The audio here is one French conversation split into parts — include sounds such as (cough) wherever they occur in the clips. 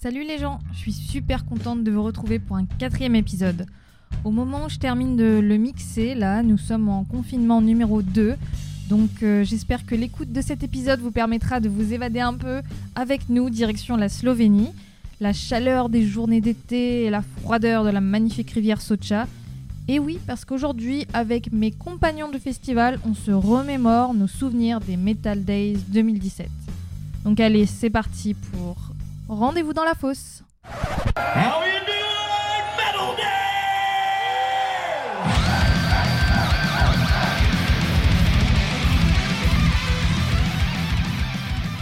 Salut les gens, je suis super contente de vous retrouver pour un quatrième épisode. Au moment où je termine de le mixer, là, nous sommes en confinement numéro 2. Donc euh, j'espère que l'écoute de cet épisode vous permettra de vous évader un peu avec nous direction la Slovénie. La chaleur des journées d'été et la froideur de la magnifique rivière Socha. Et oui, parce qu'aujourd'hui, avec mes compagnons de festival, on se remémore nos souvenirs des Metal Days 2017. Donc allez, c'est parti pour Rendez-vous dans la fosse. How you doing, Metal Day?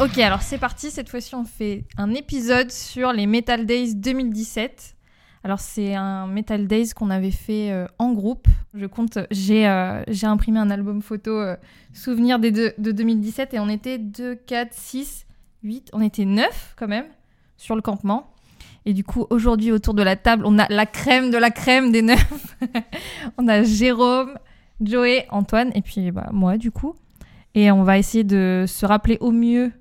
Ok, alors c'est parti. Cette fois-ci, on fait un épisode sur les Metal Days 2017. Alors, c'est un Metal Days qu'on avait fait euh, en groupe. Je compte, j'ai euh, j'ai imprimé un album photo euh, souvenir des deux- de 2017 et on était 2, 4, 6, 8, on était 9 quand même sur le campement. Et du coup, aujourd'hui, autour de la table, on a la crème de la crème des 9. (laughs) on a Jérôme, Joey, Antoine et puis bah, moi, du coup. Et on va essayer de se rappeler au mieux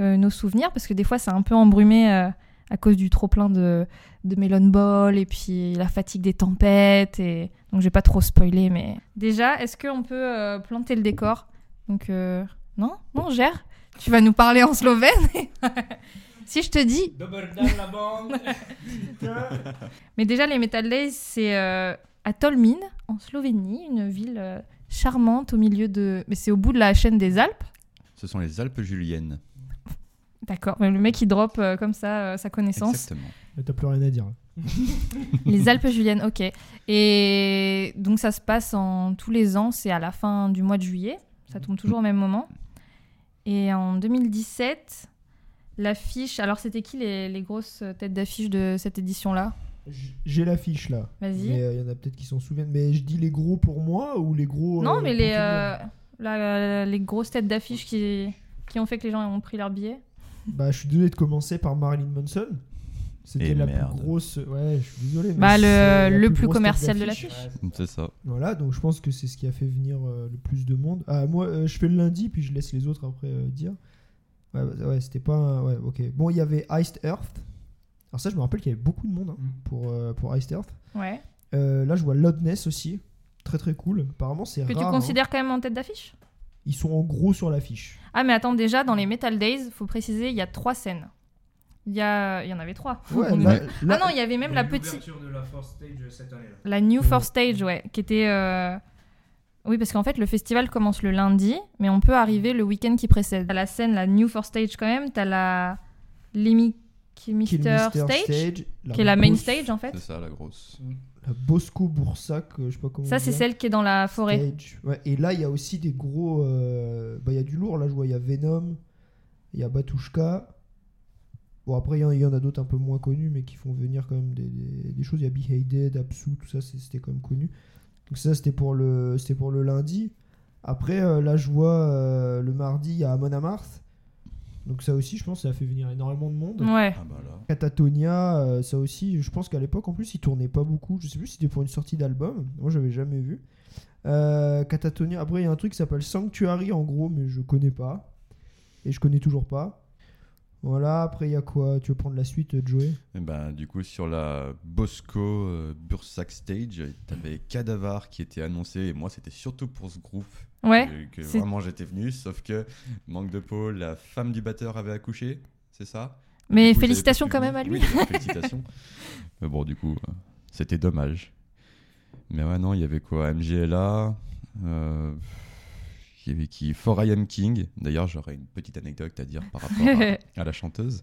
euh, nos souvenirs parce que des fois c'est un peu embrumé euh, à cause du trop plein de, de melon ball et puis la fatigue des tempêtes et donc je vais pas trop spoiler mais déjà est-ce qu'on peut euh, planter le décor donc euh, non non Gère tu vas nous parler en slovène (laughs) si je te dis Dobar dan, (laughs) la bande. mais déjà les Metal Days c'est euh, à Tolmin en Slovénie une ville euh, charmante au milieu de mais c'est au bout de la chaîne des Alpes Ce sont les Alpes juliennes. d'accord mais le mec il drop euh, comme ça euh, sa connaissance Exactement. Mais T'as plus rien à dire. Les Alpes juliennes, ok. Et donc ça se passe en tous les ans, c'est à la fin du mois de juillet, ça tombe toujours au même moment. Et en 2017, l'affiche, alors c'était qui les, les grosses têtes d'affiche de cette édition-là J- J'ai l'affiche là. Vas-y. Mais il y en a peut-être qui s'en souviennent. Mais je dis les gros pour moi ou les gros. Non, euh, mais pour les, tout le monde euh, la- les grosses têtes d'affiche qui, qui ont fait que les gens ont pris leur billet. Bah, je suis désolé de commencer par Marilyn Manson. C'était Et la merde. plus grosse. euh, Ouais, je suis désolé. mais Bah, le- c'est la le plus grosse tête commercial de d'affiche. C'est ça. Voilà, donc je pense que c'est ce qui a fait venir euh, le plus de monde. Ah, moi, euh, je fais le lundi, puis je laisse les autres après euh, dire. Ouais, bah, ouais, c'était pas. un- Ouais, ok. Bon, il y avait Iced Earth. Alors, ça, je me rappelle qu'il y avait beaucoup de monde hein, Mm. pour, euh, pour Iced Earth. Ouais. Euh, là, je vois Lodness aussi. Très très cool. Apparemment, c'est Que rare. tu hein. considères quand même en tête d'affiche Ils sont en gros sur l'affiche. Ah, mais attends, déjà, dans les Metal Days, faut préciser, il y a trois scènes. Il y, a... il y en avait trois. Ouais, On est- là, là- Ah non, il y avait même la petite. L'ouverture de la Force Stage cette année-là. La New Four Ouais. Stage, ouais, qui était. euh, Oui, parce qu'en fait, le festival commence le lundi, mais on peut arriver le week-end qui précède. T'as la scène, la New Four Stage quand même, t'as la. Lemmy Mister, Kill Mister Stage, qui est la main Bos- stage hein. en fait. C'est ça la grosse. La Bosco Boursac, euh, je sais pas comment. Ça, on c'est dit. celle qui est dans la forêt. Stage. Ouais, et là, il y a aussi des gros. euh, Bah, il y a du lourd. Là, je vois, il y a Venom, il y a Batushka. Bon, après, il y en- il y, en a d'autres un peu moins connus, mais qui font venir quand même des, des- des choses. Il y a Be Hated, Absu, tout ça, c'est- c'était quand même connu. Donc, ça, c'était pour, le- c'était pour le lundi. Après, euh, là, je vois euh, le mardi, il y a Amon Amarth. Donc, ça aussi, je pense, ça a fait venir énormément de monde. Ouais. Ah bah là. Catatonia, euh, ça aussi, je pense qu'à l'époque en plus il tournait pas beaucoup. Je sais plus si c'était pour une sortie d'album, moi j'avais jamais vu. Euh, Catatonia, après il y a un truc qui s'appelle Sanctuary en gros, mais je connais pas. Et je connais toujours pas. Voilà, après il y a quoi Tu veux prendre la suite, euh, Joey Et ben, du coup, sur la Bosco euh, Bursac Stage, t'avais Cadavar qui était annoncé. Et moi, c'était surtout pour ce groupe Ouais. que, que c'est- vraiment j'étais venu. Sauf que, manque de peau, la femme du batteur avait accouché. C'est ça Et Mais du coup, j'avais félicitations pas pu quand même venir. à lui. (laughs) Oui, félicitations. Mais bon, du coup, euh, c'était dommage. Mais ouais, non, il y avait quoi MGLA. euh, Il y avait qui 4AM King. D'ailleurs, j'aurais une petite anecdote à dire par rapport à, à la chanteuse.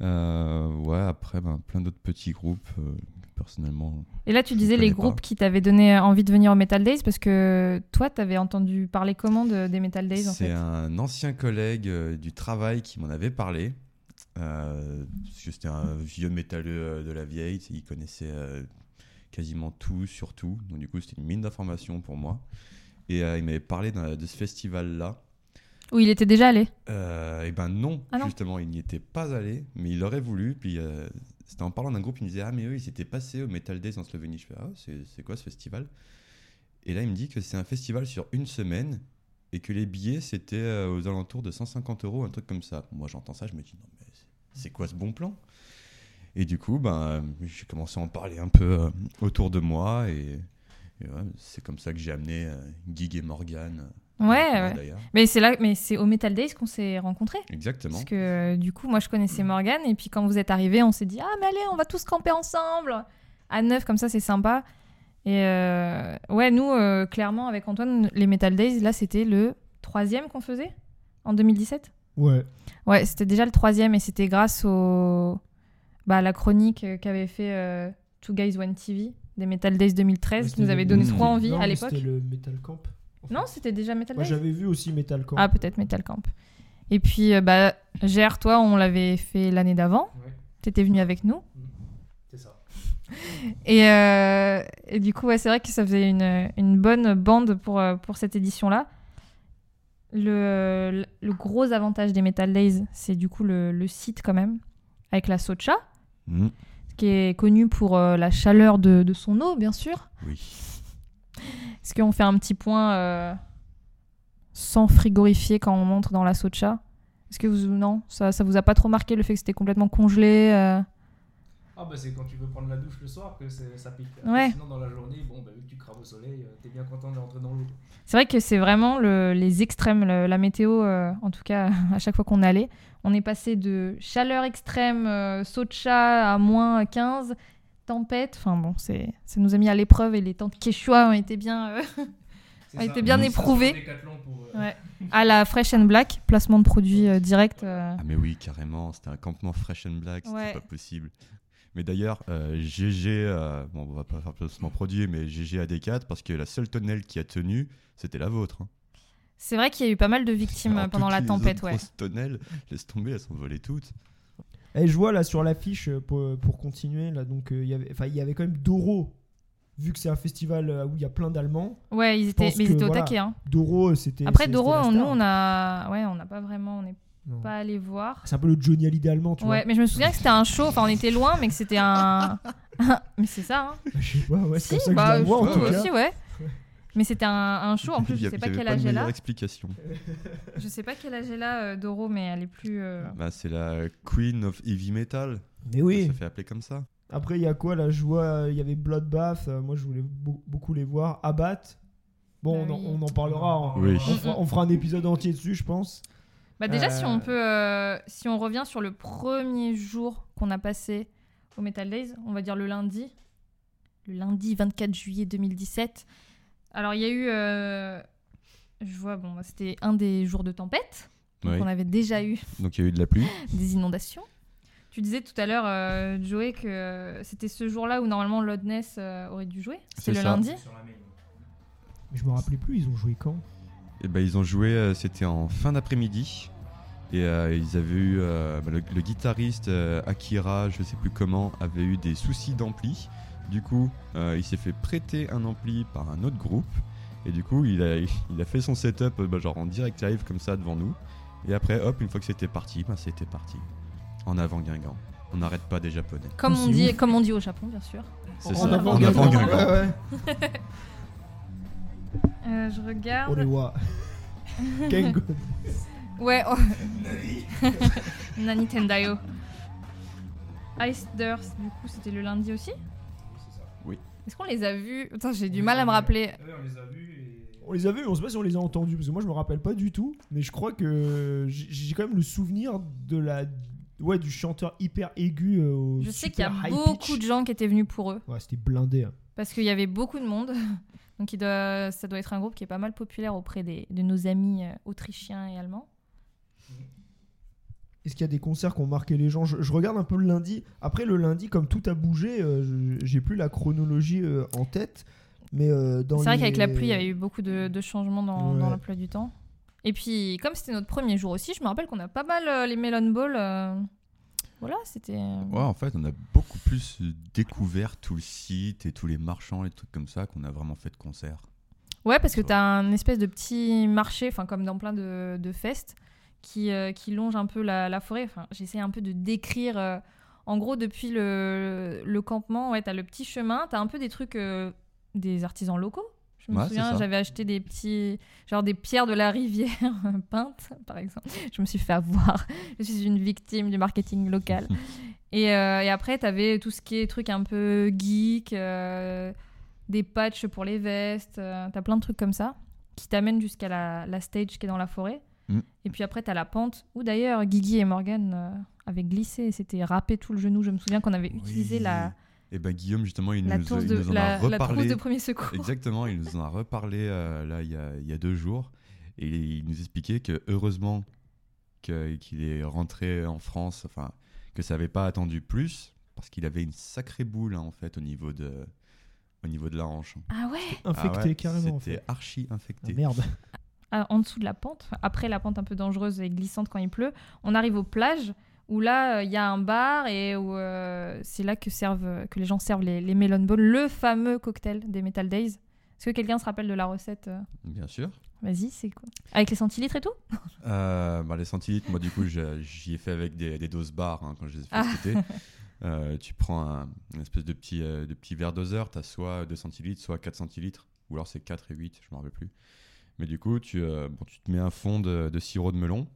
Euh, ouais, après, ben, plein d'autres petits groupes. euh, que personnellement, (laughs) Et là, tu Je disais les connais pas. groupes qui t'avaient donné euh, envie de venir au Metal Days parce que toi, t'avais entendu parler comment de- des Metal Days en c'est fait un ancien collègue euh, du travail qui m'en avait parlé. Euh, parce que c'était un vieux métalleux euh, de la vieille. Il connaissait euh, quasiment tout, sur tout. Donc, du coup, c'était une mine d'informations pour moi. Et euh, il m'avait parlé d'un- de ce festival-là. Où il était déjà allé. Euh, et ben non, Ah non. justement, il n'y était pas allé, mais il aurait voulu. Puis euh, c'était en parlant d'un groupe, il me disait Ah, mais eux, ils étaient passés au Metal Days en Slovénie. Je fais Ah, c'est c'est quoi ce festival Et là, il me dit que c'est un festival sur une semaine et que les billets, c'était euh, aux alentours de 150 euros, un truc comme ça. Moi, j'entends ça, je me dis Non, mais c'est- c'est quoi ce bon plan Et du coup, ben, j'ai commencé à en parler un peu euh, autour de moi. Et, et ouais, c'est comme ça que j'ai amené euh, Gig et Morgan. euh, Ouais, ouais. D'ailleurs. Mais c'est là, mais c'est au Metal Days qu'on s'est rencontrés. Exactement. Parce que euh, du coup, moi je connaissais Morgane, et puis quand vous êtes arrivés, on s'est dit Ah, mais allez, on va tous camper ensemble À neuf, comme ça, c'est sympa. Et euh, ouais, nous, euh, clairement, avec Antoine, les Metal Days, là c'était le troisième qu'on faisait en 2017. Ouais. Ouais, c'était déjà le troisième, et c'était grâce au... bah, à la chronique euh, qu'avait fait euh, Two Guys One TV des Metal Days 2013 qui nous avait donné Mmh. trop envie Non, à mais l'époque. C'était le Metal Camp. en Non, fait. c'était déjà Metal Moi Days. j'avais vu aussi Metal Camp. Ah, peut-être Metal Camp. Et puis, euh, bah, GR, toi, on l'avait fait l'année d'avant. Ouais. T'étais venu avec nous. C'est ça. Et, euh, et du coup, ouais, c'est vrai que ça faisait une, une bonne bande pour, euh, pour cette édition-là. Le, le gros avantage des Metal Days, c'est du coup le, le site quand même, avec la Socha, Mmh. qui est connue pour euh, la chaleur de, de son eau, bien sûr. Oui. Est-ce qu'on fait un petit point euh, sans frigorifier quand on montre dans la Socha Est-ce que vous. Non, ça, ça vous a pas trop marqué le fait que c'était complètement congelé euh, Ah bah c'est quand tu veux prendre la douche le soir que c'est- ça pique. Après, Ouais. Sinon dans la journée, bon bah vu que tu craves au soleil, euh, t'es bien content de rentrer dans l'eau. C'est vrai que c'est vraiment le- les extrêmes, le- la météo, euh, en tout cas (laughs) à chaque fois qu'on allait. On est passé de chaleur extrême, euh, saut de chat à moins 15, tempête, enfin bon, c'est, ça nous a mis à l'épreuve et les tentes quechua ont été bien euh, C'est a ça. été bien Ça, éprouvé. c'est un Décathlon pour, euh, Ouais. à la Fresh and Black, placement de produits euh, direct. euh. Ah mais oui, carrément, c'était un campement Fresh and Black, c'était Ouais. pas possible. Mais d'ailleurs, euh, GG, euh, bon, on va pas faire placement produit, mais GG AD4, parce que la seule tonnelle qui a tenu, c'était la vôtre. hein. C'est vrai qu'il y a eu pas mal de victimes Alors, euh, pendant toutes la les tempête, autres ouais. grosses tonnelles, laisse tomber, elles s'envolaient toutes. Et je vois là sur l'affiche euh, pour, pour continuer là donc euh, il y avait enfin il y avait quand même Doro vu que c'est un festival euh, où il y a plein d'Allemands. Ouais, ils étaient, pense mais ils que étaient au voilà. taquet. hein. Doro euh, c'était. Après, c'est- Doro, c'était la on- nous, star. on a, ouais, on n'a pas vraiment, on n'est Non. pas allé voir. C'est un peu le Johnny Hallyday allemand Ah, tu Ouais, mais je me souviens que c'était un show, enfin on était loin, mais que c'était un. (laughs) mais c'est ça, hein. vois. (laughs) Je sais pas ouais c'est si, comme ça que bah, je la vois en je tout trouve cas. aussi, ouais. Mais c'était un, un show, (laughs) en plus, Il y je a- sais il y pas avait quel pas de âge elle meilleure a. explication. Je sais pas quel âge elle a, euh, Doro, mais elle est plus. euh, Bah, c'est la Queen of Heavy Metal, Mais oui. ça fait appeler comme ça. Après il y a quoi là je vois euh, il y avait Bloodbath euh, moi je voulais beau- beaucoup les voir Abat. Bon Bah on, en, oui. Mm, on en parlera hein. on, Oui. on fera, on fera un épisode entier dessus je pense. Bah, déjà, Euh. si on peut. euh, si on revient sur le premier jour qu'on a passé au Metal Days, on va dire le lundi. Le lundi 24 juillet 2017. Alors, il y a eu. euh, je vois, bon, bah, c'était un des jours de tempête. Donc, Ouais. on avait déjà eu (laughs) Donc il y a eu de la pluie. des inondations. Tu disais tout à l'heure, euh, Joey, que euh, c'était ce jour-là où normalement l'Odness euh, aurait dû jouer. C'est C'est le ça. lundi. sur la main. Mais je me rappelais plus ils ont joué quand. Et bah, ils ont joué, euh, c'était en fin d'après-midi. Et euh, ils avaient eu. euh, bah, le, le guitariste euh, Akira, je sais plus comment, avait eu des soucis d'ampli. Du coup, euh, il s'est fait prêter un ampli par un autre groupe. Et du coup, il a, (laughs) il a fait son setup euh, bah, genre en direct live comme ça devant nous. Et après, hop, une fois que c'était parti, bah, c'était parti. En avant Guingamp. On n'arrête pas des Japonais. Comme Oh, on, c'est dit, ouf. comme on dit au Japon, bien sûr. C'est En ça, avant en avant Guingamp. Guingamp. Ouais, ouais. Euh, je On Oh, les regarde. (laughs) voit. Kengo. Ouais. oh. (laughs) Nani Tendayo. Ice Durst, du coup, c'était le lundi aussi C'est ça. Est-ce qu'on les a vus Putain, j'ai On du les mal a à me vus. rappeler. Eux, on les a vus et. On les avait, mais on sait pas si on les a entendus, parce que moi je me rappelle pas du tout, mais je crois que j'ai j'ai quand même le souvenir de la. Ouais, du chanteur hyper aigu. euh, au Je sais qu'il y a super high beaucoup pitch. de gens qui étaient venus pour eux. Ouais, c'était blindé. hein. Parce qu'il y avait beaucoup de monde. Donc il doit- ça doit être un groupe qui est pas mal populaire auprès des, de nos amis euh, autrichiens et allemands. Est-ce qu'il y a des concerts qui ont marqué les gens je, je regarde un peu le lundi. Après, le lundi, comme tout a bougé, euh, je- j'ai plus la chronologie euh, en tête. Mais euh, dans C'est vrai qu'avec les- la pluie, il y avait eu beaucoup de, de changements dans, dans Ouais. l'emploi du temps. Et puis, comme c'était notre premier jour aussi, je me rappelle qu'on a pas mal euh, les Melon Balls. euh, Voilà, c'était. euh, Ouais, en fait, on a beaucoup plus découvert tout le site et tous les marchands, les trucs comme ça, qu'on a vraiment fait de concert. Ouais, parce que t'as un espèce de petit marché, enfin comme dans plein de, de festes, qui, euh, qui longe un peu la, la forêt. Enfin, j'essaie un peu de décrire. euh, en gros, depuis le, le campement, ouais, t'as le petit chemin, t'as un peu des trucs euh, des artisans locaux. Je me Ouais, c'est souviens, ça. j'avais acheté des petits, genre des pierres de la rivière (laughs) (laughs) peintes, par exemple. Je me suis fait avoir. Je suis une victime du marketing local. Et, euh, et après, t'avais tout ce qui est trucs un peu geek, euh, des patchs pour les vestes, euh, t'as plein de trucs comme ça qui t'amènent jusqu'à la, la stage qui est dans la forêt. Mm. Et puis après, t'as la pente où d'ailleurs Guigui et Morgan euh, avaient glissé et s'étaient râpé tout le genou. Je me souviens qu'on avait utilisé Oui. la, Et ben Guillaume, justement, il, la, nous, a- tourse il de, nous en a la, la trousse reparlé. de premier secours. Exactement, il nous en a reparlé euh, là il y, a, il y a deux jours et il nous expliquait que heureusement que- qu'il est rentré en France, enfin que ça n'avait pas attendu plus parce qu'il avait une sacrée boule hein, en fait au niveau de au niveau de la hanche. Ah ouais Infecté Ah ouais, carrément. en C'était fait. archi infecté. Ah, merde. Ah, En dessous de la pente, enfin, après la pente un peu dangereuse et glissante quand il pleut, on arrive aux plages où là, euh, il y a un bar et où euh, c'est là que, servent, que les gens servent les, les melon balls, le fameux cocktail des Metal Days. Est-ce que quelqu'un se rappelle de la recette euh Bien sûr. Vas-y, c'est quoi Avec les centilitres et tout Euh, bah, les centilitres, moi du coup, je- j'y ai fait avec des, des doses barres hein, quand je les ai fait sauter. Ah. Euh, tu prends un, une espèce de petit, euh, de petit verre doseur, tu as soit 2 centilitres, soit 4 centilitres, ou alors c'est 4 et 8, je me rappelle plus. Mais du coup, tu, euh, bon, tu te mets un fond de, de sirop de melon.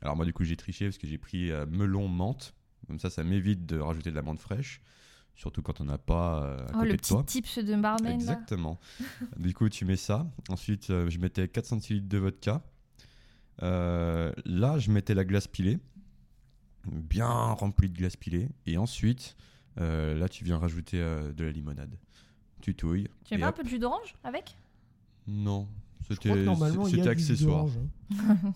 Alors moi du coup, j'ai triché parce que j'ai pris euh, melon menthe, comme ça, ça m'évite de rajouter de la menthe fraîche, surtout quand on n'a pas euh, à Oh, côté le de petit toi. tips de barman. là. Exactement. (laughs) du coup, tu mets ça. Ensuite, euh, je mettais 4 centilitres de vodka. Euh, là, je mettais la glace pilée, bien remplie de glace pilée. Et ensuite, euh, là, tu viens rajouter euh, de la limonade. Tu touilles. Tu mets Et pas un hop. peu de jus d'orange avec Non, Je crois que c'était normalement, il y c'était a du jus accessoire. d'orange, hein.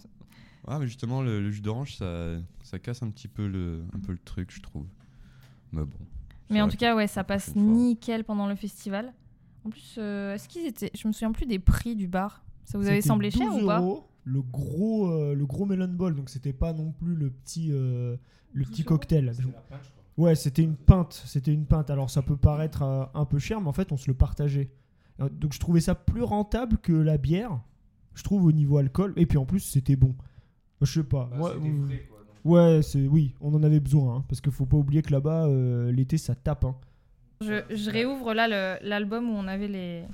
Ah, mais justement, le, le jus d'orange, ça, ça casse un petit peu le, un peu le truc, je trouve. Mais bon. Mais ça en reste- tout cas, ouais, ça passe prochaine fois. nickel pendant le festival. En plus, euh, est-ce qu'ils étaient. Je me souviens plus des prix du bar. Ça vous avait C'était semblé cher 12 ou pas euros, Le gros, euh, le gros melon ball, donc c'était pas non plus le petit, euh, le 12 petit euros, cocktail. C'était la page, quoi. Ouais, c'était une pinte, c'était une pinte. Alors ça peut paraître euh, un peu cher, mais en fait on se le partageait. Euh, Donc je trouvais ça plus rentable que la bière, je trouve au niveau alcool. Et puis en plus c'était bon. Je sais pas. Bah, moi, c'était euh, frais, quoi, donc. ouais, c'est oui, on en avait besoin, hein, parce qu'il faut pas oublier que là-bas euh, l'été ça tape. hein. Je, je réouvre là le- l'album où on avait les,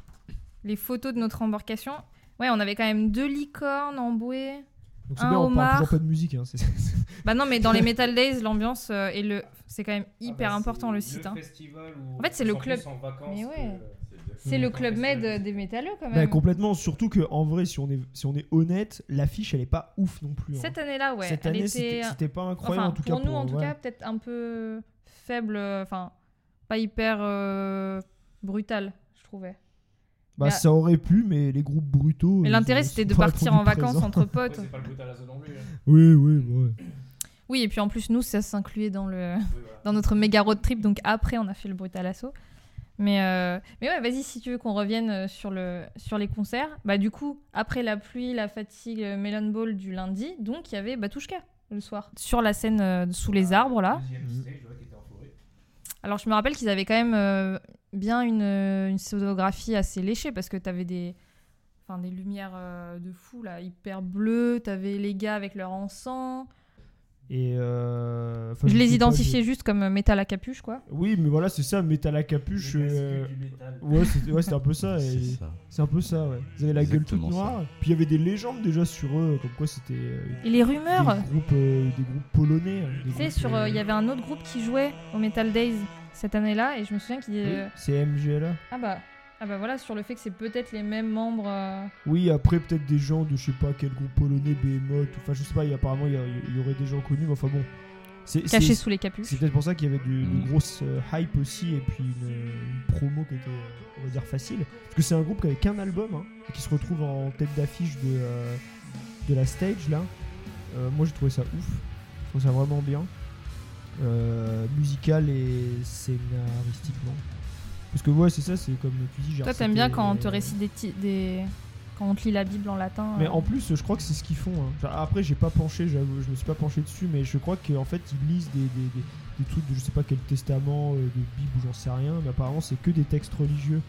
les photos de notre embarcation. Ouais, on avait quand même deux licornes en bouée. Donc c'est Un bien, on parle homard. toujours pas de musique. hein, c'est- Bah non, mais (laughs) dans les Metal Days, l'ambiance euh, et le. C'est quand même Ah, hyper bah, important le c'est site. hein. festival où En fait, c'est on le s'en club- fout, en vacances, Mais ouais. que- C'est le Quand club est-ce med que- euh, des métalleux quand Bah, même. complètement. Surtout que en vrai, si on est, si on est honnête, l'affiche elle est pas ouf non plus. hein. Cette année-là, ouais. Cette elle était- année, euh, c'était c'était pas Enfin, incroyable en tout pour cas. nous, en tout ouais. cas, peut-être un peu faible. euh, Enfin, pas hyper euh, brutal, je trouvais. Bah, Mais- ça aurait pu, mais les groupes brutaux. Mais ils l'intérêt, sont c'était de pas partir attendus en vacances présents. entre Après, (laughs) potes. c'est pas le but à la zone (laughs) non plus, hein. Oui, oui, ouais. Oui, et puis en plus, nous, ça s'incluait dans le. Oui, voilà. dans notre méga road trip. Donc après, on a fait le brutal assaut. Mais, euh, mais ouais, vas-y, si tu veux qu'on revienne euh, sur, le, sur les concerts. Bah, du coup, après la pluie, la fatigue, le Melon Ball du lundi, donc il y avait Batushka le soir. Sur la scène euh, sous les arbres, là. Deuxième Mhm. stage, ouais, qui était en forêt. Alors je me rappelle qu'ils avaient quand même euh, bien une, euh, une photographie assez léchée parce que t'avais des, enfin, des lumières euh, de fou, là, hyper bleues. T'avais les gars avec leur encens. Et euh, enfin, Je sais les pas, identifiais juste comme euh, métal à capuche, quoi. je- Oui, mais voilà, c'est ça, métal à capuche. Le euh, masque du métal. Ouais, c'était ouais, c'était un peu ça. (laughs) C'est et- ça. C'est un peu ça, ouais. Ils avaient la gueule toute Exactement ça. noire. Puis il y avait des légendes déjà sur eux, comme quoi c'était. euh, Et les des rumeurs groupes, euh, des groupes polonais. hein, des Tu sais, groupes, sur, euh, euh, il y avait un autre groupe qui jouait au Metal Days cette année-là, et je me souviens qu'il oui, disait C'est MGLA. ah bah ah bah voilà sur le fait que c'est peut-être les mêmes membres. euh. Oui, après, peut-être des gens de je sais pas quel groupe polonais, Behemoth, ou enfin, je sais pas, il y a- apparemment, il y, a- il y aurait des gens connus, mais enfin bon. C'est- c'est- cachés sous les capuches. C'est peut-être pour ça qu'il y avait du- Mm. une grosse euh, hype aussi et puis une, une promo qui était, euh, on va dire, facile. Parce que c'est un groupe qui avait qu'un album hein, et qui se retrouve en tête d'affiche de, euh, de la stage là. Euh, moi j'ai trouvé ça ouf, je trouve ça vraiment bien. Euh, musical et scénaristiquement. Parce que ouais, c'est ça, c'est comme tu dis. genre, Toi t'aimes c'était- euh, bien quand on te récite des, ti- des quand on te lit la Bible en latin. mais euh. en plus, je crois que c'est ce qu'ils font. hein. Genre, Après, j'ai pas penché, j'avoue, je me suis pas penché dessus, mais je crois qu'en fait, ils lisent des, des- des- des trucs de je sais pas quel testament, euh, de Bible ou j'en sais rien, mais apparemment, c'est que des textes religieux.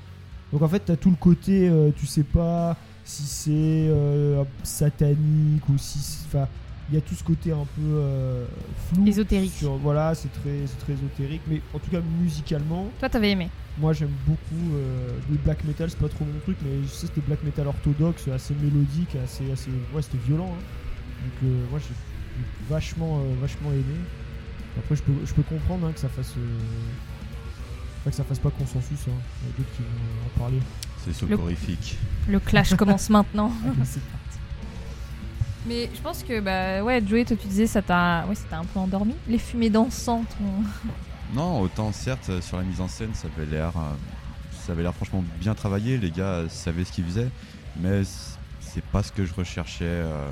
Donc en fait, t'as tout le côté, euh, tu sais pas si c'est euh, satanique ou si. c'est- Enfin, il y a tout ce côté un peu euh, flou. Ésotérique. sur- voilà, c'est très, c'est très ésotérique, mais en tout cas, musicalement, Toi t'avais aimé. moi j'aime beaucoup euh, le black metal, c'est pas trop mon truc, mais je sais c'était black metal orthodoxe, assez mélodique, assez, assez ouais c'était violent. hein. Donc euh, moi j'ai j'ai vachement, euh, vachement aimé. Après, je peux, je peux comprendre hein, que ça fasse. euh, enfin, que ça fasse pas consensus, hein. il y a d'autres qui vont en parler. C'est soporifique. Le (laughs) clash commence maintenant. Allez, c'est parti. Mais je pense que, bah, ouais, Joey, toi, tu disais, ça t'a ouais, ça t'a un peu endormi. Les fumées dansantes. on- Non, autant certes, euh, sur la mise en scène, ça avait l'air, euh, ça avait l'air franchement bien travaillé. Les gars euh, savaient ce qu'ils faisaient, mais c- c'est pas ce que je recherchais euh,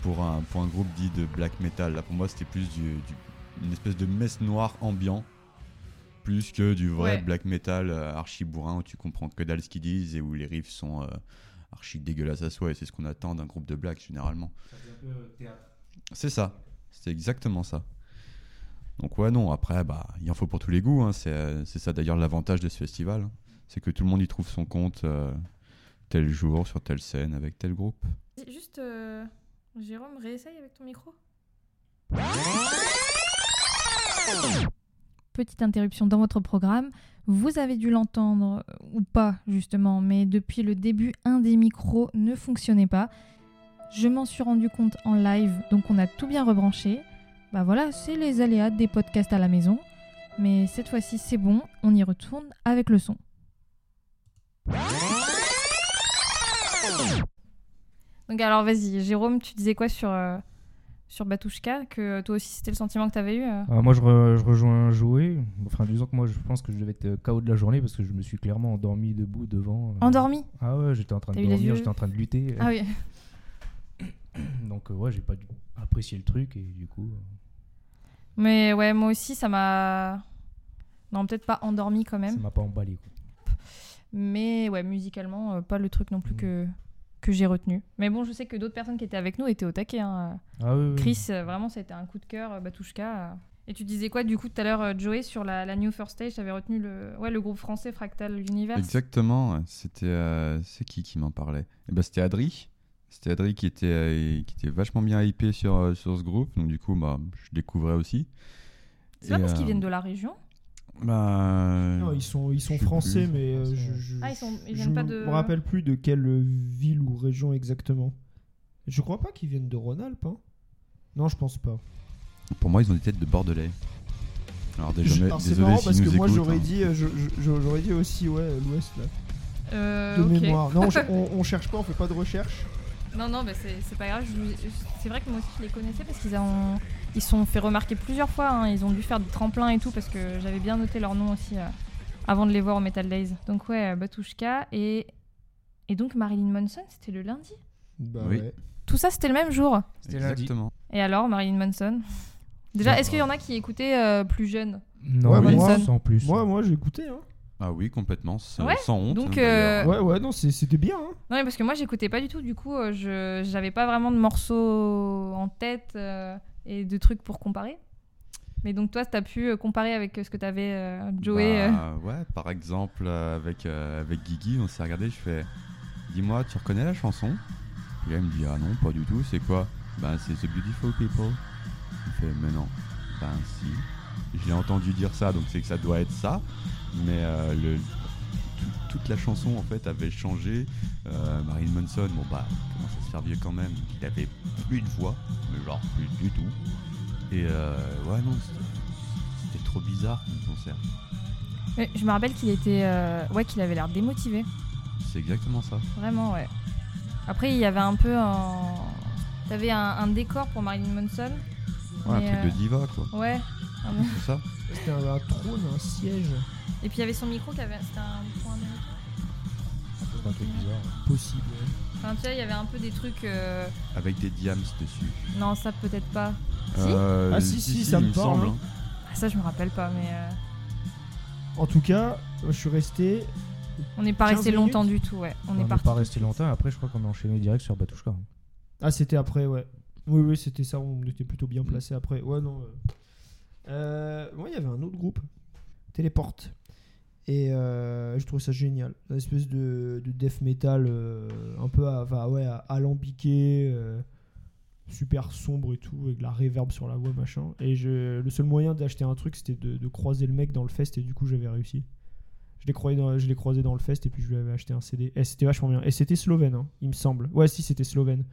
pour un pour un groupe dit de black metal. Là, pour moi, c'était plus du, du- une espèce de messe noire ambiant, plus que du vrai Ouais. black metal euh, archi bourrin où tu comprends que dalle ce qu'ils disent et où les riffs sont euh, archi dégueulasses à soi. Et c'est ce qu'on attend d'un groupe de black généralement. Ça fait un peu euh, théâtre. C'est ça. C'est exactement ça. Donc ouais, non, après, bah, il en faut pour tous les goûts. hein. C'est, euh, c'est ça d'ailleurs l'avantage de ce festival. hein. C'est que tout le monde y trouve son compte euh, tel jour, sur telle scène, avec tel groupe. Juste, euh, Jérôme, réessaye avec ton micro. Petite interruption dans votre programme. Vous avez dû l'entendre euh, ou pas, justement, mais depuis le début, un des micros ne fonctionnait pas. Je m'en suis rendu compte en live, donc on a tout bien rebranché. Bah voilà, c'est les aléas des podcasts à la maison. Mais cette fois-ci, c'est bon, on y retourne avec le son. Donc alors vas-y, Jérôme, tu disais quoi sur, euh, sur Batushka Que euh, toi aussi c'était le sentiment que t'avais eu euh Euh, moi, je, re- je rejoins Joé. Enfin, disons que moi, je pense que je devais être euh, KO de la journée parce que je me suis clairement endormi debout devant. euh. Endormi Ah ouais, j'étais en train de T'as eu les yeux dormir, j'étais en train de lutter. Ah oui. Donc, euh, ouais, j'ai pas du- apprécié le truc et du coup. euh, Mais ouais, moi aussi ça m'a... Non, peut-être pas endormi quand Ça même. m'a pas emballé. quoi. Mais ouais, musicalement, euh, pas le truc non plus Mm. que, que j'ai retenu. Mais bon, je sais que d'autres personnes qui étaient avec nous étaient au taquet. hein. Ah Mm. ouais, ouais. Chris, euh, vraiment, ça a été un coup de cœur, euh, Batushka. euh. Et tu disais quoi du coup tout à l'heure, euh, Joey, sur la, la New First Stage J'avais retenu le, ouais, le groupe français Fractal Universe. Exactement. ouais. C'était, euh, c'est qui qui m'en parlait Eh ben, c'était Adri. C'était Adri qui était, euh, qui était vachement bien hypé sur, euh, sur ce groupe. Donc du coup, bah, je découvrais aussi. C'est pas Et, parce euh, qu'ils viennent de la région Bah, Non, ils sont, ils sont je sais français, plus, mais euh, français, je, ouais. je, Ah, ils sont- ils je viennent pas me de- rappelle plus de quelle euh, ville ou région exactement. Je crois pas qu'ils viennent de Rhône-Alpes. hein. Non, je pense pas. Pour moi, ils ont des têtes de bordelais. Alors déjà, Je- mais- alors, c'est désolé marrant s'ils parce que nous moi écoutent, j'aurais hein. dit, euh, je- je- je- j'aurais dit aussi ouais euh, l'Ouest là. Euh, De ok. mémoire. Non, on cher- on, on cherche pas, on fait pas de recherche. Non, non, bah, c'est c'est pas grave. je vous- je- C'est vrai que moi aussi, je les connaissais parce qu'ils ont... ils se sont fait remarquer plusieurs fois. hein. Ils ont dû faire des tremplins et tout parce que j'avais bien noté leur nom aussi euh, avant de les voir au Metal Days. Donc, ouais, euh, Batushka et... et donc Marilyn Manson, c'était le lundi. Bah Oui. ouais. Tout ça, c'était le même jour. C'était lundi. Exactement. Et alors, Marilyn Manson Déjà, Ouais. est-ce qu'il y en a qui écoutaient euh, plus jeune Non, Ouais, mais moi- sans plus. Moi, moi j'ai écouté. Hein. Ah oui, complètement, sans, Ouais, sans honte. donc, hein, d'ailleurs. Euh, Ouais, ouais, non, c'est- c'était bien. hein. Non, mais parce que moi, j'écoutais pas du tout. Du coup, euh, je j'avais pas vraiment de morceaux en tête euh, et de trucs pour comparer. Mais donc, toi, t'as pu euh, comparer avec euh, ce que t'avais, euh, Joey. euh. Bah, Ouais, par exemple, euh, avec, euh, avec Guigui, on s'est regardé, je fais Dis-moi, tu reconnais la chanson Et là, il me dit Ah non, pas du tout, c'est quoi Ben, c'est The Beautiful People. Il fait Mais non, ben si. Je l'ai entendu dire ça, donc c'est que ça doit être ça. Mais euh, le, tout- toute la chanson, en fait, avait changé. Euh, Marilyn Manson, bon, bah, il commence à se faire vieux quand même. Il avait plus de voix, mais genre plus du tout. Et euh, ouais, non, c'était- c'était trop bizarre comme concert. Ouais, Je me rappelle qu'il était, euh, ouais, qu'il avait l'air démotivé, C'est exactement ça. vraiment, ouais. Après, il y avait un peu un, t'avais un, un décor pour Marilyn Manson. Ouais, mais, un truc euh, de diva, quoi. Ouais. Ah bon. C'est ça C'était un, un trône, un siège Et puis il y avait son micro qui avait, c'était un point américain. C'est un truc bizarre. possible. ouais. Enfin, tu vois, il y avait un peu des trucs. euh, Avec des diams dessus. Non, ça peut-être pas. Si Euh, Ah, si, si, ça il me parle, hein. hein. Ah, ça, je me rappelle pas, mais euh, En tout cas, euh, je suis resté. on n'est pas 15 resté minutes longtemps du tout, ouais. On On est n'est parti. pas resté longtemps. Après, je crois qu'on a enchaîné direct sur Batushka. hein. Ah, c'était après, ouais. Oui, oui, c'était ça. On était plutôt bien placé après. Ouais, non. euh. Euh, moi, il y avait un autre groupe, Téléporte. Et euh, je trouve ça génial. Une espèce de, de death metal euh, un peu à, enfin, ouais, à- alambiqué, euh, super sombre et tout, avec de la réverb sur la voix, machin. Et je, le seul moyen d'acheter un truc, c'était de, de croiser le mec dans le fest, et du coup, j'avais réussi. Je l'ai croisé, dans- je l'ai croisé dans le fest, et puis je lui avais acheté un CD. Et c'était vachement bien. Et c'était slovène, hein, il me semble. Ouais, si, c'était slovène.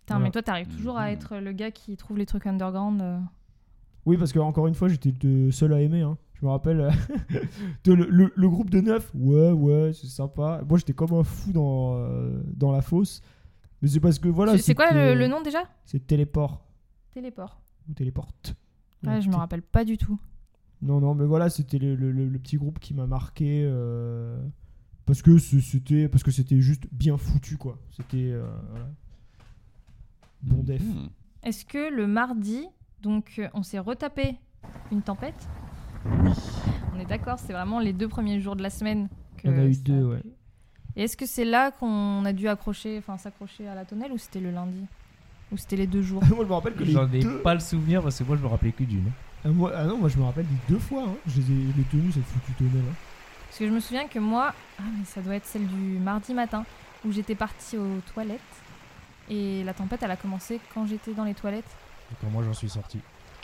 Putain, mais toi, t'arrives Mhm. toujours à être le gars qui trouve les trucs underground. euh. Oui, parce que encore une fois, j'étais le seul à aimer. hein. Je me rappelle euh, (laughs) de le, le- le groupe de neuf. Ouais, ouais, c'est sympa. Moi, j'étais comme un fou dans, euh, dans la fosse. Mais c'est parce que voilà. C'est- c'est quoi le, c'était- le nom déjà C'est téléport Téléport. ou téléporte. Ouais, je me rappelle pas du tout. Non, non, mais voilà, c'était le, le- le- le petit groupe qui m'a marqué euh, parce que ce- c'était parce que c'était juste bien foutu quoi. C'était euh, voilà. bon def. Mhm. Est-ce que le mardi, donc euh, on s'est retapé une tempête Oui. On est d'accord, c'est vraiment les deux premiers jours de la semaine. Que Il y en a eu ça deux, ouais. plu. Et est-ce que c'est là qu'on a dû accrocher, enfin s'accrocher à la tonnelle ou c'était le lundi Ou c'était les deux jours (laughs) moi je me rappelle que les J'en (laughs) ai deux- pas le souvenir parce que moi je me rappelais que d'une. Ah, moi- ah non, moi je me rappelle des deux fois. hein. Je les ai les tenues cette foutue tonnelle. hein. Parce que je me souviens que moi, ah mais ça doit être celle du mardi matin où j'étais partie aux toilettes et la tempête elle a commencé quand j'étais dans les toilettes. Quand moi j'en suis sorti.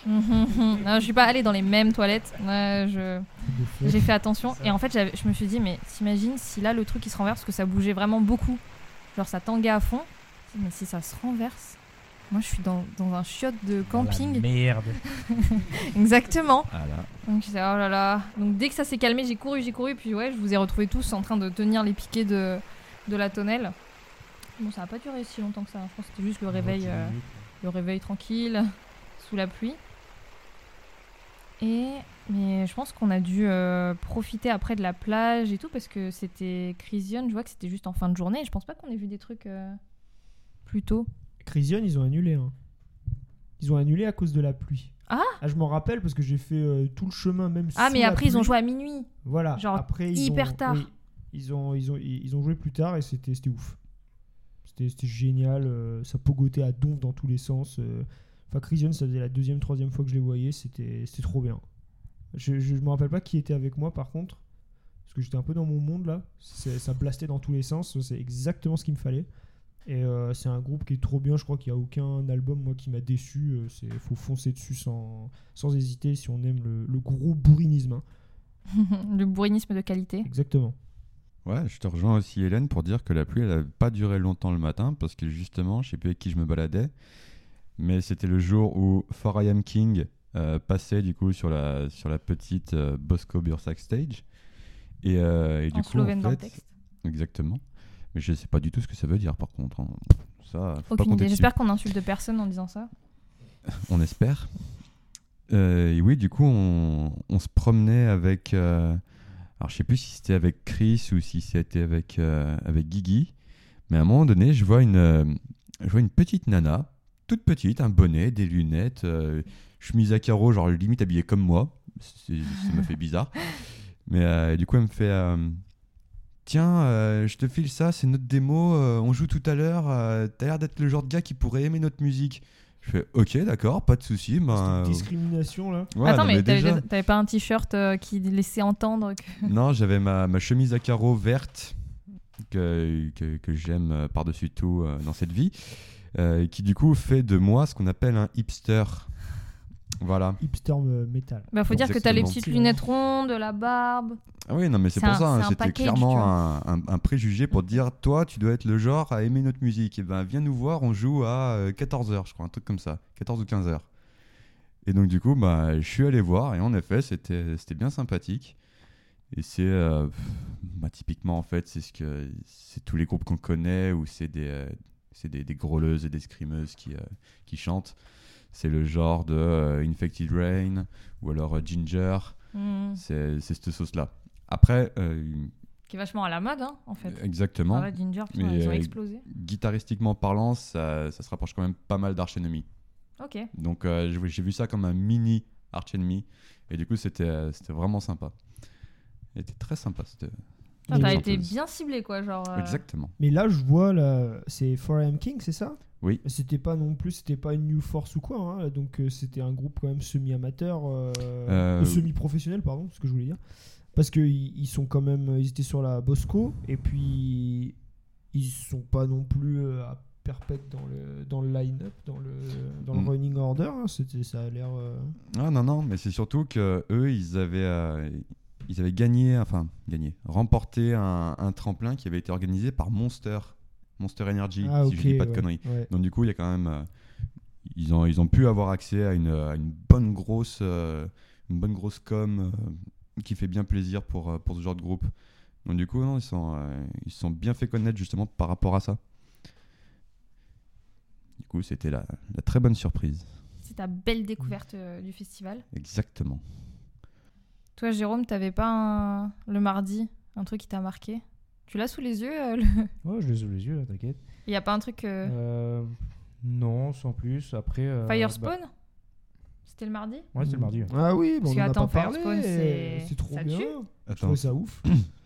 Mhm, mhm. (laughs) non, je suis pas allée dans les mêmes toilettes. Ouais, je- De fait. J'ai fait attention Ça. et en fait j'avais- je me suis dit mais t'imagines si là le truc il se renverse parce que ça bougeait vraiment beaucoup. Genre ça tanguait à fond. Mais si ça se renverse, moi je suis dans, dans un chiotte de La camping. merde. Exactement. Ah là. Donc j'étais, oh là là. Donc dès que ça s'est calmé, j'ai couru, j'ai couru, puis ouais, je vous ai retrouvés tous en train de tenir les piquets de, de la tonnelle. Bon, ça n'a pas duré si longtemps que ça. hein. Je pense que c'était juste le réveil, euh, le réveil tranquille, (laughs) sous la pluie. Et mais je pense qu'on a dû euh, profiter après de la plage et tout parce que c'était Crisione. Je vois que c'était juste en fin de journée. Je pense pas qu'on ait vu des trucs euh, plus tôt. Crision, ils ont annulé. hein. Ils ont annulé à cause de la pluie. Ah Je m'en rappelle parce que j'ai fait euh, tout le chemin même. Ah, sous mais la après ils ont pluie. joué à minuit. (laughs) Voilà. genre, après, ils hyper ont- tard. oui, ils ont ils ont ils ils ont joué plus tard et c'était c'était ouf. C'était c'était génial. euh, ça pogotait à donf dans tous les sens. euh. Enfin, Crision, ça faisait la deuxième troisième fois que je les voyais. C'était c'était trop bien. Je je me rappelle pas qui était avec moi par contre. Parce que j'étais un peu dans mon monde là, C'est- ça blastait dans tous les sens, c'est exactement ce qu'il me fallait. Et euh, c'est un groupe qui est trop bien, je crois qu'il n'y a aucun album moi qui m'a déçu, Euh, c'est faut foncer dessus sans, sans hésiter si on aime le, le gros bourrinisme. hein. le bourrinisme de qualité. Exactement. Ouais, je te rejoins aussi, Hélène, pour dire que la pluie, elle n'a pas duré longtemps le matin, parce que justement, je sais plus avec qui je me baladais, mais c'était le jour où For I Am King euh, passait du coup sur la, sur la petite euh, Bosco Bursak stage. Et, euh, et du en coup, en slovène dans le fait- texte. Exactement. Mais je sais pas du tout ce que ça veut dire, par contre. hein. Ça, faut pas Aucune compter idée. dessus. J'espère qu'on insulte personne en disant ça. On espère. Euh, et oui, du coup, on, on se promenait avec. euh, alors, je sais plus si c'était avec Chris ou si c'était avec, euh, avec Guigui. Mais à un moment donné, je vois une, euh, je vois une petite nana, toute petite, un bonnet, des lunettes, euh, chemise à carreaux, genre limite habillée comme moi. C'est- Ça m'a fait bizarre. Mais euh, du coup, elle me fait. euh, Tiens, euh, je te file ça, c'est notre démo, euh, on joue tout à l'heure, euh, t'as l'air d'être le genre de gars qui pourrait aimer notre musique. Je fais ok, d'accord, pas de souci. Cette Ben, euh, discrimination là. ouais, Attends, non, mais, t'avais- déjà- t'avais pas un t-shirt euh, qui laissait entendre que. non, j'avais ma, ma chemise à carreaux verte que, que, que j'aime euh, par-dessus tout euh, dans cette vie, euh, qui du coup fait de moi ce qu'on appelle un hipster. Voilà. Hipster euh, metal. Bah, faut dire que t'as les Exactement. petites lunettes rondes, la barbe. Ah oui, non, mais c'est C'est pour un- ça, hein, c'est un hein. c'était package, tu clairement vois. un, un- un préjugé pour dire toi, tu dois être le genre à aimer notre musique. Et ben, viens nous voir, on joue à 14h, je crois, un truc comme ça, 14 ou 15h. Et donc, du coup, bah, je suis allé voir, et en effet, c'était c'était bien sympathique. Et c'est. euh, pff, bah, typiquement, en fait, c'est ce que c'est tous les groupes qu'on connaît, où c'est des, euh, c'est des, des grôleuses et des screameuses qui, euh, qui chantent. C'est le genre de euh, Infected Rain, ou alors euh, Ginger. Hmm. C'est c'est cette sauce-là. Après, euh, Qui est vachement à la mode, hein, en fait. exactement, Ah ouais, Ginger, putain, Mais, ils ont euh, explosé. guitaristiquement parlant, ça, ça se rapproche quand même pas mal d'Arch Enemy. Ok. Donc euh, j'ai j'ai vu ça comme un mini Arch Enemy. Et du coup, c'était euh, c'était vraiment sympa. C'était très sympa. c'était- Putain, T'as chanteuse. été bah, bien ciblé, quoi. Genre, euh, Exactement. Mais là, je vois, là, c'est 4am King, c'est ça Oui. C'était pas non plus, c'était pas une New Force ou quoi, hein, donc euh, c'était un groupe quand même semi-amateur, euh, Euh, euh, semi-professionnel, pardon, c'est ce que je voulais dire. Parce que i- ils sont quand même, ils étaient sur la Bosco, et puis ils sont pas non plus euh, à perpète dans le, dans le line-up, dans le, dans le Mm. running order, hein, c'était, ça a l'air... euh, Ah non, non, mais c'est surtout que eux, ils avaient, euh, ils avaient gagné, enfin, gagné, remporté un, un tremplin qui avait été organisé par Monster. Monster Energy, Ah, si je dis ok, pas de ouais, conneries. ouais. Donc du coup, il y a quand même, euh, ils, ont, ils ont pu avoir accès à une, à une bonne grosse euh, une bonne grosse com euh, qui fait bien plaisir pour, euh, pour ce genre de groupe. Donc du coup, non, ils sont, euh, ils se sont bien fait connaître justement par rapport à ça. Du coup, c'était la, la très bonne surprise. C'est ta belle découverte euh, du festival. Exactement. Toi, Jérôme, t'avais pas un- le mardi un truc qui t'a marqué Tu l'as sous les yeux euh, le- (laughs) Ouais, je les ai sous les yeux, là, t'inquiète. Il y a pas un truc. euh, Euh, non, sans plus. Après. euh, bah. Firespawn C'était le mardi Euh, bah- Ouais, c'est le mardi. ouais. Ah oui, Parce bon, on que, en a attends, pas parlé. Firespawn, c'est- C'est trop ça bien. tue. Je trouvais Attends, ça ouf.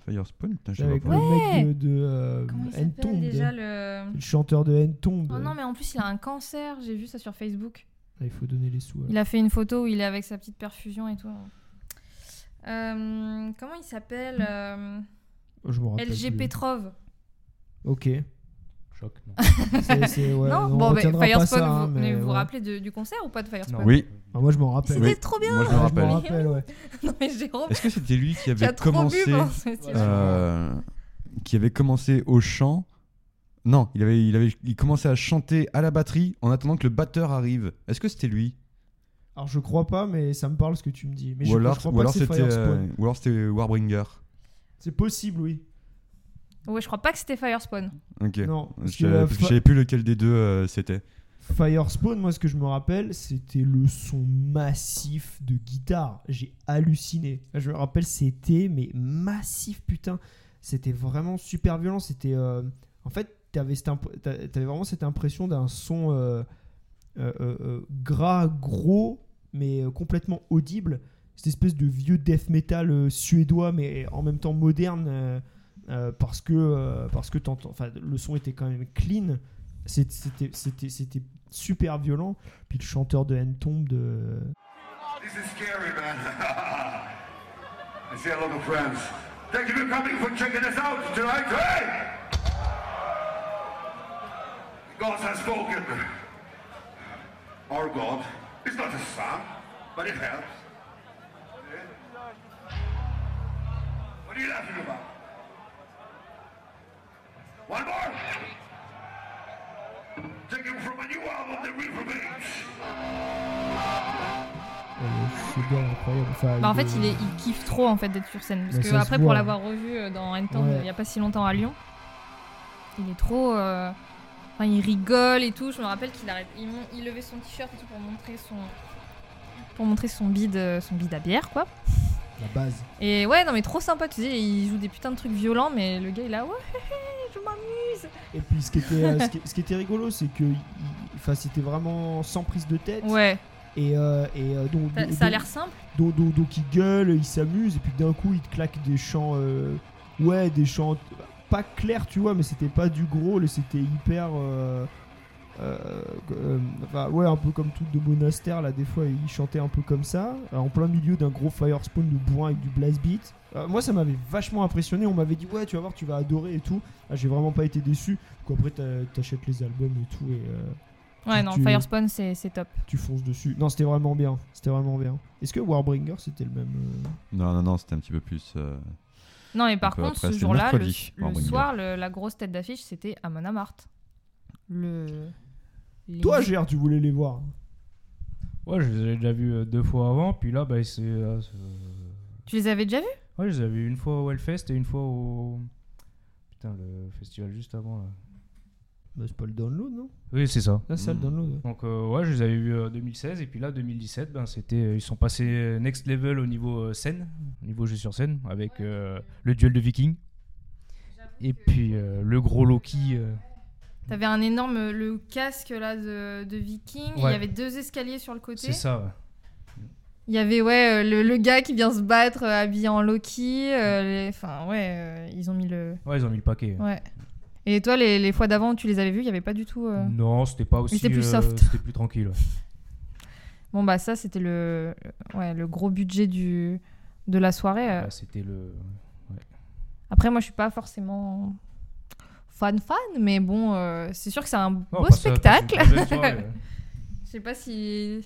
Firespawn Putain, je sais Avec pas. le Ouais. mec de, de euh, Comment il s'appelle Entombed. déjà le. Le chanteur de Entombed. Oh non, mais en plus, il a un cancer. J'ai vu ça sur Facebook. Ah, il faut donner les sous. alors. Il a fait une photo où il est avec sa petite perfusion et tout. Euh, comment il s'appelle euh, Je m'en rappelle. plus. LG Petrov. (laughs) Ok. Choc. Non. C'est- c'est- ouais, non, on bon, bah, retiendra pas Firespawn, ça, hein, vous, mais mais vous vous ouais. rappelez de- du concert ou pas de Firespawn Non. Oui. Ah, moi, je m'en rappelle. C'était Oui. trop bien Moi, je me Ah, je rappelle. m'en rappelle, ouais. (laughs) Non mais Jérôme, Est-ce que c'était lui qui (laughs) tu as avait trop commencé bu pendant ce festival. euh, qui avait commencé au chant Non, il avait, il avait il commençait à chanter à la batterie en attendant que le batteur arrive. Est-ce que c'était lui Alors, je crois pas, mais ça me parle ce que tu me dis. Mais je, Ou alors, je crois ou pas alors que c'est c'était euh, Firespawn. ou alors c'était Warbringer. C'est possible, oui. Ouais, je crois pas que c'était Firespawn. Ok. Non, parce que, Je euh, je Fi- savais plus lequel des deux euh, c'était. Firespawn, moi, ce que je me rappelle, c'était le son massif de guitare. J'ai halluciné. Je me rappelle, c'était, mais massif, putain. C'était vraiment super violent. C'était. euh, En fait, t'avais cette imp- t'a- t'avais vraiment cette impression d'un son euh, euh, euh, euh, gras, gros, mais euh, complètement audible. Cette espèce de vieux death metal euh, suédois, mais en même temps moderne. euh, euh, parce que, euh, parce que t'entends- enfin, le son était quand même clean. C'est- C'était c'était- c'était super violent. Puis le chanteur de N tombe de. This is scary, man. (laughs) I see a lot of friends. Thank you for coming, for checking us out tonight. Hey! God has spoken. Our God is not a son, but it helps. Eh? What are you laughing about? One more! Taken from a new album, The Reprobates. Euh, ce gars incroyable. Enfin, Bah en il est- fait, il, est, il kiffe trop en fait d'être sur scène parce Mais que ça se après voit. pour l'avoir revu euh, dans Entombed Ouais. il y a pas si longtemps à Lyon, il est trop euh, enfin, il rigole et tout, je me rappelle qu'il arrête il, mon- il levait son t-shirt et tout pour montrer son pour montrer son bide euh, son bide à bière quoi. La base. Et ouais, non mais trop sympa, tu sais, il joue des putains de trucs violents mais le gars il a ouais, je m'amuse. Et puis ce qui était, euh, ce qui, ce qui était rigolo, c'est que il- enfin, c'était vraiment sans prise de tête. Ouais, Et, euh, et euh, donc, ça, donc- ça a l'air simple. donc, donc- donc il gueule, il s'amuse, et puis d'un coup il te claque des chants. euh, ouais, des chants pas clairs, tu vois, mais c'était pas du gros, c'était hyper. euh, euh, euh, enfin, ouais, un peu comme tout de monastère, là, des fois il chantait un peu comme ça, euh, en plein milieu d'un gros Firespawn de bourrin avec du blast beat. Euh, moi ça m'avait vachement impressionné, on m'avait dit ouais tu vas voir tu vas adorer et tout, Ah, j'ai vraiment pas été déçu, quoi après t'a- t'achètes les albums et tout et euh, Ouais, non, tu- Firespawn c'est c'est top. tu fonces dessus. Non c'était vraiment bien, c'était vraiment bien. Est-ce que Warbringer c'était le même euh, Non non non, c'était un petit peu plus euh, Non, mais par Donc, euh, contre, après, ce c'est jour-là, le, mercredi, le Warbringer. soir, le- la grosse tête d'affiche, c'était Amon Amarth. Le. les- Toi Gérard tu voulais les voir Ouais, je les avais déjà vus euh, deux fois avant. Puis là, bah, c'est. là, c'est- euh, Tu les avais déjà vus Ouais, je les avais vus une fois au Hellfest et une fois au. Putain, le festival juste avant. Là. bah, C'est pas le download non Hmm. Oui, c'est ça. Là c'est le Mm. download. ouais. Donc, euh, ouais, je les avais vus en 2016. Et puis là, 2017, ben, c'était, euh, ils sont passés next level au niveau euh, scène, au niveau jeu sur scène, avec euh, le duel de Viking. Et puis euh, le gros Loki. euh, T'avais un énorme. euh, Le casque là de, de Viking. et Il y Ouais. avait deux escaliers sur le côté. c'est ça, ouais. Il y avait, ouais, euh, le, le gars qui vient se battre euh, habillé en Loki. euh, les- Enfin, ouais, euh, ils ont mis le. Ouais, ils ont mis le paquet. Ouais. Et toi, les, les fois d'avant où tu les avais vus, il n'y avait pas du tout. euh, Non, c'était pas aussi. C'était plus euh, soft. C'était plus tranquille. ouais. Bon, bah, ça, c'était le, ouais, le gros budget du, de la soirée. euh, Là, Bah, c'était le. Après, moi, je suis pas forcément fan fan, mais bon, euh, c'est sûr que c'est un Non, beau parce que- parce que spectacle. c'est une (laughs) belle soirée, ouais. Je sais pas si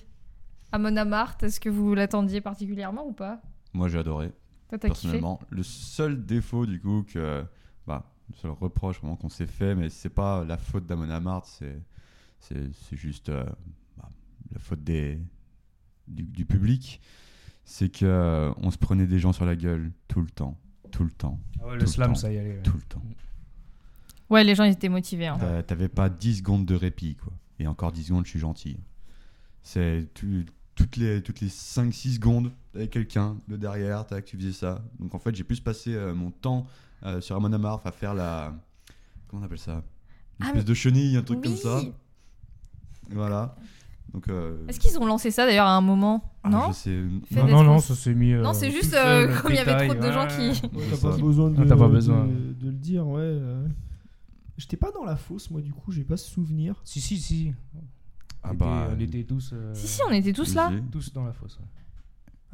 Amon Amarth, est-ce que vous l'attendiez particulièrement ou pas moi j'ai adoré. Toi, t'as kiffé personnellement. Le seul défaut, du coup, que. Bah, le seul reproche vraiment qu'on s'est fait, mais c'est pas la faute d'Amon Amarth, c'est, c'est, c'est juste. euh, bah, la faute des, du, du public, c'est que euh, on se prenait des gens sur la gueule tout le temps, tout le temps, Ah ouais, Tout le le slam, temps. ça y allait. ouais. tout le temps. Ouais, les gens, ils étaient motivés. hein. T'as- T'avais pas 10 secondes de répit, quoi. Et encore 10 secondes, je suis gentil. C'est tu- toutes les, toutes les 5-6 secondes, t'avais quelqu'un de derrière, tac, tu faisais ça. Donc en fait, j'ai plus passé euh, mon temps euh, sur Amon Amarth à faire la. Comment on appelle ça Une Ah, espèce de chenille, un truc comme Oui. ça. Voilà. Donc. euh, Est-ce qu'ils ont lancé ça d'ailleurs à un moment ah, Non je sais- Fait Non, d'être non, non, cons- ça s'est mis. Non, euh, c'est tout juste seul, euh, comme il y avait détail, trop de gens ouais. qui. on fait t'as ça. pas besoin de, Ah, t'as pas besoin. de- de le dire, ouais. euh. J'étais pas dans la fosse, moi, du coup, j'ai pas ce souvenir. Si, si, si. On Ah était- bah, on était tous. euh, Si, si, on était tous là. obligé. Tous dans la fosse. ouais.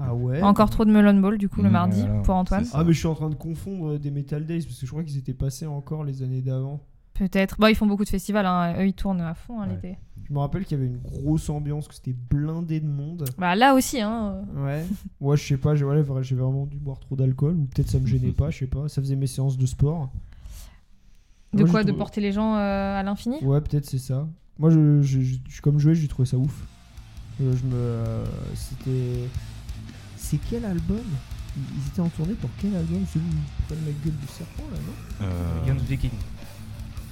Ah ouais Encore trop de melon ball du coup le Mmh, mardi voilà. pour Antoine. C'est ça. Ah, mais je suis en train de confondre euh, des Metal Days parce que je crois qu'ils étaient passés encore les années d'avant. Peut-être. Bah, ils font beaucoup de festivals. hein. Eux, ils tournent à fond hein, Ouais. l'été. Je me rappelle qu'il y avait une grosse ambiance, que c'était blindé de monde. Bah là aussi, hein. Ouais. Ouais, je sais pas, j'ai ouais, j'ai vraiment dû boire trop d'alcool ou peut-être ça me (laughs) gênait pas, je sais pas. Ça faisait mes séances de sport. De Moi, j'ai quoi De trouvé- porter les gens euh, à l'infini Ouais, peut-être c'est ça. Moi, je, je, je- je- comme joué, j'ai trouvé ça ouf. Euh, je me. euh, C'était. C'est quel album Ils ils étaient en tournée pour quel album Celui où ils prennent la gueule du serpent, là, non Euh, Guns Viking.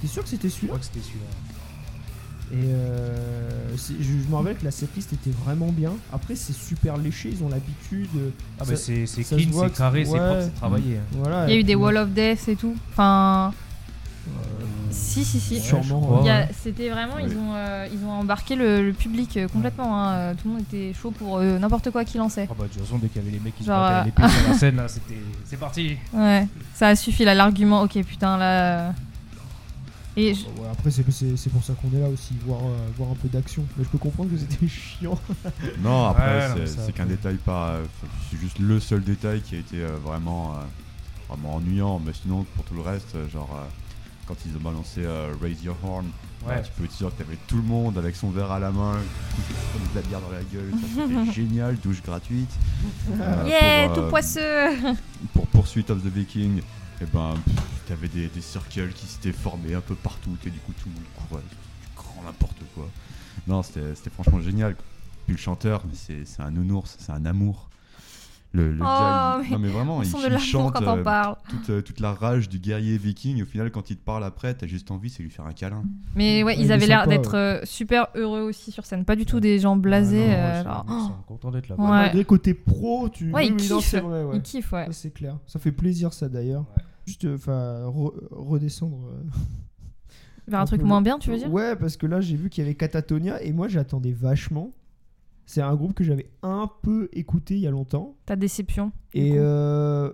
T'es sûr que c'était Je celui-là crois que c'était celui-là. Et euh, c'est- je, je me rappelle que la setlist était vraiment bien. Après, c'est super léché, ils ont l'habitude. euh, Ah, ça- bah, c'est c'est ça clean, se voit c'est que- carré, c'est ouais. propre, c'est travaillé. hein. Voilà. Il y a et eu des puis, Wall of Death et tout. Enfin, euh, si, si, si. je sûrement, crois. Il y a- C'était vraiment, Ouais. ils, ont, euh, ils ont embarqué le, le public euh, complètement. hein. Euh, Tout le monde était chaud pour euh, n'importe quoi qu'ils lançaient. Ah bah de toute façon dès qu'il y avait les mecs qui Genre, se euh, battaient les pieds sur (laughs) la scène là c'était c'est parti Ouais, ça a suffi là, l'argument. Ok, putain, là. euh. Et je- euh, Ouais, après, c'est- c'est c'est pour ça qu'on est là aussi, voir, euh, voir un peu d'action. Mais je peux comprendre que c'était (laughs) chiant. Non, Ouais, après, non, mais c'est- ça, c'est qu'un après. détail pas. euh, C'est juste le seul détail qui a été euh, vraiment, euh, vraiment ennuyant. Mais sinon, pour tout le reste, euh, genre, euh, quand ils ont balancé euh, Raise Your Horn, bah, ouais tu peux te dire que t'avais tout le monde avec son verre à la main, (laughs) de la bière dans la gueule. ça, (laughs) C'était génial, douche gratuite. Euh, yeah, pour, tout euh, poisseux (laughs) Pour Pursuit of the Viking, et ben, pff, t'avais des, des circles qui s'étaient formés un peu partout. Et du coup, tout le monde courait. Du grand n'importe quoi. Non, c'était c'était franchement génial. Puis le chanteur, mais c'est c'est un nounours, c'est un amour. Le, le Oh, gars, il- mais non mais vraiment, On il, sent de il l'amour chante quand euh, on parle. toute, euh, toute la rage du guerrier viking. Au final, quand il te parle après, t'as juste envie, c'est lui faire un câlin. Mais ouais, Ouais, Ah il ils est avaient l'air sympa, d'être euh, super heureux aussi sur scène. Pas du tout des gens blasés. Ouais, Ah non, euh, ouais, genre, c'est- ils sont contents d'être là Ouais. quoi. Malgré côté pro, tu. Ouais, oui, ils oui, non, kiffent. c'est vrai, oh, ouais. Ils kiffent, ouais. Ça, c'est clair. Ça fait plaisir, ça d'ailleurs. Ouais. Juste, euh, enfin, re- redescendre. euh, Vers un un truc peu moins le- bien, tu veux dire Ouais, parce que là, j'ai vu qu'il y avait Catatonia et moi, j'attendais vachement. C'est un groupe que j'avais un peu écouté il y a longtemps. Ta déception. du Et coup. euh,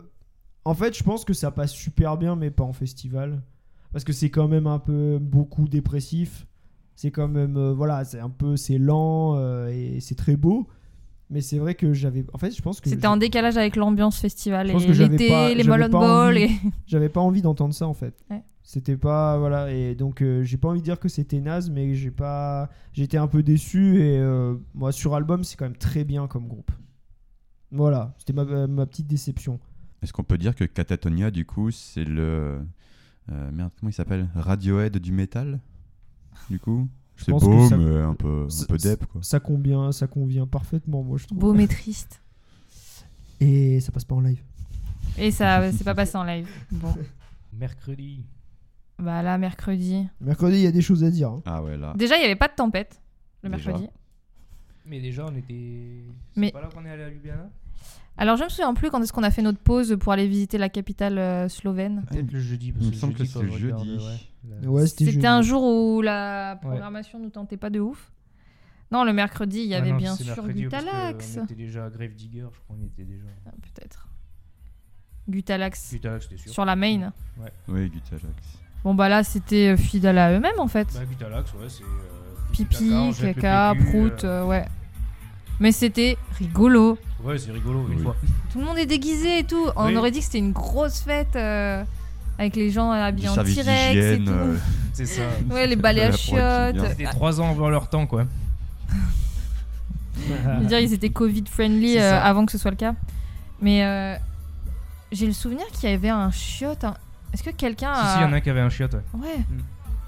en fait, je pense que ça passe super bien, mais pas en festival. Parce que c'est quand même un peu beaucoup dépressif. C'est quand même, euh, voilà, c'est un peu, c'est lent euh, et c'est très beau. Mais c'est vrai que j'avais, en fait, je pense que C'était en décalage avec l'ambiance festival. Je Et pense que j'avais pas- l'été, les j'avais Molon pas Ball. envie. Et... (laughs) j'avais pas envie d'entendre ça en fait. Ouais. C'était pas voilà et donc euh, j'ai pas envie de dire que c'était naze mais j'ai pas j'étais un peu déçu et euh, moi sur album c'est quand même très bien comme groupe. Voilà, c'était ma, ma petite déception. Est-ce qu'on peut dire que Catatonia, du coup, c'est le. euh, merde, comment il s'appelle Radiohead du métal Du coup C'est pense que beau, ça- mais un peu, un ça- peu dep, quoi. Ça convient, ça convient parfaitement moi je trouve. Beau mais triste. Et ça passe pas en live. Et ça, c'est pas passé en live. (laughs) Bon. mercredi Bah là, mercredi. Mercredi, il y a des choses à dire. hein. Ah ouais, là. Déjà, il n'y avait pas de tempête le Déjà. mercredi. mais déjà on était c'est Mais- pas là qu'on est allé à Ljubljana Alors, je me souviens plus quand est-ce qu'on a fait notre pause pour aller visiter la capitale euh, slovène. peut-être le jeudi parce Il me que semble jeudi, que c'est quand on le regarde, jeudi. ouais, la- Ouais, c'était C'était jeudi. un jour où la programmation nous tentait pas de ouf. Non, le mercredi, il y Ah avait non, bien c'est sûr mercredi, parce que euh, Gutalax. on était déjà à Grave Digger je crois on y était déjà Ah, Peut-être. Gutalax Gutalax c'était sûr sur la main. Oui, Gutalax. Bon, bah là, c'était euh, fidèle à eux-mêmes en fait. bah Gutalax ouais c'est euh, Pipi, on jette le caca, PQ, prout, euh, euh, ouais. Mais c'était rigolo. ouais c'est rigolo une Oui. (laughs) fois Tout le monde est déguisé et tout. On Oui. aurait dit que c'était une grosse fête euh, avec les gens Du habillés en service T-Rex et d'hygiène. tout. euh, c'est ça Ouais, (laughs) les balais à la proie qui chiottes. c'était trois ans avant leur temps quoi Je veux dire, ils étaient Covid-friendly C'est euh, ça. avant que ce soit le cas. Mais euh, j'ai le souvenir qu'il y avait un chiotte. un- Est-ce que quelqu'un si a. si y en Mm. a un qui avait un chiotte ouais. Ouais.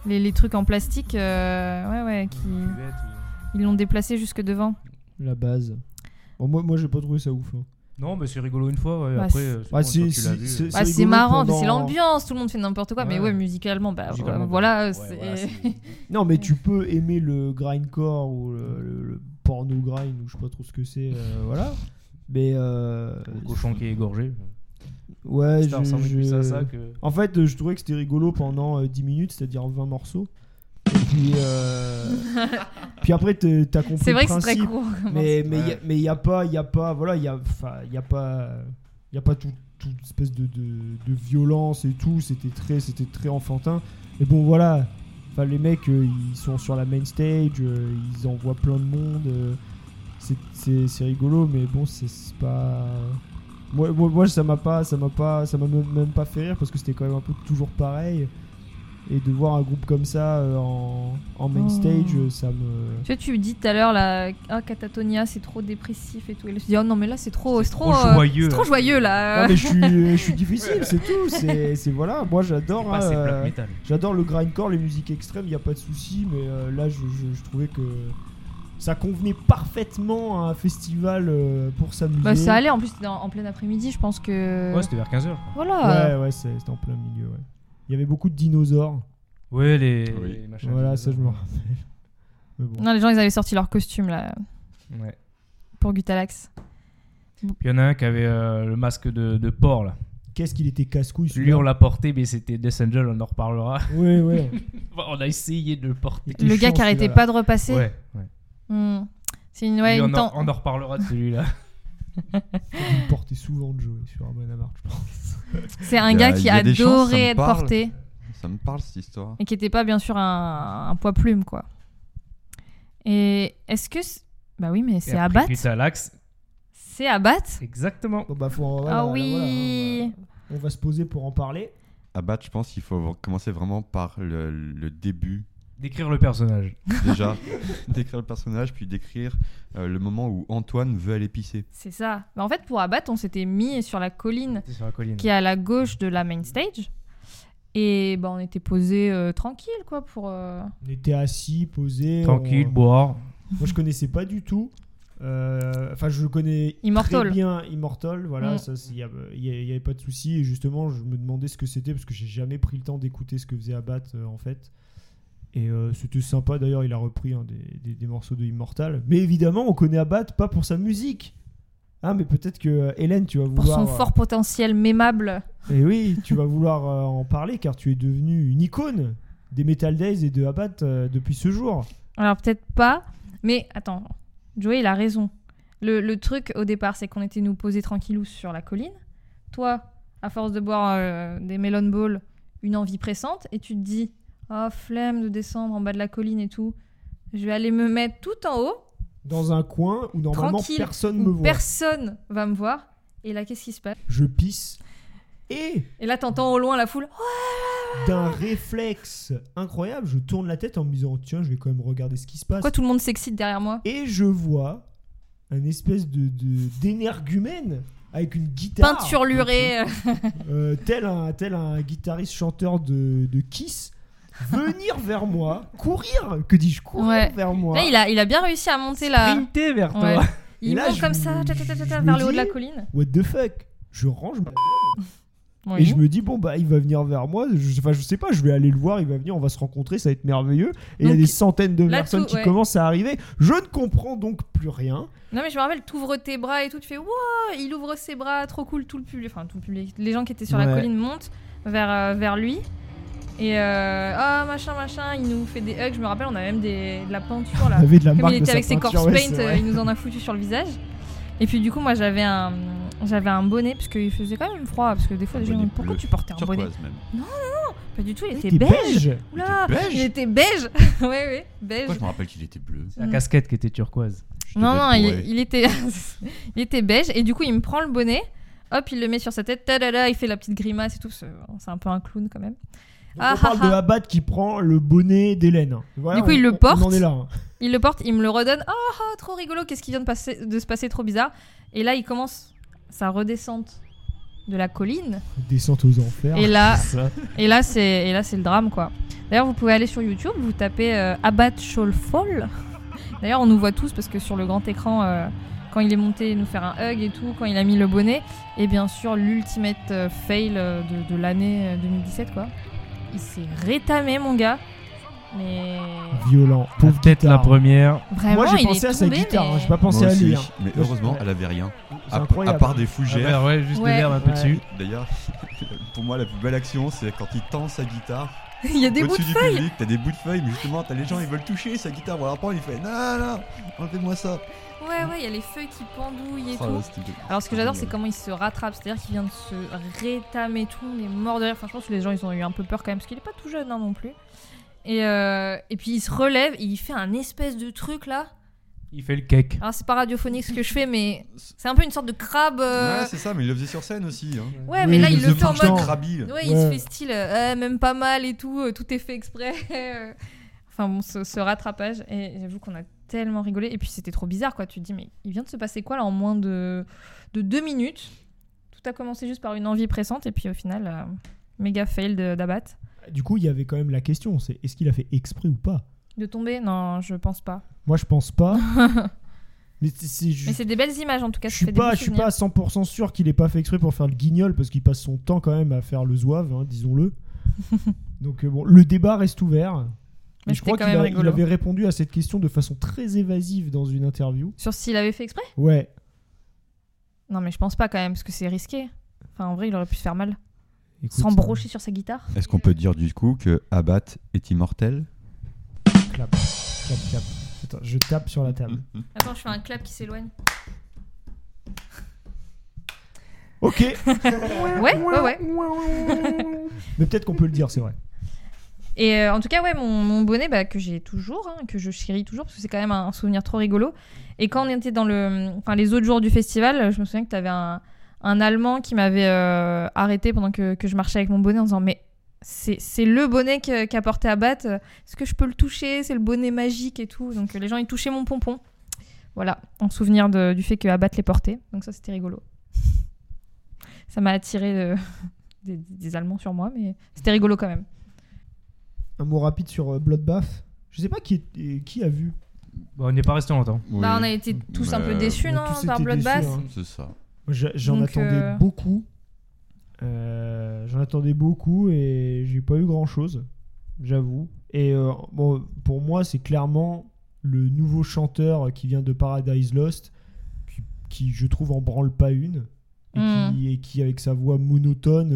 Les, les trucs en plastique, euh, ouais, ouais, qui. Une cuvette ou- Ils l'ont déplacé jusque devant. (laughs) la base. Bon, moi, moi j'ai pas trouvé ça ouf. hein. Non, mais c'est rigolo une fois. ouais, Bah, après, c'est- euh, c'est Bah, bon, une fois c'est- que tu l'as c'est- vu, c'est- euh, Bah, c'est rigolo marrant, mais c'est pendant- l'ambiance, tout le monde fait n'importe quoi, mais Ouais. ouais, musicalement, bah musicalement, voilà, ouais, c'est. voilà, c'est- Non, mais tu peux aimer le grindcore ou le, le- le porno grind ou je sais pas trop ce que c'est, euh, voilà. Mais euh, Le cochon qui est égorgé. ouais, ça je- ressemblait plus à je- ça que. En fait, euh, je trouvais que c'était rigolo pendant euh, 10 minutes, c'est-à-dire 20 morceaux. Et puis, (laughs) euh, puis après, t'es- t'as compris. (laughs) C'est vrai le que c'est très principe, court. comme Mais mais y a- mais y a pas, y a pas, voilà, y a, enfin, y a pas, y a pas tout, toute espèce de, de- de violence et tout. C'était très, c'était très enfantin. Et bon, voilà. Enfin, les mecs, euh, ils sont sur la main stage, euh, ils envoient plein de monde. euh, c'est- c'est c'est rigolo, mais bon, c'est c'est pas. Moi, moi, moi, ça m'a pas, ça m'a pas, ça m'a même même pas fait rire parce que c'était quand même un peu toujours pareil. Et de voir un groupe comme ça euh, en, en main Oh. stage, euh, ça me. Tu vois, tu dis tout à l'heure, là, ah, Catatonia, c'est trop dépressif et tout. Et là, je dis, oh non, mais là, c'est trop, c'est trop, euh, joyeux. c'est trop joyeux, là. Non, mais (laughs) je suis, je suis difficile, c'est tout. C'est c'est- voilà, moi j'adore. Bah, C'est pas assez hein, euh, black metal. j'adore le grindcore, les musiques extrêmes, il a pas de souci, mais euh, là je, je- je trouvais que ça convenait parfaitement à un festival euh, pour s'amuser. Bah, ça allait, en plus, c'était en, en plein après-midi, je pense que. Ouais, c'était vers 15h. voilà. Ouais, ouais, c'est- c'était en plein milieu. Ouais. Il y avait beaucoup de dinosaures. Ouais, les, Oui. les machins. Voilà, ça je me rappelle. Mais bon. Non, les gens, ils avaient sorti leur costume, là, Ouais. pour Gutalax. Puis il y en a un qui avait euh, le masque de, de porc, là. Qu'est-ce qu'il était casse-couille Lui, celui-là. on l'a porté, mais c'était Death Angel, on en reparlera. (laughs) Ouais, ouais. on a essayé de le porter. Des Le gars qui chances, arrêtait celui-là. pas de repasser. Ouais, ouais. Hmm. C'est une, ouais, Lui, une on, en, ten- on en reparlera de celui-là. Il portait souvent de jouer sur Amon Amart, je pense. C'est un Il y gars a- il qui y a des chances, ça adorait me être parle. porté Ça me parle cette histoire. et qui était pas, bien sûr, un, un poids plume, quoi. Et est-ce que. c- Bah oui, mais (laughs) c'est Et à après, battre. Gutalax, C'est à battre. exactement. Bon, bah, faut en- voilà, Ah voilà, oui. voilà, on va se poser pour en parler. À battre, je pense qu'il faut commencer vraiment par le, le début. Décrire le personnage. (laughs) Déjà, décrire le personnage, puis décrire euh, le moment où Antoine veut aller pisser. C'est ça. Bah, en fait, pour abattre, on s'était mis sur la colline C'est sur la colline. qui est à la gauche de la main stage. Et bah, on était posé tranquille, quoi, pour. euh, On était assis, posés. Tranquille, on- boire. Moi, je connaissais pas du tout. Euh, Enfin, je connais Immortal. très bien Immortal. Voilà, Mm. ça, il y, a- y a- y avait pas de souci. Et justement, je me demandais ce que c'était parce que j'ai jamais pris le temps d'écouter ce que faisait Abbat euh, en fait. Et euh, c'était sympa. D'ailleurs, il a repris hein, des, des- des morceaux de Immortal. Mais évidemment, on connaît Abbat pas pour sa musique. Ah, mais peut-être que euh, Hélène, tu vas Pour vouloir. son fort potentiel mémable. Et oui, tu vas vouloir euh, en parler car tu es devenu une icône des Metal Days et de Abbat euh, depuis ce jour. Alors peut-être pas, mais attends, Joey, il a raison. Le, le truc au départ, c'est qu'on était nous posés tranquillou sur la colline. Toi, à force de boire euh, des melon balls, une envie pressante, et tu te dis, oh flemme de descendre en bas de la colline et tout. Je vais aller me mettre tout en haut, dans un coin où normalement Tranquille, personne me où voit. personne va me voir. Et là, qu'est-ce qui se passe je pisse et Et là, t'entends au loin la foule. Oh d'un réflexe incroyable, je tourne la tête en me disant tiens, je vais quand même regarder ce qui se passe. Pourquoi tout le monde s'excite derrière moi Et je vois un espèce de de- d'énergumène avec une guitare, Peinturluré. (laughs) euh, tel un tel un guitariste chanteur de, de Kiss, (laughs) venir vers moi, courir, que dis-je, courir Ouais. vers moi. Là, il a, il a bien réussi à monter la. Sprinter vers toi. Ouais. Et Il là, monte je comme me- ça, ta, ta, ta, ta, ta, je me vers le haut dis- de la colline. What the fuck Je range ma Oui. Et je me dis, bon, bah, il va venir vers moi. Je, enfin, je sais pas, je vais aller le voir, il va venir, on va se rencontrer, ça va être merveilleux. Et il y a Donc, des centaines de là, personnes tout- qui ouais. commencent à arriver. Je ne comprends donc plus rien. Non mais je me rappelle, t'ouvres tes bras et tout, tu fais wow, il ouvre ses bras, trop cool, tout le public, enfin tout le public, les gens qui étaient sur la Ouais. colline montent vers, euh, vers lui. Et euh, ah machin machin, il nous fait des hugs, je me rappelle, on a même des, de la peinture (laughs) là. Il avait de la Bah, Comme marque il de était sa avec ses corpse paint, peinture, ouais, c'est euh, vrai. il nous en a foutu sur le visage. Et puis du coup, moi j'avais un j'avais un bonnet parce qu'il faisait quand même froid parce que des fois Un les gens bonnet disent, pourquoi bleu, tu portais un bonnet Turquoise même. Pas du tout, il Il était était beige. beige. Oula, Il était beige il était beige. (laughs) Ouais ouais, beige. Pourquoi je me rappelle qu'il était bleu La casquette qui était turquoise. J'étais Euh, Non, non, bête il, bourré. il était, (laughs) il était beige et du coup il me prend le bonnet, hop, il le met sur sa tête, tadada, il fait la petite grimace et tout, c'est c'est un peu un clown quand même. Donc, Ah, on parle ah, de ah. Abad qui prend le bonnet d'Hélène. Voilà, Du coup, on- il le on- porte. On en est là. hein. Il le porte, il me le redonne, oh, oh, trop rigolo, qu'est-ce qui vient de, passer, de se passer, trop bizarre. Et là il commence sa redescente de la colline Descente aux enfers. et là, Ça. et là c'est, et là c'est le drame quoi. D'ailleurs vous pouvez aller sur YouTube, vous tapez euh, Abat Fall D'ailleurs, on nous voit tous parce que sur le grand écran, euh, quand il est monté nous faire un hug et tout, quand il a mis le bonnet, et bien sûr l'ultimate euh, fail euh, de, de l'année euh, 2017, quoi. Il s'est rétamé, mon gars. Mais Violent. Pauvre Peut-être la guitare. première. vraiment, Moi, j'ai il pensé est à sa tombé, guitare. mais- hein, J'ai pas pensé Moi à aussi, lui. hein. mais Moi, je- heureusement, elle avait rien. C'est À, à incroyable. bah part des Ah fougères. bah ouais, juste Ouais. le verre un peu Ouais. dessus. D'ailleurs, (laughs) pour moi, la plus belle action, c'est quand il tend sa guitare (laughs) il y a des bouts de au-dessus du public. T'as des bouts de feuilles, mais justement, t'as les gens, ils veulent toucher sa guitare. Voilà, après, il fait Non, non, enlevez-moi ça. Ouais, ouais, il y a les feuilles qui pendouillent et Oh, tout. là, c'était- Alors, ce que j'adore, c'est génial. comment il se rattrape. C'est-à-dire qu'il vient de se rétamer tout. On est mort de rire. Enfin, je pense que les gens, ils ont eu un peu peur quand même, parce qu'il est pas tout jeune hein, non plus. Et, euh, et puis, il se relève et il fait un espèce de truc là. Il fait le cake. Alors, c'est pas radiophonique ce que je fais, mais c'est un peu une sorte de crabe. euh, Ouais, c'est ça, mais il le faisait sur scène aussi. Hein. ouais, Oui, mais là, il il se le fait en penche mode. dans- Krabi, là. Ouais, il se Ouais. fait style, euh, Ouais, même pas mal et tout, euh, tout est fait exprès. (laughs) euh. enfin bon, ce, ce rattrapage, et j'avoue qu'on a tellement rigolé, et puis c'était trop bizarre quoi, tu te dis, mais il vient de se passer quoi là en moins de, de deux minutes Tout a commencé juste par une envie pressante, et puis au final, euh, méga fail de- d'abat. Du coup, il y avait quand même la question c'est est-ce qu'il a fait exprès ou pas De tomber Non, je pense pas. Moi, je pense (laughs) pas. mais c'est- c'est Mais juste. c'est des belles images en tout cas, Je ça suis fait des pas, bons je suis souvenirs. pas à 100% sûr qu'il ait pas fait exprès pour faire le guignol parce qu'il passe son temps quand même à faire le zouave, hein, (laughs) disons-le. Donc euh, bon, le débat reste ouvert. Mais Mais je c'était crois quand qu'il même a- il rigolo. avait répondu à cette question de façon très évasive dans une interview. Sur s'il avait fait exprès Ouais. Non, mais je pense pas quand même, parce que c'est risqué. Enfin, en vrai, il aurait pu se faire mal. Écoute, S'embrocher sur sa guitare Est-ce qu'on peut dire du coup que Abbat est immortel Clap, clap, clap. Attends, je tape sur la table. Attends, je fais un clap qui s'éloigne. Ok. Ouais, ouais, ouais. Mais peut-être qu'on peut le dire, c'est vrai. Et euh, en tout cas, ouais, mon, mon bonnet bah, que j'ai toujours, hein, que je chéris toujours, parce que c'est quand même un, un souvenir trop rigolo. Et quand on était dans le, enfin, les autres jours du festival, je me souviens que tu avais un, un Allemand qui m'avait euh, arrêté pendant que, que je marchais avec mon bonnet en disant Mais c'est c'est le bonnet que- qu'a porté Abbat, est-ce que je peux le toucher C'est le bonnet magique et tout. Donc euh, les gens, ils touchaient mon pompon. Voilà, en souvenir de- du fait que Abbat l'ait porté. Donc ça, c'était rigolo. (laughs) Ça m'a attiré euh, (laughs) des- des Allemands sur moi, mais c'était rigolo quand même. Un mot rapide sur euh, Bloodbath. Je sais pas qui, est- qui a vu. Bon, on n'est pas resté longtemps. Bah, on a été tous un peu Mais- déçus, On a non, euh, tous par été déçus, Bloodbath. hein. C'est ça. J'a- J'en Donc, attendais euh, beaucoup. Euh, J'en attendais beaucoup et j'ai pas eu grand chose, j'avoue. Et euh, bon, pour moi, c'est clairement le nouveau chanteur qui vient de Paradise Lost, qui, qui, je trouve en branle pas une, et, Mm. qui, et qui, avec sa voix monotone,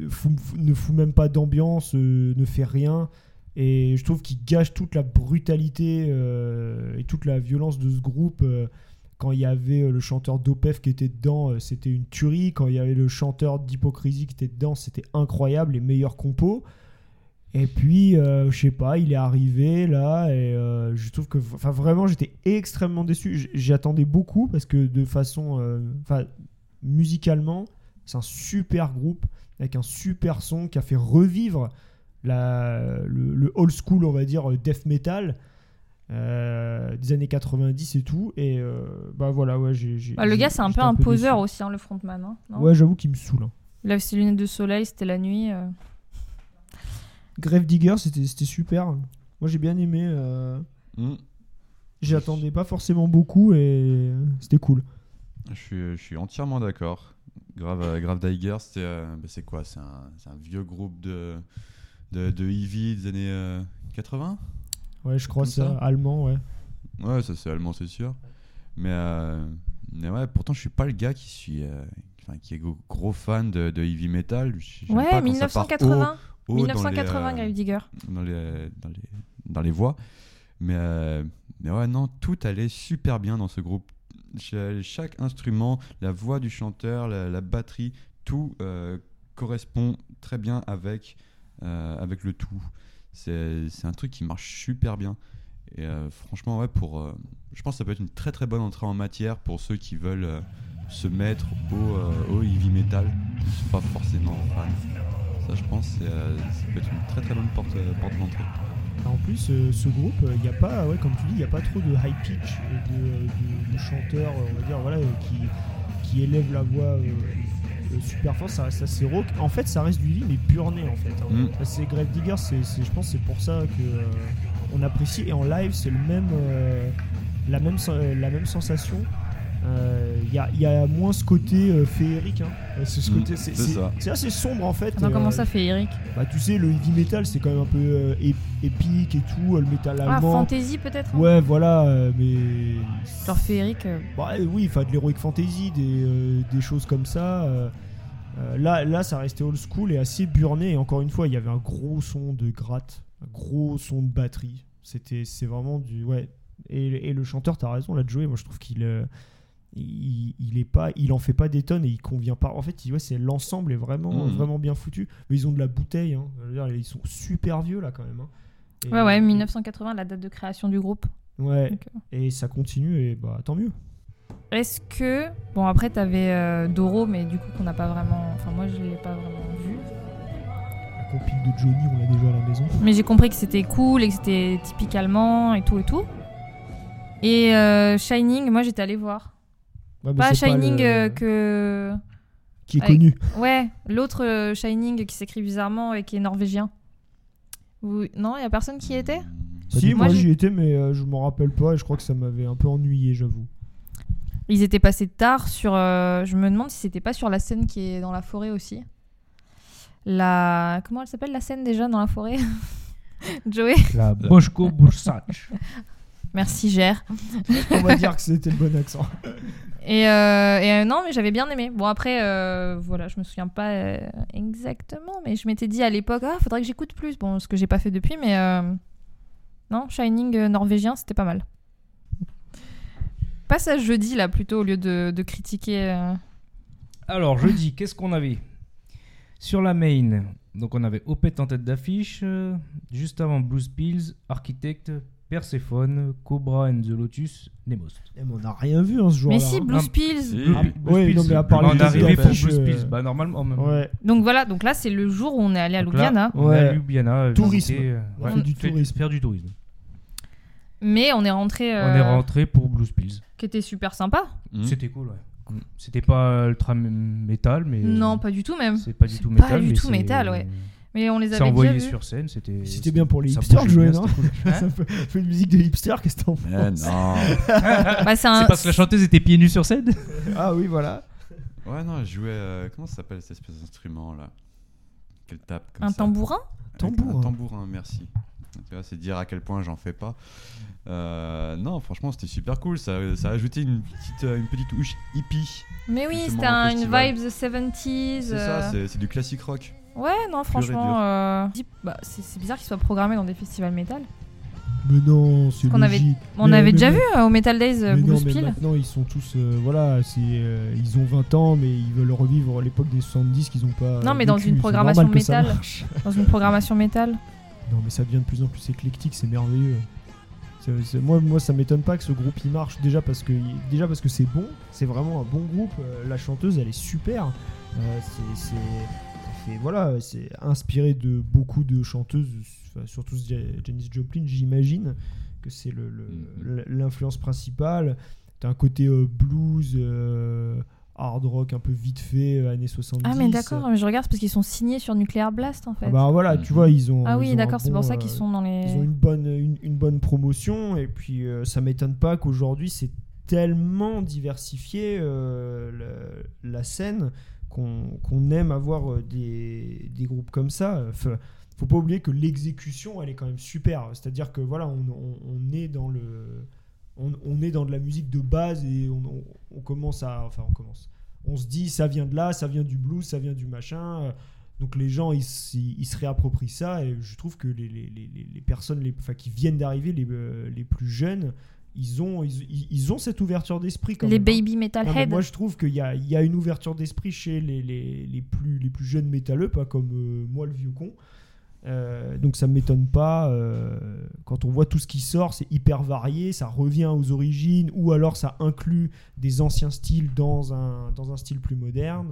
euh, fout- fout- ne fout même pas d'ambiance, euh, ne fait rien. Et je trouve qu'il gâche toute la brutalité euh, et toute la violence de ce groupe. euh, quand il y avait euh, le chanteur d'OPEF qui était dedans, euh, c'était une tuerie. Quand il y avait le chanteur d'Hypocrisie qui était dedans, c'était incroyable, les meilleurs compos. Et puis, euh, je sais pas, il est arrivé là, et euh, je trouve que. Enfin, vraiment, j'étais extrêmement déçu. J- J'attendais beaucoup parce que de façon. euh, Enfin, musicalement, c'est un super groupe avec un super son qui a fait revivre la, le, le old school, on va dire, euh, death metal euh, des années 90 et tout. Et euh, bah voilà, ouais, j'ai. j'ai- Bah, le j'ai- gars, c'est un j'étais peu un poseur déçu. aussi, hein, le frontman. hein, non Ouais, j'avoue qu'il me saoule. hein. Il avait ses lunettes de soleil, c'était la nuit. euh. Grave Digger, c'était c'était super. Moi, j'ai bien aimé. euh, Mm. J'attendais pas forcément beaucoup et c'était cool. Je suis, je suis entièrement d'accord. Grave, euh, Grave Digger, c'est euh, bah, c'est quoi C'est un, c'est un vieux groupe de, de, de Eevee des années euh, 80 Ouais, je crois Comme ça, ça allemand, ouais. Ouais, ça c'est allemand, c'est sûr. Mais, euh, mais ouais, pourtant, je suis pas le gars qui suis. euh, enfin, qui est go- gros fan de, de heavy metal. J- j'aime pas Ouais, quand ça part 1980. haut- haut dans les, 1980, euh, Grave Digger. dans les, dans les, dans les voix. Mais, euh, mais ouais, non, tout allait super bien dans ce groupe. Cha- Chaque instrument, la voix du chanteur, la, la batterie, tout euh, correspond très bien avec, euh, avec le tout. C'est c'est un truc qui marche super bien. Et euh, franchement, ouais, pour, euh, je pense que ça peut être une très très bonne entrée en matière pour ceux qui veulent euh, se mettre au, euh, au heavy metal, qui ne sont pas forcément fans. Ça, je pense, c'est, euh, ça peut être une très très bonne porte, euh, porte d'entrée. Ah, En plus, euh, ce groupe, il n'y a pas, ouais, comme tu dis, il n'y a pas trop de high pitch et de, euh, de- de chanteurs, euh, on va dire, voilà, euh, qui, qui élèvent la voix euh, euh, super fort. Ça reste assez rock. En fait, ça reste du lit, mais burné, en fait. hein. Mm. Ça, C'est Grave Digger, c'est, c'est- je pense que c'est pour ça que. euh, on apprécie et en live c'est le même euh, la même sen- euh, la même sensation. Euh, Il y, a, il y a moins ce côté euh, féerique. hein. Euh, C'est ce Mm, côté, c'est- c'est c'est- ça. c'est assez sombre en fait. Attends, euh, comment ça fait Eric bah, tu sais, le heavy metal c'est quand même un peu euh, ép- épique et tout, euh, le métal Ah, allemand. fantasy peut-être ouais, voilà, euh, mais. Genre fait Eric. euh, Bah, euh, oui, enfin de l'heroic fantasy, des, euh, des choses comme ça. euh, euh, là, là, ça restait old school et assez burné. Et encore une fois, il y avait un gros son de gratte, un gros son de batterie. C'était, c'est vraiment du ouais. Et, et le chanteur, t'as raison, là, Joey, moi je trouve qu'il euh, il, il est pas, il en fait pas des tonnes et il convient pas. En fait, il- ouais, c'est l'ensemble est vraiment, Mhm. vraiment bien foutu. Mais ils ont de la bouteille, hein. Je veux dire, ils sont super vieux là quand même. hein. Et- Ouais, ouais, 1980, la date de création du groupe. Ouais. Donc, euh. Et ça continue et bah tant mieux. Est-ce que. Bon, après, t'avais euh, Doro, mais du coup, qu'on n'a pas vraiment. Enfin, moi, je l'ai pas vraiment vu. La compil de Johnny, on l'a déjà à la maison. Mais j'ai compris que c'était cool et que c'était typique allemand et tout et tout. Et euh, Shining, moi, j'étais allée voir. Ouais, mais Pas c'est pas Shining le- euh, que. qui est avec- connu. Ouais, l'autre euh, Shining qui s'écrit bizarrement et qui est norvégien. Vous- Non, il y a personne qui y était Si, moi, moi j'ai- j'y étais, mais euh, je m'en rappelle pas et je crois que ça m'avait un peu ennuyé, j'avoue. Ils étaient passés tard sur. euh, je me demande si c'était pas sur la scène qui est dans la forêt aussi. La. Comment elle s'appelle la scène déjà dans la forêt (laughs) Joey La Boschko Bursach. Merci, Gère. On va dire que c'était le bon accent. Et, euh, et, euh, non, mais j'avais bien aimé. Bon, après, euh, voilà, je me souviens pas euh, exactement, mais je m'étais dit à l'époque, ah, faudrait que j'écoute plus. Bon, ce que j'ai pas fait depuis, mais euh, non, Shining euh, norvégien, c'était pas mal. Passe à jeudi, là, plutôt, au lieu de, de critiquer. euh. Alors, jeudi, qu'est-ce qu'on avait Sur la main, donc on avait Opeth en tête d'affiche, euh, juste avant Blues Pills, Architect, Persephone, Cobra and the Lotus, Nemos. (laughs) Eh, mais on n'a rien vu en ce jour-là. Mais si, hein. Blues Ah, Pills. Si. Blue- ouais, non, mais à part Bah, les on est deux arrivé pour affiches, Blues euh, Pills. Bah, normalement, en même Ouais. Donc voilà, donc là, c'est le jour où on est allé à Donc là, Ljubljana, On a Ouais. Ljubljana, visité, Tourisme. euh, On fait du fait- tourisme. Faire du tourisme. mais on est rentré, euh, On est rentré pour Blues Pills. qui était super sympa. Hmm. C'était cool, ouais. C'était pas ultra m- métal, mais. Non, pas du tout, même. C'est pas du c'est tout pas métal. du mais tout c'est- métal, ouais. Mais on les C'est avait déjà envoyé vus. sur scène, c'était. C'était bien pour les ça hipsters, bougeait Joël, bien, non c'était cool. Hein (laughs) (laughs) Ça fait, fait une musique de hipster, qu'est-ce que t'en Mais penses (laughs) non. Bah, c'est un- C'est parce que la chanteuse était pieds nus sur scène Ah oui, voilà. Ouais, non, je jouais. euh, comment ça s'appelle cette espèce d'instrument là Qu'elle tape comme un ça. tambourin Tambour. Un hein. tambourin, merci. Tu vois, c'est dire à quel point j'en fais pas. Euh, non, franchement, c'était super cool. Ça, ça a ajouté une petite, euh, une petite touche hippie. Mais oui, Justement, c'était au un- une festival. vibe the 70s. C'est euh, ça, c'est c'est du classique rock. Ouais, non, Pur et franchement, dur. euh, dis- bah, c'est c'est bizarre qu'il soit programmé dans des festivals métal. Mais non, c'est qu'on avait- logique. On Mais- avait mais- déjà mais- vu euh, au Metal Days euh, mais non, Blues mais Pill. maintenant ils sont tous euh, voilà c'est euh, ils ont 20 ans mais ils veulent revivre l'époque des 70 qu'ils ont pas Non, euh, mais dans vécu. une C'est programmation normal que ça métal. marche. (laughs) Dans une programmation métal. Non, mais ça devient de plus en plus éclectique, c'est merveilleux. C'est- c'est- moi, moi, ça m'étonne pas que ce groupe il marche déjà parce que déjà parce que c'est bon, c'est vraiment un bon groupe. euh, La chanteuse, elle est super. Euh, c'est- c'est ça fait- voilà, c'est inspiré de beaucoup de chanteuses, enfin, surtout Ja- Janis Joplin, j'imagine que c'est le- Mhm. le- l'influence principale. T'as un côté euh, blues, euh, hard rock un peu vite fait, euh, années 70. Ah, mais d'accord, mais je regarde c'est parce qu'ils sont signés sur Nuclear Blast en fait. Ah bah voilà, tu Mhm. vois, ils ont. Ah ils ont oui, un d'accord, c'est bon, pour ça qu'ils euh, sont dans les. ils ont une bonne, une, une bonne promotion et puis euh, ça m'étonne pas qu'aujourd'hui c'est tellement diversifié euh, le- la scène qu'on qu'on aime avoir euh, des, des groupes comme ça. Enfin, faut pas oublier que l'exécution elle est quand même super. C'est-à-dire que voilà, on, on- on est dans le, on, on est dans de la musique de base et on, on- on commence à, enfin on commence. On se dit ça vient de là, ça vient du blues, ça vient du machin. euh, donc les gens, ils, s- ils- ils se réapproprient ça et je trouve que les, les- les- les- les personnes les, enfin, qui viennent d'arriver, les, euh, les plus jeunes, ils ont, ils, ils- ils ont cette ouverture d'esprit quand Les même. hein. Baby Non, mais Metalhead. moi, je trouve qu'il y a, il y a une ouverture d'esprit chez les, les- les plus, les plus jeunes métalleux, pas comme euh, moi, le vieux con. Euh, donc ça m'étonne pas euh, quand on voit tout ce qui sort c'est hyper varié ça revient aux origines ou alors ça inclut des anciens styles dans un, dans un style plus moderne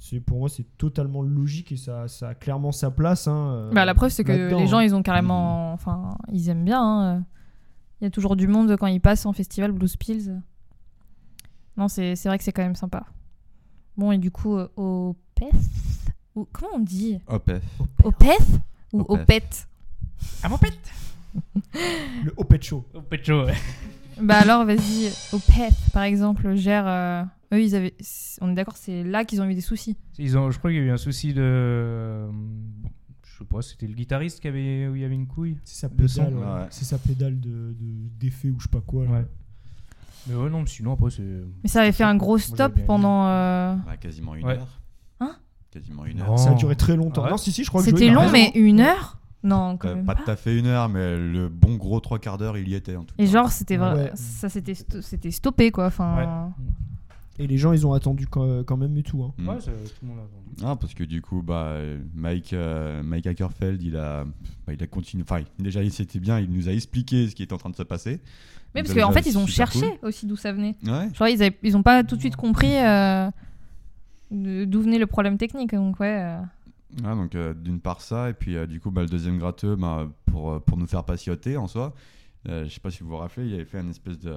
c'est pour moi c'est totalement logique et ça, ça a clairement sa place hein, euh, Bah, la preuve, c'est que là-dedans, les gens, hein. ils ont carrément. Enfin, ils aiment bien. hein. Il y a toujours du monde quand ils passent en festival Blues Pills. Non, c'est c'est vrai que c'est quand même sympa. Bon, et du coup, euh, au PEF ou Comment on dit Hop, eh. Au PEF Ou au Opeth. PET À Ah, mon pète Le Opet Show. Au Pecho, ouais. Bah alors, vas-y, au PEF, par exemple, gère. euh, Eux, ils avaient. c'est- On est d'accord, c'est là qu'ils ont eu des soucis. Ils ont, je crois qu'il y a eu un souci de. euh, Je sais pas, c'était le guitariste qui avait, où il y avait une couille. C'est sa Le son, pédale, ouais. ouais. c'est sa pédale de, de- d'effet ou je sais pas quoi. là. Ouais. Mais ouais, non, mais sinon après c'est. Mais ça avait fait un gros j'avais stop bien aimé. pendant. euh, Bah, quasiment une Ouais. heure. Hein Quasiment une Non. heure. Ça a duré très longtemps. Ah ouais Non, si, si, je crois que C'était Joey a long, raison. mais une heure Non, quand Euh, même pas pas. tout à fait une heure, mais le bon gros trois quarts d'heure, il y était en tout cas. Et genre, c'était vra- Ouais. ça s'était sto- c'était stoppé, quoi. Enfin, Et les gens, ils ont attendu quand quand même et tout. hein. Mm. Ouais, ça- tout le monde a entendu. Ah, parce que du coup, bah, euh, Mike, euh, Mike Ackerfeld, il a, bah, il a continué. Enfin, il- déjà, il- c'était bien, il nous a expliqué ce qui était en train de se passer. Mais parce Donc, qu'en déjà, fait, ils ont super cherché aussi d'où ça venait. cool. Ouais. Genre, ils, avaient- ils ont pas tout de suite compris euh, de- d'où venait le problème technique. Donc, ouais. euh. Ah, donc, euh, d'une part, ça, et puis euh, du coup, bah, le deuxième gratteux, bah, pour, euh, pour nous faire patienter en soi. Euh, je sais pas si vous vous rappelez, il avait fait un espèce de.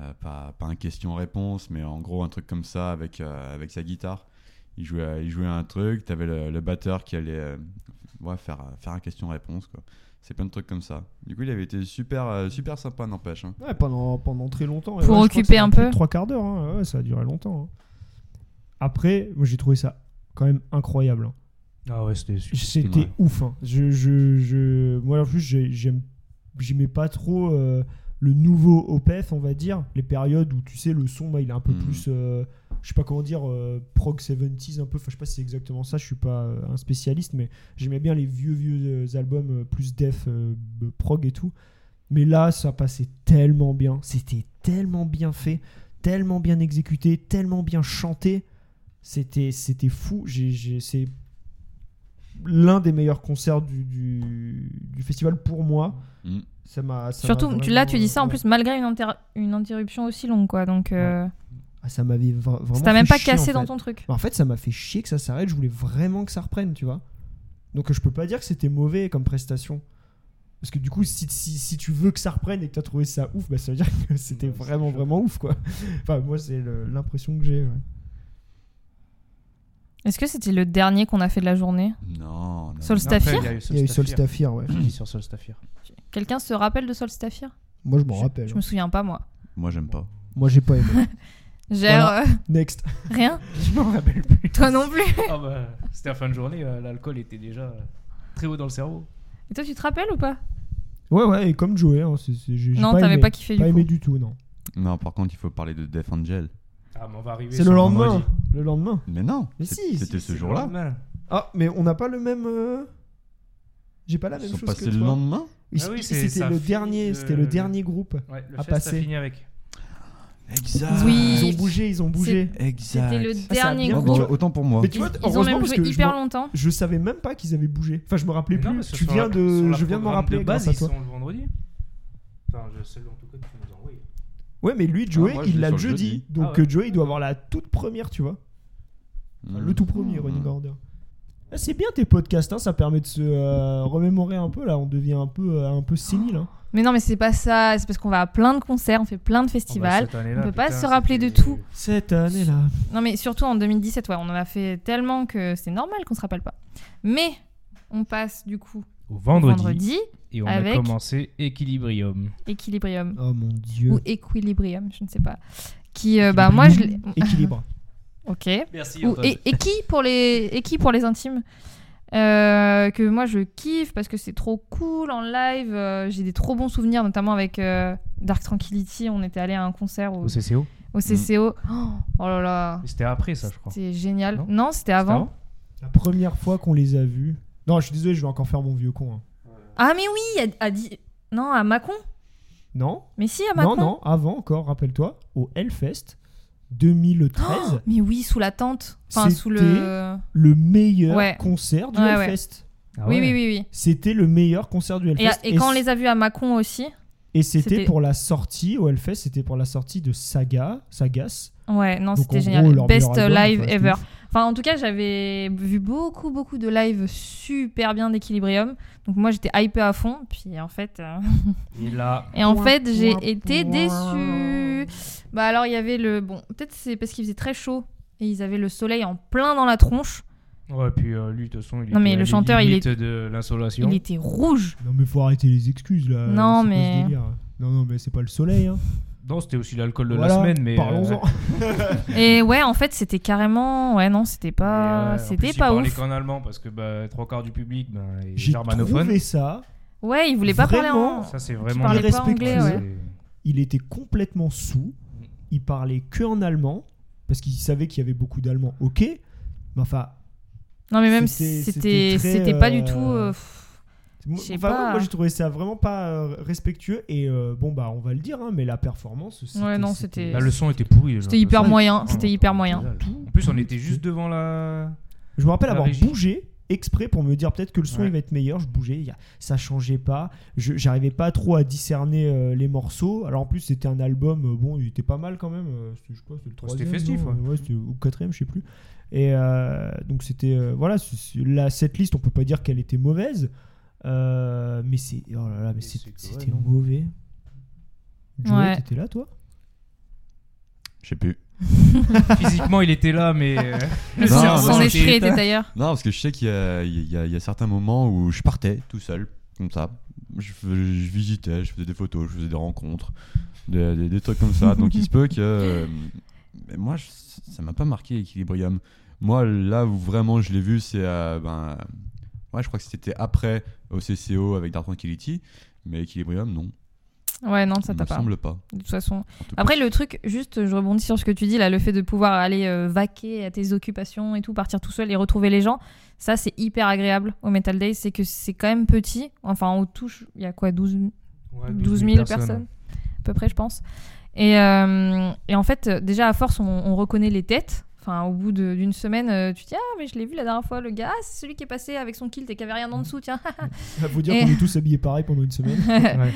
euh, pas, pas un question-réponse, mais en gros, un truc comme ça avec, euh, avec sa guitare. Il jouait, à- il jouait à un truc, t'avais le, le batteur qui allait euh, ouais, faire, euh, faire un question-réponse. quoi. C'est plein de trucs comme ça. Du coup, il avait été super, euh, super sympa, n'empêche. hein. Ouais, pendant, pendant très longtemps. Pour je crois que occuper ça a un pris peu. Trois quarts d'heure, hein. Ouais, ça a duré longtemps. hein. Après, moi, j'ai trouvé ça quand même incroyable. hein. Ah ouais, c'était super. C'était Ouais. ouf. hein. Je, je, je- Moi, en plus, j'ai- j'aime- j'aimais pas trop euh, le nouveau OPEF, on va dire. Les périodes où, tu sais, le son, bah, il est un peu Mhm. plus. euh, je sais pas comment dire, euh, prog 70s un peu. Enfin, je sais pas si c'est exactement ça, je suis pas euh, un spécialiste, mais j'aimais bien les vieux, vieux euh, albums euh, plus def, euh, b- prog et tout. Mais là, ça passait tellement bien. C'était tellement bien fait, tellement bien exécuté, tellement bien chanté. C'était, c'était fou. J'ai, j'ai- c'est l'un des meilleurs concerts du, du, du festival pour moi. Mm. Ça m'a, ça m'a Surtout, tu- là, vraiment- tu dis ça en ouais. plus malgré une, inter- une interruption aussi longue, quoi. Donc, euh, Ah, ça m'avait vra- vraiment. ça t'a même fait pas chier, cassé en dans fait. ton truc. Bah, En fait, ça m'a fait chier que ça s'arrête. Je voulais vraiment que ça reprenne, tu vois. Donc, je peux pas dire que c'était mauvais comme prestation. Parce que du coup, si, si, si tu veux que ça reprenne et que t'as trouvé ça ouf, bah, ça veut dire que (laughs) c'était Ouais, c'est vraiment, chaud. vraiment ouf, quoi. (laughs) Enfin, moi, c'est le- l'impression que j'ai. ouais. Est-ce que c'était le dernier qu'on a fait de la journée Non, non. Solstafir Après, Il y a eu Solstafir. (clears throat) Solstafir, ouais. Fini sur Solstafir. Quelqu'un se rappelle de Solstafir Moi, je m'en Je- rappelle. hein. Je me souviens pas, moi. Moi, j'aime pas. Moi, j'ai pas aimé. Gère Voilà. euh, (laughs) Next. rien (laughs) Je m'en rappelle plus. Toi non plus Ah bah, c'était la fin de journée, euh, l'alcool était déjà euh, très haut dans le cerveau. Et toi, tu te rappelles ou pas Ouais, ouais, et comme Joey, hein, c'est- c'est- j'ai j'ai Non, pas t'avais aimé. pas kiffé du Pas aimé coup. du tout, non. Non, par contre, il faut parler de Death Angel. Ah, mais on va arriver. C'est sur le lendemain. vendredi. Le lendemain. Mais non, Mais c'est- si, si, c'était C'est ce le jour-là. lendemain. Ah, mais on n'a pas le même. euh, J'ai pas la même Ils sont chose. passés que le toi. lendemain Oui, Ah oui, c'est- ça c'était le finit dernier, le- c'était le dernier groupe. Ouais, le À fest a passer. fini avec. Exact. Oui. Ils ont bougé, ils ont bougé. Exact. C'était le a dernier bien Ah, groupe. bah, autant pour moi. Mais tu Ils, vois, ils ont heureusement même parce joué que je, hyper m'en- longtemps. je savais même pas qu'ils avaient bougé. Enfin, je me rappelais Mais non, plus. parce que tu sur viens la- sur de, la je viens de m'en programme rappeler De grâce base, à ils toi. sont le vendredi. Enfin, je- celle en tout cas que tu nous as envoyée. Ouais, mais lui, Joey, Ah, moi, je il l'ai l'a sur le le jeudi. jeudi. Donc Ah ouais. euh, Joey, il doit avoir la toute première, tu vois. Enfin, Hein, Le tout premier, Mm. Running Order. Ah, C'est bien tes podcasts, hein, ça permet de se euh, remémorer un peu là. On devient un peu, euh, un peu sénile. hein. Mais non, mais c'est pas ça. C'est parce qu'on va à plein de concerts, on fait plein de Ah bah, festivals. cette année-là, on peut pas putain, se rappeler de c'était- tout. Cette année là. Non, mais surtout en 2017, ouais, on en a fait tellement que c'est normal qu'on se rappelle pas. Mais on passe du coup Au au vendredi, vendredi, et on avec- a commencé Equilibrium. Equilibrium. Oh mon dieu. Ou Equilibrium, je ne sais pas. Qui, euh, bah moi, je l'ai. (laughs) Équilibre. Ok. Merci. Ou, et, et qui pour les et qui pour les intimes Euh, que moi je kiffe parce que c'est trop cool en live euh, j'ai des trop bons souvenirs notamment avec euh, Dark Tranquility on était allé à un concert au, Au CCO. au CCO oh, oh là là Mais C'était après ça, je crois. c'était génial non, Non c'était avant. avant La première fois qu'on les a vus. Non, je suis désolé, je vais encore faire mon vieux con. hein. ah mais oui à, à Di- non à Mâcon Non, mais si à Mâcon non, non, avant encore, rappelle-toi, au Hellfest 2013, Oh, mais oui sous la tente enfin sous le le meilleur Ouais. concert du Ouais, ouais. Hellfest. Ah oui oui ouais. oui oui C'était le meilleur concert du et, Hellfest. et quand on c- les a vus à Mâcon aussi et c'était c'était- pour la sortie au Hellfest, c'était pour la sortie de Saga, Sagas. Ouais, non, Donc, en c'était gros, génial. leur Best meilleur album, live enfin, c'est ever. ouf. Enfin, en tout cas, j'avais vu beaucoup, beaucoup de lives super bien d'Equilibrium. Donc, moi, j'étais hypée à fond. Puis, en fait, euh, (laughs) Et là, et en fait, j'ai été déçue. Bah, alors, il y avait le. Bon, peut-être c'est parce qu'il faisait très chaud et ils avaient le soleil en plein dans la tronche. Ouais, puis euh, lui, de toute façon, il Non, mais était à le la chanteur, il limite est- de l'insolation. Il était rouge. Non, mais faut arrêter les excuses là. Non, c'est quoi ce mais- délire Non, non, mais c'est pas le soleil. Hein. Non, c'était aussi l'alcool de Voilà, la semaine, mais. euh, Parlons-en. Et ouais, en fait, c'était carrément. Ouais, non, c'était Et, euh, pas. en plus, c'était il pas parlait ouf. qu'en allemand parce que bah, trois quarts du public bah, est (laughs) J'ai germanophone. trouvé ça. Ouais, il voulait pas parler Vraiment en. Ça, c'est vraiment. parlait pas irrespectueux. anglais, ouais. Il était complètement sous. Il parlait que en allemand parce qu'il savait qu'il y avait beaucoup d'allemands. Ok, mais enfin, Non, mais même C'était- c'était c'était très, c'était pas du euh, tout. euh, pff. Moi, Je sais enfin, pas. moi, moi, j'ai trouvé ça vraiment pas euh, respectueux et euh, bon bah on va le dire hein, mais la performance c'était- Ouais, non, c'était- Là, le son était pourri. déjà. C'était hyper Ça, moyen. on C'était entend hyper que moyen. dalle. En plus, on était juste (laughs) devant la. je me rappelle la avoir régie. bougé exprès pour me dire peut-être que le son Ouais. il va être meilleur je bougeais il y a- ça changeait pas je j'arrivais pas trop à discerner euh, les morceaux alors en plus c'était un album euh, bon il était pas mal quand même euh, c'était je crois c'était le Ouais, c'était troisième festif, non ouais, c'était ou quatrième je sais plus et euh, donc c'était euh, voilà c'est- c'est- la cette liste on peut pas dire qu'elle était mauvaise euh, mais c'est oh là là mais Et c'est- c'est que, ouais, c'était non. mauvais Joey, Ouais. t'étais là toi Je sais plus. Physiquement, il était là, mais. euh, Le Non, son- non, son non, esprit était d'ailleurs. Non, parce que je sais qu'il y a, il y a- il y a certains moments où je partais tout seul, comme ça. Je, fais- je visitais, je faisais des photos, je faisais des rencontres, des, des- des trucs comme (laughs) ça. Donc il se peut que. euh, mais moi, je- ça m'a pas marqué Equilibrium. Moi, là où vraiment je l'ai vu, c'est. à ben, ouais, je crois que c'était après au CCO avec Dark Tranquility. Mais Equilibrium, non. Ouais, non, ça me t'a pas. semble pas. De toute façon. en tout cas. Après, le truc, juste, je rebondis sur ce que tu dis, là, le fait de pouvoir aller euh, vaquer à tes occupations et tout, partir tout seul et retrouver les gens, ça, c'est hyper agréable au Metal Day. C'est que c'est quand même petit. Enfin, on touche, il y a quoi, 12 000 ouais, 12 000 personnes, à peu près, je pense. Et, euh, et en fait, euh, déjà, à force, on, on reconnaît les têtes. Enfin, au bout de- d'une semaine, euh, tu te dis Ah, mais je l'ai vu la dernière fois, le gars, Ah, c'est celui qui est passé avec son kilt et qui avait rien en dessous, tiens. (laughs) Il faut dire Et- qu'on est tous habillés pareil pendant une semaine. Ouais.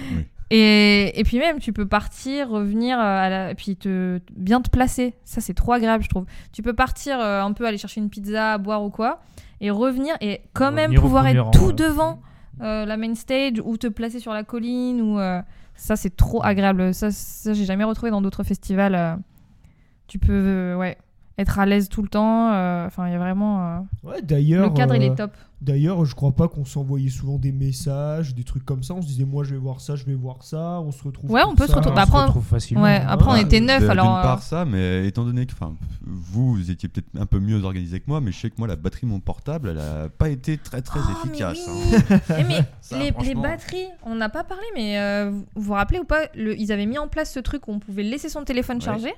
et, et puis même, tu peux partir, revenir, euh, à la- et puis te, bien te placer. Ça, c'est trop agréable, je trouve. Tu peux partir euh, un peu aller chercher une pizza, à boire ou quoi, et revenir, et quand Revenir même au pouvoir premier être rang, tout ouais. Ah, devant euh, la main stage ou te placer sur la colline. ou euh, Ça, c'est trop agréable. Ça, ça j'ai jamais retrouvé dans d'autres festivals. euh. tu peux euh, ouais, être à l'aise tout le temps. euh, Enfin, il y a vraiment. euh, (laughs) Ouais, d'ailleurs, Le cadre, il euh, est top. D'ailleurs, je crois pas qu'on s'envoyait souvent des messages, des trucs comme ça. On se disait, moi, je vais voir ça, je vais voir ça. On se retrouve. Ouais, pour on peut se ça. retrouver. Bah, on se après, on- retrouve facilement. Ouais, après, on Ah, était neuf, d- alors. euh, D'une part, ça, mais étant donné que enfin, vous, vous étiez peut-être un peu mieux organisé que moi, mais je sais que moi, la batterie de mon portable, elle a pas été très très Oh, mais efficace. oui. (laughs) hein. Eh, mais Ça, les, les franchement. batteries, on n'a pas parlé, mais euh, vous vous rappelez ou pas, le- ils avaient mis en place ce truc où on pouvait laisser son téléphone Ouais. chargé,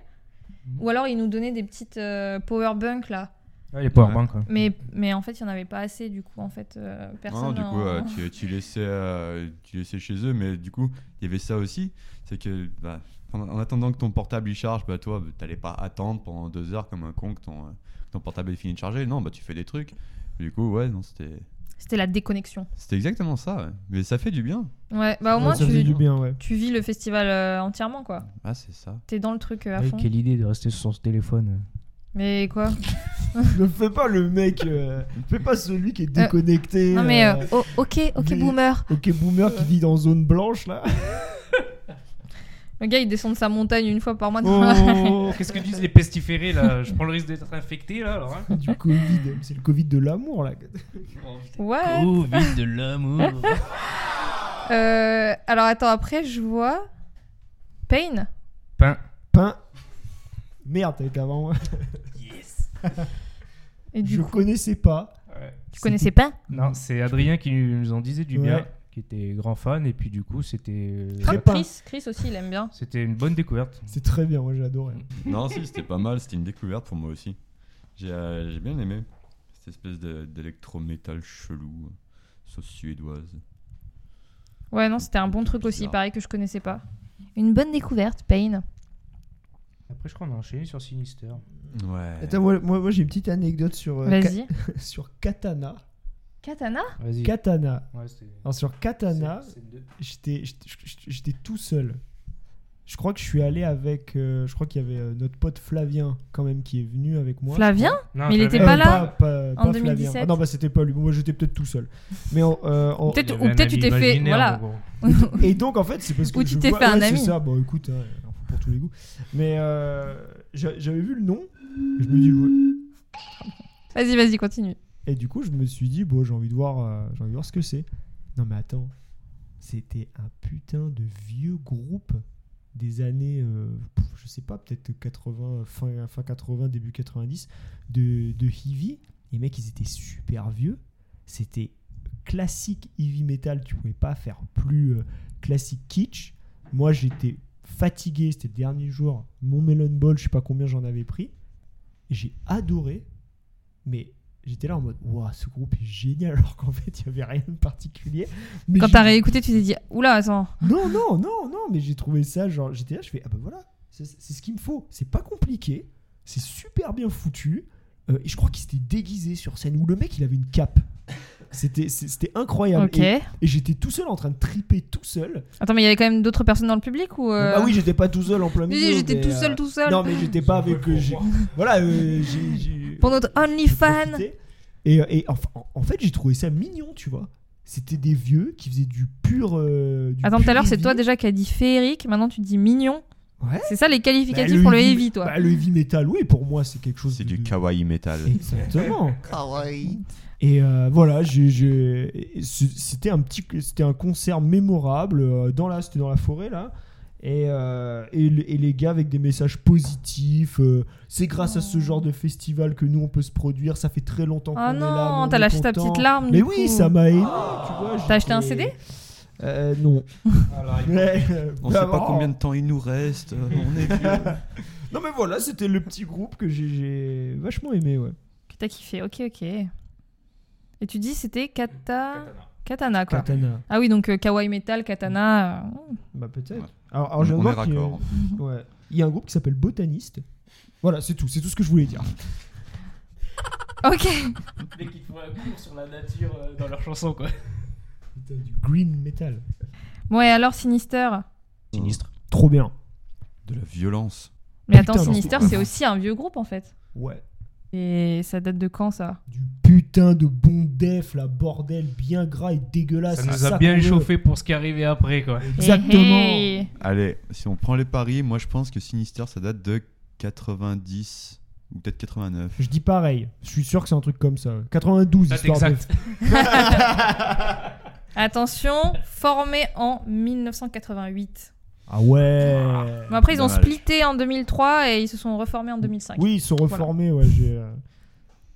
ou alors ils nous donnaient des petites euh, power banks là. Ouais, les powerbanks, quoi. Mais, mais en fait, il n'y en avait pas assez, du coup, en fait, euh, personne. Non, du coup, en- euh, tu, tu laissais, euh, tu laissais chez eux, mais du coup, il y avait ça aussi. C'est que, bah, en, en attendant que ton portable il charge, bah, toi, bah, t'allais pas attendre pendant deux heures comme un con que ton, euh, que ton portable est fini de charger. Non, bah, tu fais des trucs. Du coup, ouais, non, c'était, C'était la déconnexion. c'était exactement ça. ouais. Mais ça fait du bien. Ouais, bah au Ouais, moins, ça faisait tu, du bien, (laughs) ouais. tu vis le festival euh, entièrement, quoi. Ah, c'est ça. T'es dans le truc euh, à Ouais, fond. quelle idée de rester sur son téléphone. Mais quoi ne fais pas le mec. euh, fais pas celui qui est déconnecté. Euh, Non, mais euh, euh, oh, ok, ok, mais- boomer. Ok, boomer qui vit dans zone (laughs) blanche là. Le gars, il descend de sa montagne une fois par mois. (laughs) Oh, qu'est-ce que disent les pestiférés là Je prends le risque d'être infecté là alors. hein. Du Covid. C'est le Covid de l'amour là. (laughs) ouais. Covid de l'amour. (laughs) Oh. Euh, alors attends, après je vois Pain. Pain. Pain. Merde, t'avais qu'avant moi. Et du hein. Je coup, connaissais pas. Ouais. tu connaissais Pain Non, c'est Adrien qui nous en disait du Ouais. bien, qui était grand fan et puis du coup c'était euh, Très Comme Pain. Chris, Chris aussi il aime bien. c'était une bonne découverte. C'est très bien, moi j'ai adoré. Non, si, c'était pas mal, c'était une découverte pour moi aussi. J'ai euh, j'ai bien aimé cette espèce de- d'électrométal chelou, euh, sauce suédoise. Ouais non, c'était un bon truc aussi, Bizarre. pareil que je connaissais pas. Une bonne découverte, Pain. Après je crois qu'on a enchaîné sur Sinister. Ouais. Attends, moi, moi, moi, j'ai une petite anecdote sur, euh, Vas-y. Ka- (laughs) sur Katana. Katana Vas-y. Katana. Ouais, c'était- Alors sur Katana, c'est- c'est deux. j'étais j'étais- j'étais tout seul. Je crois que je suis allé avec. euh, je crois qu'il y avait euh, notre pote Flavien, quand même, qui est venu avec moi. Flavien Non, Mais il je était Euh, l'avais- pas là pas- en pas Flavien. 2017. Ah non, bah c'était pas lui. Moi j'étais peut-être tout seul. Mais en- euh, en- Peut-être- Il ou avait un peut-être tu ami t'es fait- imaginaire, voilà. en gros. Et donc en fait, c'est parce que. Ou je tu t'es vois- fait un ouais, c'est ami. ça, bon écoute, hein, il en faut pour tous les goûts. Mais euh, j'a- j'avais vu le nom. Je me dis, ouais, (laughs) Vas-y, vas-y, continue. Et du coup, je me suis dit, bon, j'ai envie de voir, euh, j'ai envie de voir ce que c'est. Non, mais attends, c'était un putain de vieux groupe des années, euh, pff, je sais pas, peut-être 80, fin, fin 80, début 90, de, de Heavy. Les mecs, ils étaient super vieux. C'était classique heavy metal, tu pouvais pas faire plus euh, classique kitsch. Moi, j'étais fatigué, c'était le dernier jour, mon melon ball, je sais pas combien j'en avais pris. J'ai adoré, mais j'étais là en mode, waouh, ce groupe est génial, alors qu'en fait, il y avait rien de particulier. Mais Quand j'ai- t'as réécouté, tu t'es dit, oula, attends. non, non, non, non, mais j'ai trouvé ça, genre, j'étais là, je fais, ah bah voilà, c'est c'est ce qu'il me faut. C'est pas compliqué, c'est super bien foutu. Euh, et je crois qu'il s'était déguisé sur scène, où le mec, il avait une cape. C'était c'est- c'était incroyable. Ok. Et, et j'étais tout seul en train de triper tout seul. Attends, mais il y avait quand même d'autres personnes dans le public ou euh, Ah oui, j'étais pas tout seul en plein oui, milieu. j'étais mais, tout euh, seul, tout seul. Non, mais j'étais pas C'est avec. vrai euh, pour j'ai- moi. voilà, euh, j'ai- j'ai- Pour notre j'ai OnlyFan. profité. Et, euh, et en, en- en fait, j'ai trouvé ça mignon, tu vois. C'était des vieux qui faisaient du pur. euh, du Attends, tout pur à l'heure, c'est heavy. toi déjà qui a dit féerique, maintenant tu dis mignon. Ouais. C'est ça les Bah, qualificatifs pour le heavy- heavy, toi. bah, le heavy metal, oui, pour moi, c'est quelque chose. C'est de- du de- kawaii (laughs) metal. (laughs) Exactement. Ah Et euh, voilà, j'ai- j'ai- et c- c'était un petit, c'était un concert mémorable euh, dans la, c'était dans la forêt là. Et, euh, et, le- et les gars avec des messages positifs. euh, c'est grâce à ce genre de festival que nous on peut se produire. Ça fait très longtemps qu'on Oh. Ah est là. mais non, on t'as est lâché ta content. petite larme. Mais du oui, coup. Oh. ça m'a aidé. tu vois, T'as acheté un j'étais- CD Euh, Non. (laughs) Alors, il- Ouais, On sait bah, pas oh. combien de temps il nous reste. euh, On est (laughs) Non mais voilà, c'était le petit groupe que j'ai- j'ai vachement aimé, ouais. Que t'as kiffé, ok, ok. Et tu dis c'était kata... Katana. katana, quoi. Katana. Ah oui, donc euh, kawaii metal, katana. euh, Bah peut-être. Ouais. Alors, alors, je viens de on est voir qu'il y a- raccord. (laughs) ouais. Il y a un groupe qui s'appelle Botaniste. Voilà, c'est tout, c'est tout ce que je voulais dire. Ok. (laughs) Dès qu'il faut un cours sur la nature euh, dans leur chanson, quoi. Putain, du green metal. Bon, et alors Sinister Sinistre. Trop bien. De la violence. Mais Ah, Putain, attends, non, Sinister, c'est- c'est aussi un vieux groupe en fait. Ouais. Et ça date de quand ça Du putain de bon def, la bordel bien gras et dégueulasse. Ça Ah, c'est nous a qu'on bien veut. échauffé pour ce qui arrivait après, quoi. Eh, Exactement. eh. Allez, si on prend les paris, moi je pense que Sinister ça date de 90 ou peut-être 89. Je dis pareil. Je suis sûr que c'est un truc comme ça. 92, Date histoire de... exacte. Attention, formé en 1988. Ah ouais. Bon, après, ils ont Dommage. splitté en 2003 et ils se sont reformés en 2005. Oui, ils sont Voilà. reformés, ouais. j'ai, euh,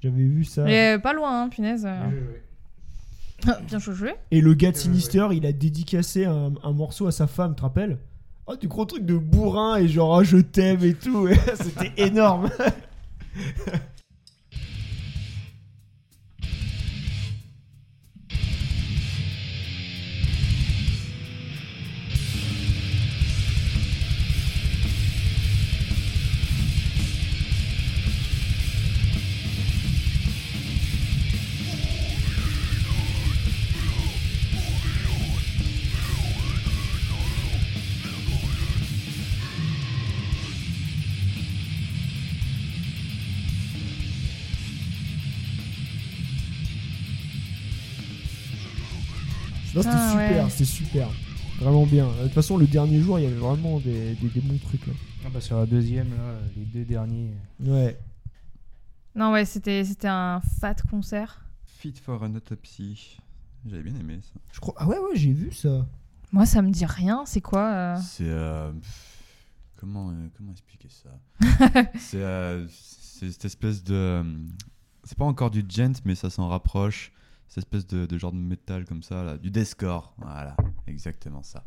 J'avais vu ça. Mais euh, pas loin, hein, punaise. euh. Oui, oui, Bien chaud joué. Et le gars de Euh, Sinister, il a dédicacé un, un morceau à sa femme, tu te rappelles Oh, du gros truc de bourrin et genre, Ah, je t'aime et tout. (laughs) C'était énorme. Non, c'était Ah, super, ouais. c'était super. Vraiment bien. Euh, De toute façon, le dernier jour, il y avait vraiment des, des- des bons trucs. Là. Ah bah, sur la deuxième, là, les deux derniers. Ouais. Non, ouais, c'était c'était un fat concert. Fit for an autopsy. J'avais bien aimé ça. Je crois... Ah ouais, ouais, j'ai vu ça. Moi, ça me dit rien. C'est quoi euh C'est euh, pff, comment euh, comment expliquer ça C'est euh, c'est cette espèce de euh, c'est pas encore du gent mais ça s'en rapproche. Cette espèce de, de genre de métal comme ça là, du deathcore. Voilà, exactement ça.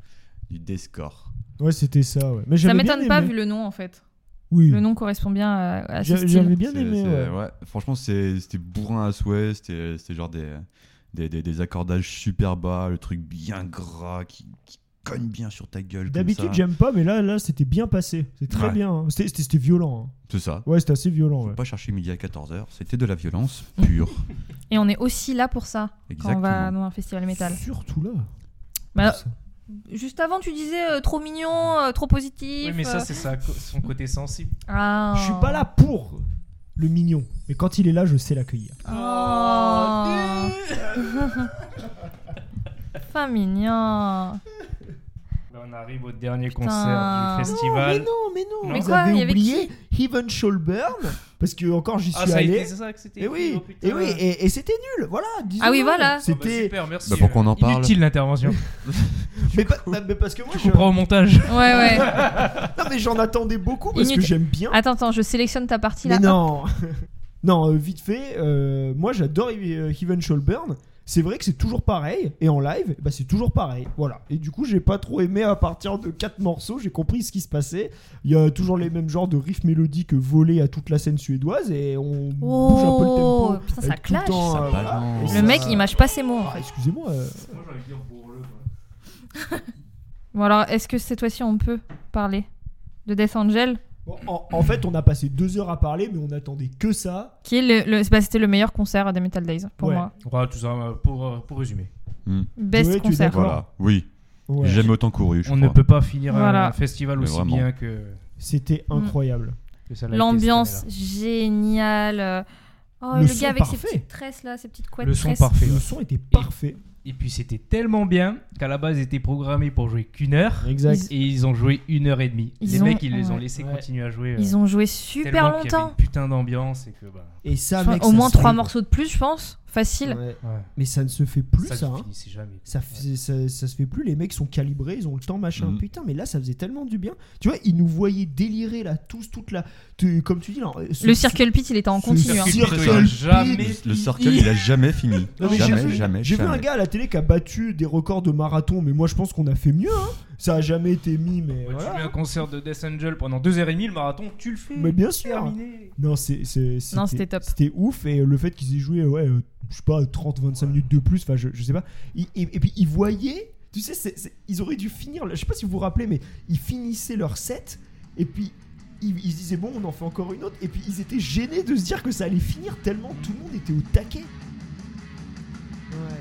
Du deathcore. Ouais, c'était ça, ouais. Mais Ça j'avais bien m'étonne pas aimé. vu le nom en fait. Oui. Le nom correspond bien à, à ce J'a- style. J'avais bien C'est- aimé, c'est- ouais. Franchement, c'est- c'était bourrin à souhait. C'était c'était genre des, des, des- des accordages super bas, le truc bien gras qui, qui cogne bien sur ta gueule. comme D'habitude, ça. j'aime pas, mais là, là c'était bien passé. C'était très Ouais. bien. hein. C'était- C'était c'était violent. hein. C'est ça. Ouais, c'était assez violent, ouais. Faut pas chercher midi à 14h. C'était de la violence pure. Et on est aussi là pour ça quand on va Exactement. dans un festival métal. Surtout là. Bah, Ça. juste avant, tu disais euh, trop mignon, euh, trop positif. Oui, mais euh, ça, c'est sa- son côté sensible. ah. Je suis pas là pour le mignon, mais quand il est là, je sais l'accueillir. Oh. Fin mignon. oui. on arrive au dernier Putain. Oh, concert du Non, festival. Non, Oh, mais non, mais non. Mais Vous quoi, il avez y avait oublié Heaven Shall Burn parce que encore j'y suis ah, ça a été allé. c'est ça que c'était. Eh Et oui, écrit, oh putain. et oui, et, et c'était nul. Voilà. disons. Ah oui, voilà. Ah bah C'était. super, merci. Bah, pour qu'on en parle. (laughs) Inutile l'intervention. mais, pas- mais parce que moi, Tu je... couperas au montage. Ouais, (laughs) ouais. non, mais j'en attendais beaucoup parce que Inutile. j'aime bien. Attends, attends, je sélectionne ta partie là. Mais non (laughs) Non, euh, vite fait, euh, moi j'adore euh, Heaven Shall Burn. C'est vrai que c'est toujours pareil, et en live, bah, c'est toujours pareil. Voilà. Et du coup, j'ai pas trop aimé à partir de quatre morceaux, j'ai compris ce qui se passait. Il y a toujours les mêmes genres de riffs mélodiques volés à toute la scène suédoise, et on bouge un peu le Oh, tempo. putain, ça avec tout clash, temps, ça. euh, voilà. balance. Et Le ça- mec, il mâche pas ses mots. Ah, excusez-moi. euh, Moi j'allais dire bourreleux. Bon, alors, est-ce que cette fois-ci, on peut parler de Death Angel bon, en, en fait, on a passé deux heures à parler, mais on attendait que ça. qui est le, le- bah, c'était le meilleur concert des Metal Days pour Ouais. moi. Ouais, tout ça euh, pour, euh, pour résumer. Best Joey, tu es concert. d'accord Voilà, oui. Ouais. Jamais autant couru. Je On ne crois. peut pas finir Voilà. un festival Mais aussi vraiment. bien que, C'était Mm. incroyable. que ça l'a été cette L'ambiance année-là. géniale. euh, Oh, Le le, son gars avec ses parfait. petites tresses là, ses petites couettes. Le son tresses. parfait. Le ouais. son était parfait. Et puis c'était tellement bien qu'à la base ils étaient programmés pour jouer qu'une heure. Exact. Et ils ont joué une heure et demie. Ils les ont- mecs, ils les ont ouais. laissés Ouais. continuer à jouer. euh, Ils ont joué tellement super qu'il y avait longtemps. une putain d'ambiance et que bah, Et ça, Je pense Ah, mec, au ça moins se trois fait- morceaux de plus, je pense. Facile. Ouais. ouais, Mais ça ne se fait plus, ça. ça ne hein. finissait jamais. Ça, Ouais. fais- ça, ça se fait plus, les mecs sont calibrés, ils ont le temps, machin. Mhm. Putain, mais là, ça faisait tellement du bien. Tu vois, ils nous voyaient délirer, là, tous, toute la. tu- comme tu dis, là, euh, ce- Le Circle Pit, il était en ce- continu. hein. Circle Circle Pit, il a Pit. jamais Le- Le circle, il a jamais fini. (laughs) Non, mais j'ai jamais, vu- jamais, J'ai vu jamais. un gars à la télé qui a battu des records de marathon, mais moi, je pense qu'on a fait mieux, hein. Ça a jamais été mis, mais. Ouais, Tu voilà. fais un concert de Death Angel pendant deux heures et demie, le marathon, tu le fais. Mais bien sûr. terminé. Non, c'est- c'est- Non, c'était top. C'était ouf, et le fait qu'ils aient joué, ouais, euh, je sais pas, 30-25 minutes de plus, enfin, je, je sais pas. Ils- Et, et puis, ils voyaient, tu sais, c'est- c'est- ils auraient dû finir, je sais pas si vous vous rappelez, mais ils finissaient leur set, et puis ils, ils se disaient, bon, on en fait encore une autre, et puis ils étaient gênés de se dire que ça allait finir tellement tout le monde était au taquet. Ouais.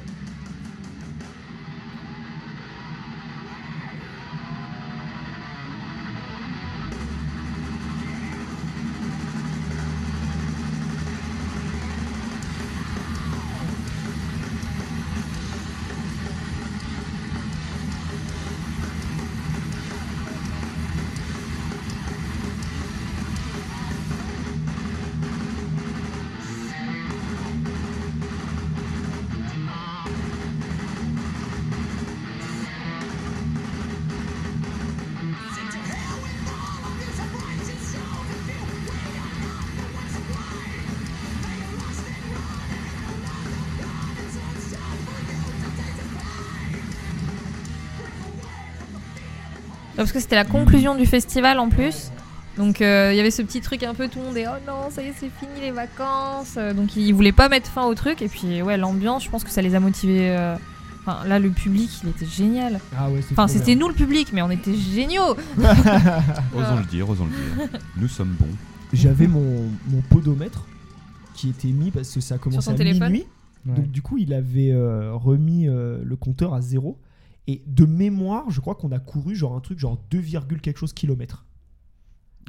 Parce que c'était la conclusion du festival en plus. Donc euh, il y avait ce petit truc un peu tout le monde est oh non ça y est c'est fini les vacances Euh, donc ils voulaient pas mettre fin au truc et puis ouais l'ambiance je pense que ça les a motivés euh, enfin là le public il était génial Ah ouais, enfin c'était nous le public mais on était géniaux Osons euh, le dire, osons le dire. Nous sommes bons. J'avais mon, mon podomètre qui était mis parce que ça commençait son à téléphone minuit. Ouais. Donc du coup, il avait euh, remis euh, le compteur à zéro. Et de mémoire, je crois qu'on a couru genre un truc genre 2, quelque chose kilomètres.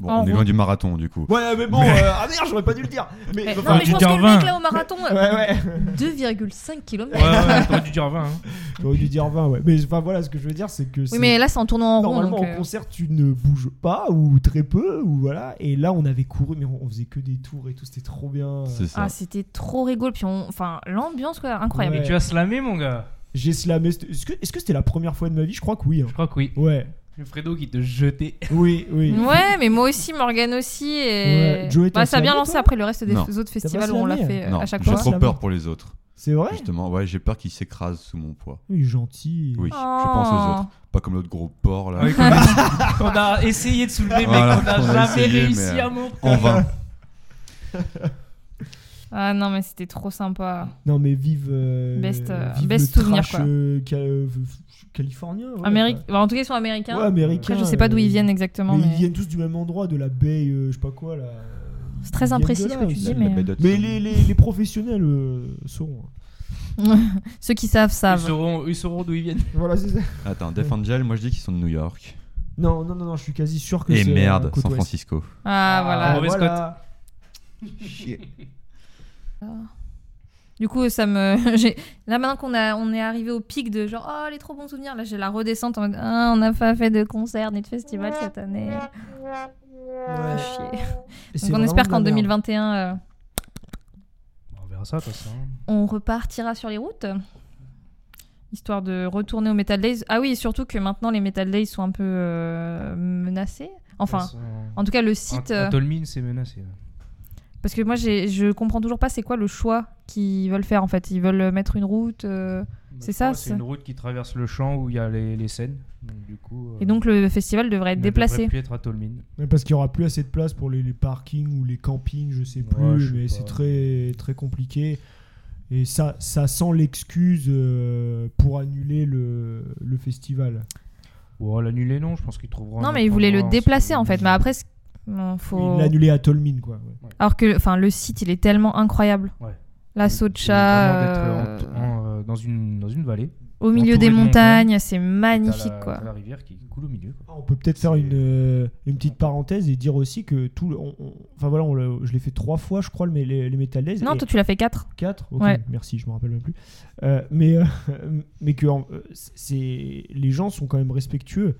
Bon, En on est route. loin du marathon, du coup. Ouais, mais bon, euh, ah merde, j'aurais pas dû le dire. Mais, Mais enfin, non mais je pense que le 20. mec là au marathon euh, Ouais, ouais. 2,5 km Ouais, ouais, t'aurais dû dire 20. hein. J'aurais dû dire 20, ouais. Mais enfin, voilà, ce que je veux dire, c'est que c'est- oui mais là c'est en tournant en rond normalement, donc, au euh, concert, tu ne bouges pas ou très peu, ou voilà. Et là, on avait couru, mais on on faisait que des tours et tout, c'était trop bien. C'est ça. ah c'était trop rigolo puis on... enfin l'ambiance quoi incroyable Mais Ouais. tu as slamé, mon gars. J'ai slamé. c'était- Est-ce que est-ce que c'était la première fois de ma vie Je crois que (laughs) oui. hein. Je crois que oui. Ouais, Le Fredo qui te jetait. oui, oui. Ouais, mais moi aussi, Morgan aussi. Et... Ouais, Joey, t'as bah, ça a bien slamé, lancé toi après le reste des Non. autres pas festivals où on l'a slamé fait euh, non, à chaque j'ai fois. trop Ça peur me- pour les autres. C'est vrai Justement, ouais, j'ai peur qu'ils s'écrasent sous mon poids. Oui, gentil. Oui, Oh. je pense aux autres. Pas comme l'autre gros porc là. Ouais, qu'on a- (laughs) qu'on a essayé de soulever, Voilà, mais qu'on qu'on a n'a jamais essayé, mais, réussi euh, à monter. En vain. Ah non, mais c'était trop sympa. Non, mais vive. euh, Best, euh, vive best le souvenir, trash, quoi. euh, ca- euh, f- californien. voilà, Amérique... quoi. bah, en tout cas, ils sont américains. Ouais, américain. Après, je sais pas d'où euh, ils viennent exactement. mais Mais ils viennent tous du même endroit, de la baie, euh, je sais pas quoi, là. C'est très Ils viennent imprécis de ce là que tu aussi. (laughs) dis, mais- euh, Mais les, les, les professionnels euh, sauront. Ceux qui savent, Ils savent. sauront, ils sauront d'où ils viennent. Voilà, c'est ça. Attends, Def Angel, moi je dis qu'ils sont de New York. Non, non, non, non, je suis quasi sûr que Et c'est. euh, merde, côte San ouest. Francisco. Ah Ah, voilà. ouais. Mauvais voilà. Du coup, ça me. (laughs) j'ai- Là, maintenant qu'on a... on est arrivé au pic de genre, oh, les trop bons souvenirs, là, j'ai la redescente en mode, ah, on n'a pas fait de concert ni de festival cette année. Ouais. Chier. Et c'est Donc, on vraiment espère de la qu'en merde. 2021, euh, On verra ça, de toute façon. on repartira sur les routes. Histoire de retourner aux Metal Days. Ah oui, surtout que maintenant, les Metal Days sont un peu euh, menacés. Enfin, en tout cas, le un, site. un euh, Tolmin, c'est menacé. Parce que moi, j'ai- je comprends toujours pas c'est quoi le choix qu'ils veulent faire en fait. Ils veulent mettre une route. euh, C'est ça, C'est c'est- une route qui traverse le champ où il y a les, les scènes. Donc, du coup, euh, Et donc le festival devrait être déplacé. Plus être à Tolmin. Ouais, Parce qu'il n'y aura plus assez de place pour les, les parkings ou les campings, je sais plus, Ouais, je sais mais pas. c'est très, très compliqué. Et ça, ça sent l'excuse euh, pour annuler le, le festival. Ou l'annuler, non, je pense qu'ils trouveront. Non, un mais ils voulaient le endroit, hein, déplacer c'est- en fait. Mais après, c'est- bon, faut. L'annuler à Tolmin, quoi. ouais. Alors que, enfin, le site, il est tellement incroyable. Ouais. La Vraiment Socha, d'être euh, en- en, euh, dans, une, dans une vallée. au milieu des entouré de montagnes, c'est T'as magnifique la- quoi. t'as la rivière qui coule au milieu. quoi. Ah, On peut peut-être faire C'est- une, euh, une petite parenthèse et dire aussi que tout. le- on- on- enfin voilà, on l'a- je l'ai fait trois fois, je crois, le- les, les Metal Days. Non, Et- toi, tu l'as fait 4 4 Ouais. Merci, je me rappelle même plus. Euh, mais euh, (laughs) mais que en- euh, c'est les gens sont quand même respectueux.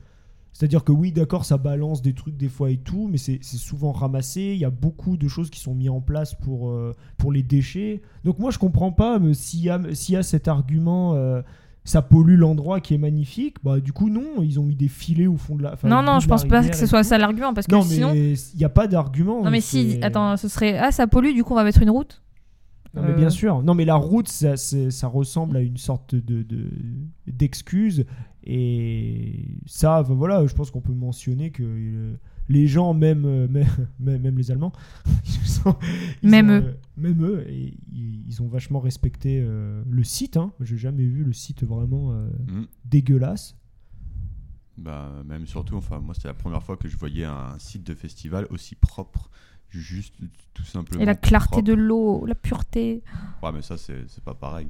C'est-à-dire que oui, d'accord, ça balance des trucs des fois et tout, mais c'est c'est souvent ramassé. Il y a beaucoup de choses qui sont mises en place pour, euh, pour les déchets. Donc moi, je comprends pas mais s'il y, a- s'il y a cet argument, euh, ça pollue l'endroit qui est magnifique. Bah du coup non, ils ont mis des filets au fond de la. enfin, au Non, bout non, de je la pense pas rivière que ce et soit tout. ça l'argument parce que Non, sinon. mais il n'y a pas d'argument. Non, mais si, c'est- attends, ce serait ah, ça pollue, du coup, on va mettre une route. non, mais Euh, bien sûr. Non, mais la route, ça, c'est- ça ressemble à une sorte de de- d'excuse. et ça, enfin, voilà, je pense qu'on peut mentionner que euh, les gens, même, euh, (laughs) même, même- même les Allemands, (laughs) ils sont- ils Même ont, eux. euh, même eux, et ils, ils ont vachement respecté euh, le site. Hein. J'ai jamais vu le site vraiment euh, Mm. dégueulasse. Bah, même surtout, enfin, moi, c'était la première fois que je voyais un site de festival aussi propre, juste tout simplement. Et la clarté propre. de l'eau, la pureté. Ouais, mais ça, c'est c'est pas pareil.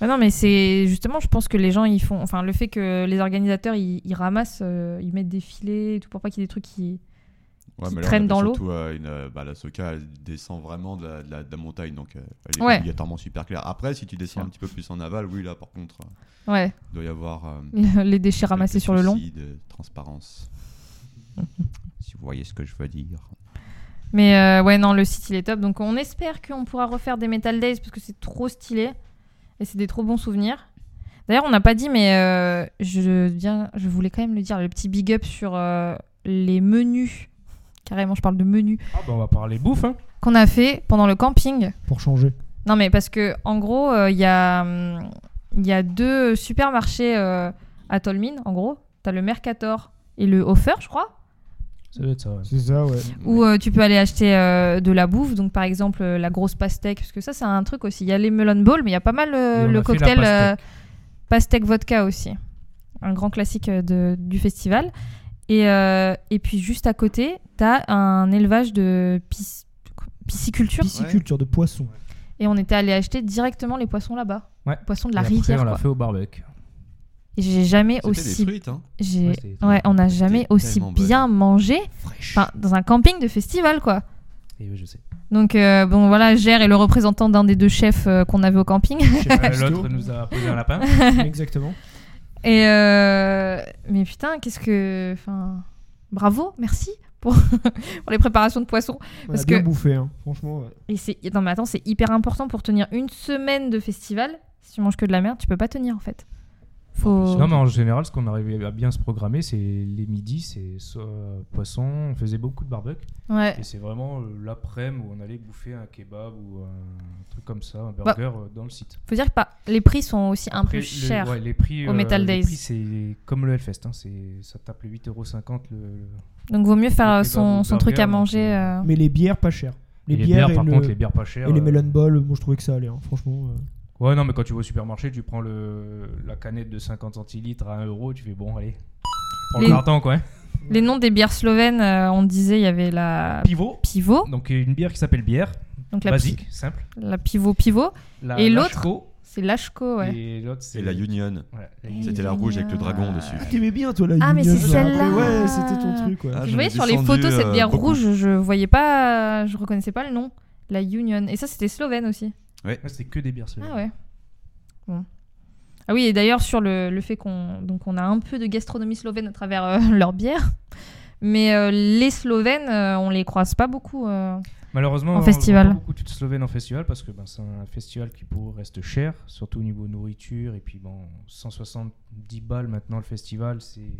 Bah non, mais c'est justement, je pense que les gens, ils font. Enfin, le fait que les organisateurs, ils, ils ramassent, euh, ils mettent des filets et tout pour pas qu'il y ait des trucs qui. Ouais, Qui mais traîne on avait dans l'eau. surtout, euh, une, euh, bah, la Soka, elle descend vraiment de la, de la- de la montagne, donc euh, elle est Ouais. obligatoirement super claire. Après, si tu descends Sûr. un petit peu plus en aval, oui, là, par contre, euh, Ouais, il doit y avoir. euh, (laughs) les déchets ramassés quelques sur le long. soucis de (laughs) transparence. si vous voyez ce que je veux dire. Mais euh, ouais, non, le site, il est top. Donc, on espère qu'on pourra refaire des Metal Days parce que c'est trop stylé et c'est des trop bons souvenirs. D'ailleurs, on n'a pas dit, mais euh, je, viens, je voulais quand même le dire, le petit big up sur euh, les menus. Carrément, je parle de menus. Ah, bah, on va parler bouffe. Hein. Qu'on a fait pendant le camping. Pour changer. Non, mais parce que en gros, euh, il y, a, hum, il y a deux supermarchés euh, à Tolmin, en gros. T'as le Mercator et le Hofer, je crois, Ça doit être ça. ouais. C'est ça, ouais. où euh, tu peux aller acheter euh, de la bouffe. Donc, par exemple, euh, la grosse pastèque, parce que ça, c'est un truc aussi. Il y a les melon balls, mais il y a pas mal euh, Et on le a fait la cocktail euh, pastèque. pastèque vodka aussi. Un grand classique euh, de- du festival. Et, euh, et puis, juste à côté, t'as un élevage de pis- pisciculture. Pisciculture de poissons. Et on était allé acheter directement les poissons là-bas. Ouais. Poissons de la Et après, rivière. on quoi. l'a fait au barbecue. Et J'ai jamais C'était des aussi. frites, hein. j'ai- Ouais, c'était- Ouais, on n'a jamais aussi tellement bonne. bien mangé enfin, dans un camping de festival, quoi. Et oui, (laughs) je sais. Donc, euh, bon, voilà, Gère est le représentant d'un des deux chefs euh, qu'on avait au camping. (laughs) Euh, L'autre nous a posé un lapin. Exactement. Et. euh, Mais putain, qu'est-ce que. Enfin. Bravo, merci pour, (laughs) pour les préparations de poissons. On Parce a bien que- bouffé, hein. franchement. ouais. Et c'est. Non, mais attends, c'est hyper important pour tenir une semaine de festival. Si tu manges que de la merde, tu peux pas tenir, en fait. Faut. Non, mais en général, ce qu'on arrivait à bien se programmer, c'est les midis, c'est soit euh, poisson, on faisait beaucoup de barbecue. Ouais. Et c'est vraiment euh, l'après-midi où on allait bouffer un kebab ou un truc comme ça, un Bah. burger euh, dans le site. Faut dire que pas... les prix sont aussi un Après, peu le- chers. ouais, les prix, euh, au Metal les Days. prix, c'est comme le Hellfest, hein, c'est- ça tape les 8,50€ le, le, Donc, vaut mieux faire Les euh, kebabs son, ou son truc à burgers, donc, manger. euh, euh, Mais les bières, pas chères. Et Les, bières, et par le- contre, les bières pas chères. Et les euh, melon balls, moi je trouvais que ça allait, hein, franchement. euh. Ouais, non, mais quand tu vas au supermarché, tu prends le, la canette de 50 centilitres à 1 euro, tu fais bon, allez. Prends Les- le carton, quoi. hein. Les noms des bières slovènes, euh, on disait, il y avait la Pivot. pivot, Donc, une bière qui s'appelle bière, donc la, basique, simple. pi- la pivot pivot, La- Et la l'autre, Schco, c'est l'Ashko, ouais. Et l'autre, c'est. C'est la Union. Ouais, la Et- Union. C'était la rouge avec le dragon dessus. T'aimais bien toi la Ah, mais Union, c'est je me rappelle. celle-là. Ouais, c'était ton truc, ouais. Ah, Vous j'en ai voyez sur les descendu, photos cette euh, bière beaucoup. rouge, je voyais pas, je reconnaissais pas le nom, la Union. Et ça c'était slovène aussi. Ouais. Ouais, c'était que des bières Ah célèbres. ouais. Bon. Ah oui, et d'ailleurs sur le, le fait qu'on donc on a un peu de gastronomie slovène à travers euh, (laughs) leur bière, mais euh, les Slovènes, euh, on les croise pas beaucoup. euh. Malheureusement, En on festival. voit pas beaucoup de Slovènes en festival parce que ben, c'est un festival qui pour eux, reste cher, surtout au niveau nourriture. Et puis, bon, 170 balles maintenant le festival, c'est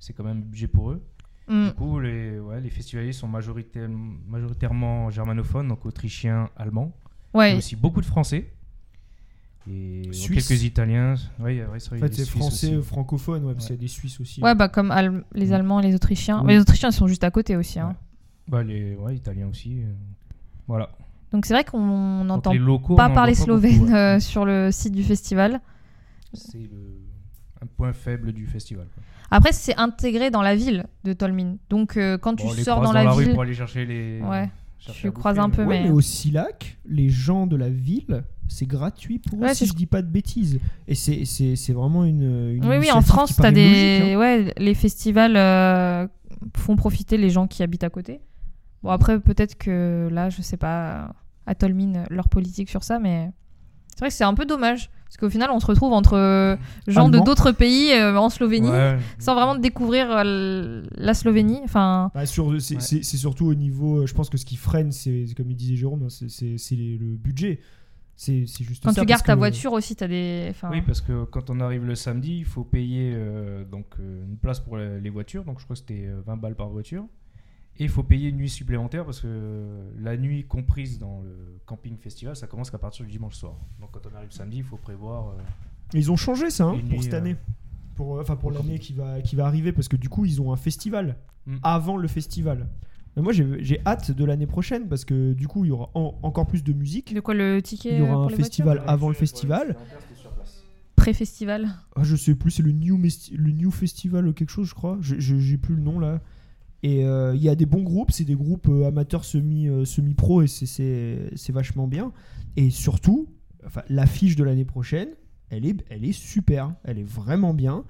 c'est quand même un budget pour eux. Mm. Du coup, les, ouais, les festivaliers sont majoritaire- majoritairement germanophones, donc autrichiens, allemands. Il y Ouais. a aussi beaucoup de Français. Et bon, Suisse. quelques Italiens. Ouais, ouais, c'est vrai, En il y a fait, des c'est Suisses français, aussi. francophone, ouais, parce Ouais. qu'il y a des Suisses aussi. Ouais, bah comme Allem- les Allemands et les Autrichiens. Oui. Mais les Autrichiens, ils sont juste à côté aussi. hein. Mm. Ouais. Bah, les ouais, Italiens aussi. euh, Voilà. Donc c'est vrai qu'on Donc, n'entend les locaux, on pas en parler voit beaucoup, slovène ouais. euh, sur le site du festival. C'est le- un point faible du festival. quoi. Après, c'est intégré dans la ville de Tolmin. Donc euh, quand tu Bon, on les sors croise dans la, rue ville, pour aller chercher les. Ouais, chercher tu à bouffer, croises un peu, Ouais, mais- mais au Silac, les gens de la ville, c'est gratuit pour eux, Ouais, c'est si ce je dis pas de bêtises. Et c'est- c'est c'est vraiment une. une oui, oui, initiative en qui France, t'as paraît des, logique, hein. ouais, les festivals euh, font profiter les gens qui habitent à côté. Bon après, peut-être que là, je sais pas, à Tolmin, leur politique sur ça, mais c'est vrai que c'est un peu dommage parce qu'au final, on se retrouve entre euh, gens de Allemands. d'autres pays euh, en Slovénie. Ouais. sans vraiment découvrir euh, l- la Slovénie. Enfin, Bah, sur- c'est Ouais. c'est- c'est surtout au niveau. euh, Je pense que ce qui freine, c'est c'est comme il disait Jérôme, hein, c'est- c'est c'est les- le budget. C'est c'est juste quand ça, tu parce gardes ta que- voiture aussi, t'as des. Enfin, Oui, parce que quand on arrive le samedi, il faut payer euh, donc euh, une place pour la- les voitures. Donc je crois que c'était euh, 20 balles par voiture. Et il faut payer une nuit supplémentaire parce que euh, la nuit comprise dans le camping festival, ça commence qu'à partir du dimanche soir. Donc quand on arrive samedi, il faut prévoir. euh, Ils ont changé ça hein, Une pour nuit, cette euh, année. Pour, euh, enfin, pour pour le l'année camping. qui va, qui va arriver, parce que du coup, ils ont un festival Mm. avant le festival. Mais moi, j'ai j'ai hâte de l'année prochaine, parce que du coup, il y aura en- encore plus de musique. de quoi le ticket Il y aura euh, pour un les festival voitures avant le festival. Pré-festival. Ah, je sais plus, c'est le New, Mesti- le New Festival ou quelque chose, je crois. Je- je- J'ai plus le nom là. Et euh, il y a des bons groupes, c'est des groupes euh, amateurs semi, euh, semi-pro et c'est- c'est c'est vachement bien. Et surtout, enfin, l'affiche de l'année prochaine, elle est, elle est super, elle est vraiment bien.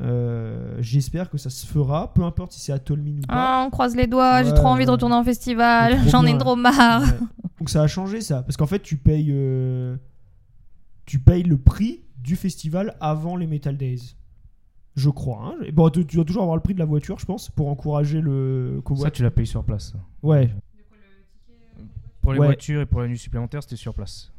Euh, J'espère que ça se fera, peu importe si c'est à Tolmin ou pas. Ah, on croise les doigts, j'ai Ouais, trop envie de ouais. retourner en festival, C'est trop j'en ai bien. trop marre. Ouais. Donc ça a changé ça, parce qu'en fait tu payes, euh, tu payes le prix du festival avant les Metal Days, je crois. hein. Et Bon, tu, tu dois toujours avoir le prix de la voiture, je pense, pour encourager le Ça, convoi. tu la payes sur place. Ouais. Pour les Ouais. voitures et pour la nuit supplémentaire, c'était sur place.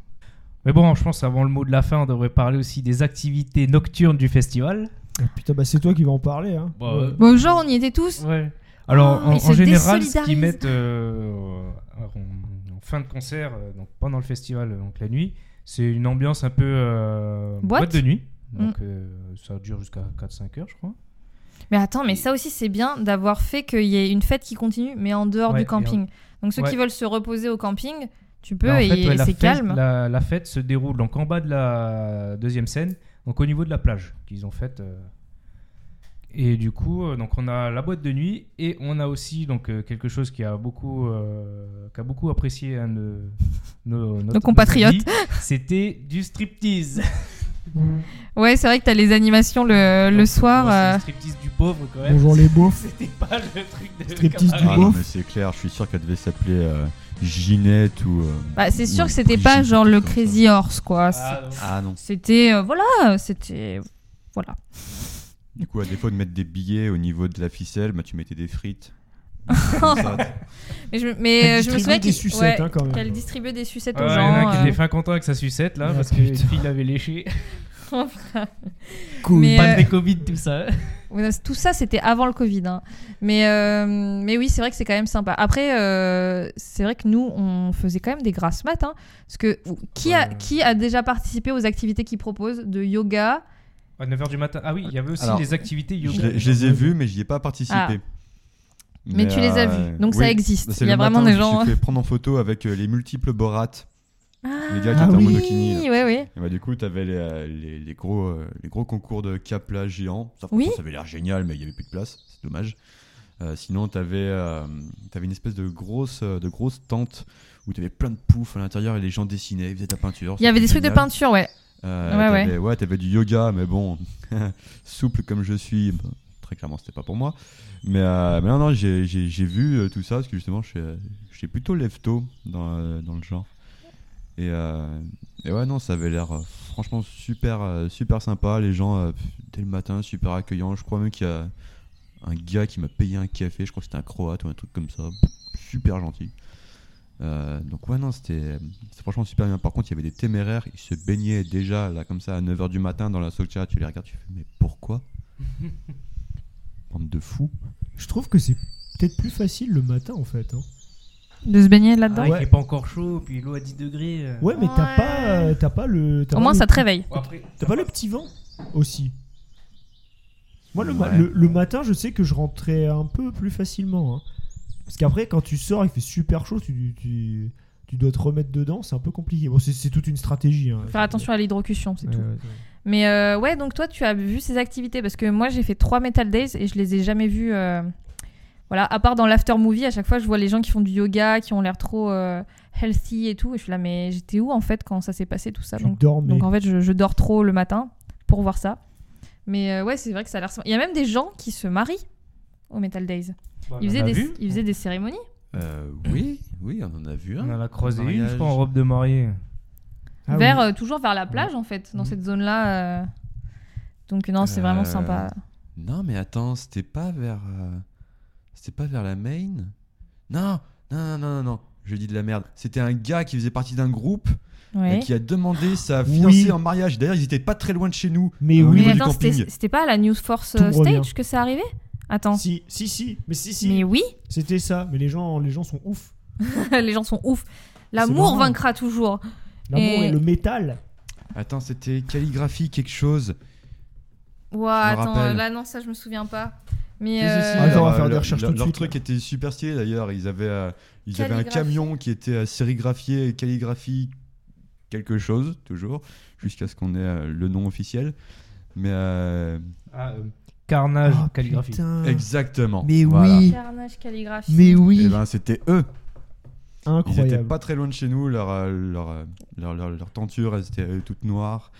Mais bon, je pense avant le mot de la fin, on devrait parler aussi des activités nocturnes du festival. Ah, putain, bah c'est toi qui vas en parler. Hein. Bah, euh, Bon, genre, on y était tous. Ouais. Alors, Oh, en, ils se en général, ce qu'ils désolidarisent. mettent euh, en, en fin de concert, euh, donc pendant le festival, euh, donc la nuit, c'est une ambiance un peu euh, Boîte. Mm. de nuit. Donc, euh, ça dure jusqu'à 4-5 heures, je crois. Mais attends, mais ça aussi, c'est bien d'avoir fait qu'il y ait une fête qui continue, mais en dehors Ouais, et du en- camping. Donc ceux qui Ouais. veulent se reposer au camping, tu peux Là, Bah, en et, fait, ouais, et la c'est fête- calme. La, la fête se déroule donc en bas de la deuxième scène, donc au niveau de la plage qu'ils ont faite. euh. Et du coup, euh, donc on a la boîte de nuit et on a aussi donc euh, quelque chose qui a beaucoup, euh, qu'a beaucoup apprécié un de nos, notre- compatriotes. nos amis, C'était du striptease. Ouais, c'est vrai que t'as les animations le, le Donc, soir. bon, c'est euh, le Striptease du pauvre quand même. (laughs) Bonjour les beaufs. C'était pas le truc de Striptease cabaret. Du Ah non, beauf. mais c'est clair, je suis sûr qu'elle devait s'appeler euh, Ginette ou. euh, Bah, c'est sûr ou que c'était Brigitte, pas genre le comme ça. Crazy Horse, quoi. Ah, non. Ah non. C'était. euh, voilà, c'était. (laughs) Voilà. Du coup, à défaut de mettre des billets au niveau de la ficelle, bah, tu mettais (laughs) des frites. Comme Ah, ça, Mais je, mais, euh, je me Distribuer souviens des qu'il- sucettes ouais, hein, quand même. qu'elle distribuait des sucettes Ah, aux il y gens. en a qui euh. (laughs) étaient fin content avec sa sucette là Ah, parce que une putain. fille l'avait léché. Mais, Pas euh, des Covid, tout ça. Ouais, Tout ça, c'était avant le Covid. hein. Mais, euh, mais oui, c'est vrai que c'est quand même sympa. Après, euh, c'est vrai que nous, on faisait quand même des grasses maths. hein, parce que qui a, Ouais. qui a déjà participé aux activités qu'ils proposent de yoga À 9h du matin. Ah oui, il y avait aussi Alors, les activités Je, yoga. l'ai- je les ai vus, mais j'y ai pas participé. Ah. Mais, tu les as euh, vus. Donc ça oui. existe. C'est Il y le a vraiment matin, des Je gens. hein. me suis fait prendre en photo avec euh, les multiples borates. les gars qui Ah étaient en oui. bikini. là. Oui, oui, oui. Et bah, du coup, t'avais les, euh, les, les gros, euh, les gros concours de capla géants. Sauf que Oui. ça, ça avait l'air génial, mais il y avait plus de place. C'est dommage. Euh, sinon, t'avais euh, avais une espèce de grosse, euh, de grosse tente où t'avais plein de poufs à l'intérieur et les gens dessinaient, ils faisaient de la peinture. Il y avait des C'était trucs de génial. peinture, ouais. Euh, Ouais, t'avais- ouais, t'avais du yoga, mais bon, (laughs) souple comme je suis, bah, très clairement, c'était pas pour moi. Mais, euh, mais non, non, j'ai, j'ai- j'ai vu euh, tout ça parce que justement, je suis, euh, je suis plutôt lève-tôt dans, euh, dans le genre. Et Et, euh, et ouais, non, ça avait l'air euh, franchement super, euh, super sympa. Les gens, euh, pff, dès le matin, super accueillants. Je crois même qu'il y a un gars qui m'a payé un café. Je crois que c'était un croate ou un truc comme ça. Super gentil. Euh, donc ouais non c'était c'était franchement super bien par contre il y avait des téméraires ils se baignaient déjà là comme ça à 9h du matin dans la Solcha tu les regardes tu fais mais (laughs) pourquoi bande de fous Je trouve que c'est peut-être plus facile le matin en fait. hein. De se baigner là-dedans Ah, ouais. Il fait pas encore chaud, puis l'eau à 10 degrés. euh. Ouais, mais t'as Ouais. pas, euh, t'as pas le. Au t'as pas moins, le ça te petit- réveille. Bon, après, T'as pas le petit vent aussi. Moi, le, ma- Ouais. le- le matin, je sais que je rentrais un peu plus facilement. hein. Parce qu'après, quand tu sors, il fait super chaud, tu, tu, tu dois te remettre dedans, c'est un peu compliqué. Bon, c'est- c'est toute une stratégie. hein. Faire attention à l'hydrocution, c'est Ouais, tout. ouais, ouais. Mais euh, ouais, donc toi, tu as vu ces activités parce que moi, j'ai fait trois Metal Days et je les ai jamais vus. euh, Voilà, à part dans l'after movie, à chaque fois, je vois les gens qui font du yoga, qui ont l'air trop euh, healthy et tout. Et je suis là, mais j'étais où en fait quand ça s'est passé tout ça Tu donc, dormais. donc en fait, je, je dors trop le matin pour voir ça. Mais euh, ouais, c'est vrai que ça a l'air. sympa. Il y a même des gens qui se marient au Metal Days. bah, Ils faisaient, a des, vu. ils faisaient des cérémonies. Euh, oui oui on en a vu un On en a croisé une, Mariage. je crois, en robe de mariée. Ah oui. vers, euh, toujours vers la plage en fait, dans Mhm. cette zone-là. euh. Donc non, c'est Euh, vraiment sympa. Non, mais attends, c'était pas vers. euh, C'était pas vers la main Non, non, non, non, non, non, je dis de la merde. C'était un gars qui faisait partie d'un groupe Ouais. et qui a demandé sa Oui. fiancée en mariage. D'ailleurs, ils étaient pas très loin de chez nous. Mais Euh, au oui. niveau Mais du attends, camping. c'était c'était pas à la News Force Tout euh, revient. Stage que c'est arrivé Attends. Si, si, si, mais si, si, Mais oui, (laughs) c'était ça. Mais les gens, les gens sont ouf. les gens sont ouf. marrant. L'amour vaincra toujours. L'amour Et- et... le métal. Attends, c'était calligraphie, quelque chose. Ouah, Je me attends, euh, rappelle. là non, ça je me souviens pas. Mais Si, si, si, euh, Attends, on va leur- faire des leur- recherches leur- tout de Leur suite, truc là. était super stylé d'ailleurs. Ils avaient, euh, ils avaient un Calligraphie. camion qui était euh, sérigraphié et calligraphie quelque chose, toujours, jusqu'à ce qu'on ait euh, le nom officiel. Mais euh, Ah, euh, Carnage, Oh, Ah, calligraphie. putain. exactement. Mais Voilà. oui, carnage calligraphie. mais oui. Eh ben, c'était eux. Ils Incroyable. étaient pas très loin de chez nous. Leur, euh, leur, euh, leur, leur- leur tenture, elle était toute noire.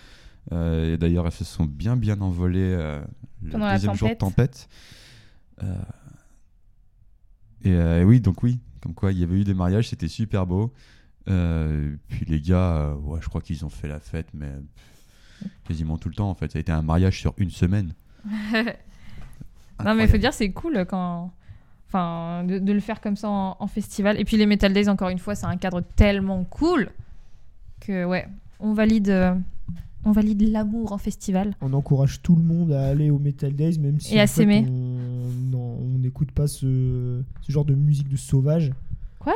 Euh, et d'ailleurs, elles se sont bien, bien envolées euh, le Pendant la deuxième jour de tempête. Euh, et euh, oui, donc oui, comme quoi il y avait eu des mariages, c'était super beau. Euh, puis les gars, euh, ouais, je crois qu'ils ont fait la fête, mais pff, quasiment tout le temps en fait. Ça a été un mariage sur (laughs) une semaine. non mais Incroyable. faut dire c'est cool quand enfin de, de le faire comme ça en, en festival et puis les Metal Days encore une fois, c'est un cadre tellement cool que ouais, on valide euh, on valide l'amour en festival. On encourage tout le monde à aller au Metal Days, même si Et à en fait, s'aimer. on non, on n'écoute pas ce, ce genre de musique de sauvage. Quoi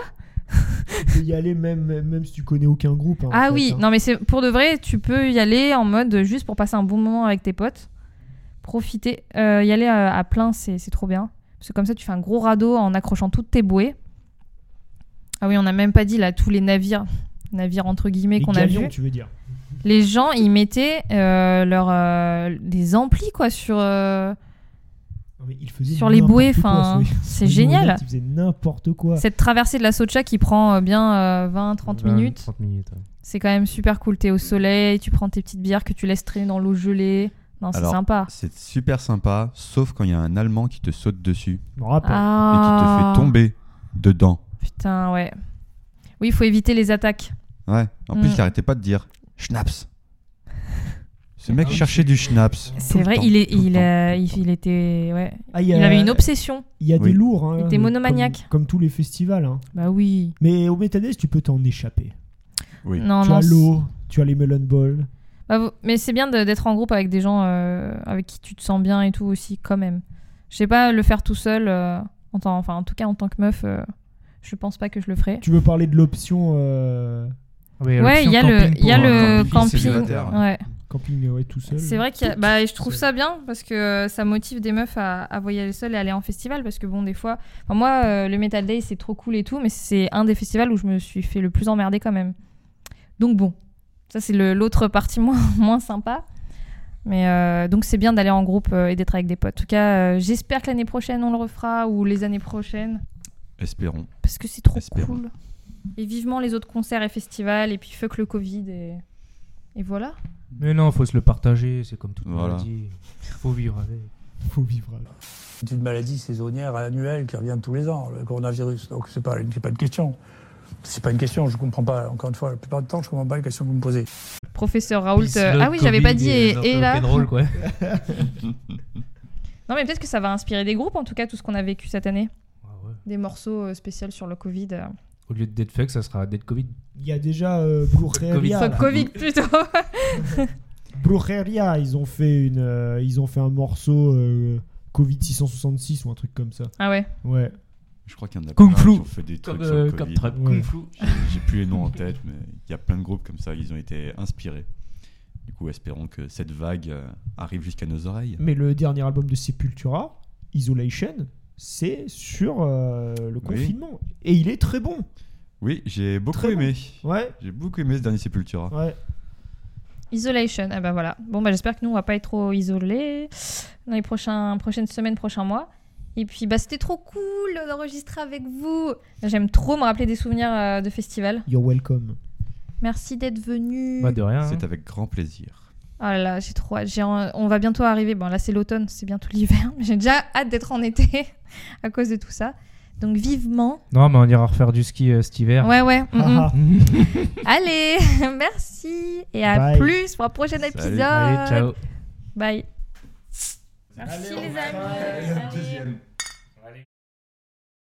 Tu peux y aller même, même si tu connais aucun groupe. hein, en Ah fait, oui, hein. non mais c'est pour de vrai, tu peux y aller en mode euh, juste pour passer un bon moment avec tes potes, profiter, Euh, y aller euh, à plein, c'est c'est trop bien. Parce que comme ça, tu fais un gros radeau en accrochant toutes tes bouées. Ah oui, on n'a même pas dit là tous les navires, navires entre guillemets Les qu'on a galions, vus. tu veux dire. Les gens, ils mettaient euh, leur, euh, des amplis quoi sur, euh, Non, mais ils faisaient sur les n'importe bouées, quoi, enfin, ce- c'est ce génial. moment-là, Ils faisaient n'importe quoi. Cette traversée de la Socha qui prend euh, bien 20-30 20, minutes, 30 minutes. ouais. c'est quand même super cool. T'es au soleil, tu prends tes petites bières que tu laisses traîner dans l'eau gelée. Non, c'est Alors, sympa. C'est super sympa, sauf quand il y a un Allemand qui te saute dessus Je me rappelle. Ah. et qui te fait tomber dedans. Putain, ouais. Oui, il faut éviter les attaques. Ouais, en plus, Mm. il arrêtait pas de dire schnapps. Ce mec Ah oui, cherchait du schnapps. c'est- C'est le vrai, temps, il, est, tout le il, temps, euh, tout le il, temps. il était. Ouais. Ah, il y Il a- avait une obsession. Il y a Oui. des lourds. hein, Il était comme- monomaniaque. Comme, tous les festivals. hein. Bah oui. Mais au Metal Days, tu peux t'en échapper. Oui. Non, tu non. as c'est- l'eau, tu as les melon balls. Bah, vous- mais c'est bien de- d'être en groupe avec des gens euh, avec qui tu te sens bien et tout aussi, quand même. Je sais pas, le faire tout seul, euh, en tant- enfin, en tout cas en tant que meuf, euh, je pense pas que je le ferais. Tu veux parler de l'option euh, Ouais, il y a l'option le, il y a camping pour, euh, le camping camping. célibataire. ouais. camping euh, ouais, tout seul C'est vrai que bah, et je trouve ça bien parce que euh, ça motive des meufs à, à voyager seules et aller en festival parce que bon des fois, enfin, moi euh, le Metal Day c'est trop cool et tout mais c'est un des festivals où je me suis fait le plus emmerder quand même. Donc bon, ça c'est le- l'autre partie (laughs) moins, moins sympa. Mais euh, donc c'est bien d'aller en groupe euh, et d'être avec des potes. En tout cas, euh, j'espère que l'année prochaine on le refera ou les années prochaines Espérons. parce que c'est trop Espérons. cool. Et vivement les autres concerts et festivals et puis fuck le Covid et, et voilà. Mais non, faut se le partager, c'est comme toute Voilà. maladie. Faut vivre avec. faut vivre avec. C'est une maladie saisonnière annuelle qui revient tous les ans, le coronavirus. Donc c'est pas, il n'est pas une question. C'est pas une question, je comprends pas. Encore une fois, la plupart du temps, je comprends pas les questions que vous me posez. Professeur Raoult. euh, ah oui, j'avais pas dit. Et, et là. drôle, (laughs) quoi. Non, mais peut-être que ça va inspirer des groupes, en tout cas, tout ce qu'on a vécu cette année. Des morceaux euh, spéciaux sur le Covid. euh. Ah Au lieu de Dead Fuck, ça sera Dead Covid. Il y a déjà euh, Ah, Brujeria. Fuck là. Covid plutôt. (laughs) Brujeria, ils ont fait une, euh, ils ont fait un morceau euh, Covid 666 ou un truc comme ça. ah ouais. Ouais. Je crois qu'il y en a Kung plein Flu. qui ont fait des trucs Comme, sur le euh, Covid. comme Trap. Ouais. J'ai- J'ai plus les noms en tête, mais il y a plein de groupes comme ça, ils ont été inspirés. Du coup, espérons que cette vague euh, arrive jusqu'à nos oreilles. Mais le dernier album de Sepultura, Isolation, c'est sur euh, le confinement et il est très bon. Oui, j'ai beaucoup Très bon. aimé. Ouais. J'ai beaucoup aimé ce dernier Sepultura. Ouais. Isolation. Ah bah voilà. Bon, bah j'espère que nous, on va pas être trop isolés dans les prochains, prochaines semaines, prochains mois. Et puis, bah c'était trop cool d'enregistrer avec vous. J'aime trop me rappeler des souvenirs euh, de festival. You're welcome. Merci d'être venu. Bah, de rien. hein. C'est avec grand plaisir. Ah là là, j'ai trop hâte. J'ai en- On va bientôt arriver. Bon, là, c'est l'automne, c'est bientôt l'hiver. mais J'ai déjà hâte d'être en été (laughs) à cause de tout ça. Donc, vivement. Non, mais on ira refaire du ski euh, cet hiver. Ouais, ouais. mm, mm. (laughs) Ah, Allez, (laughs) merci. Et à Bye. plus pour un prochain Salut. épisode. Allez, ciao. Bye. Merci, les amis. Allez, deuxième.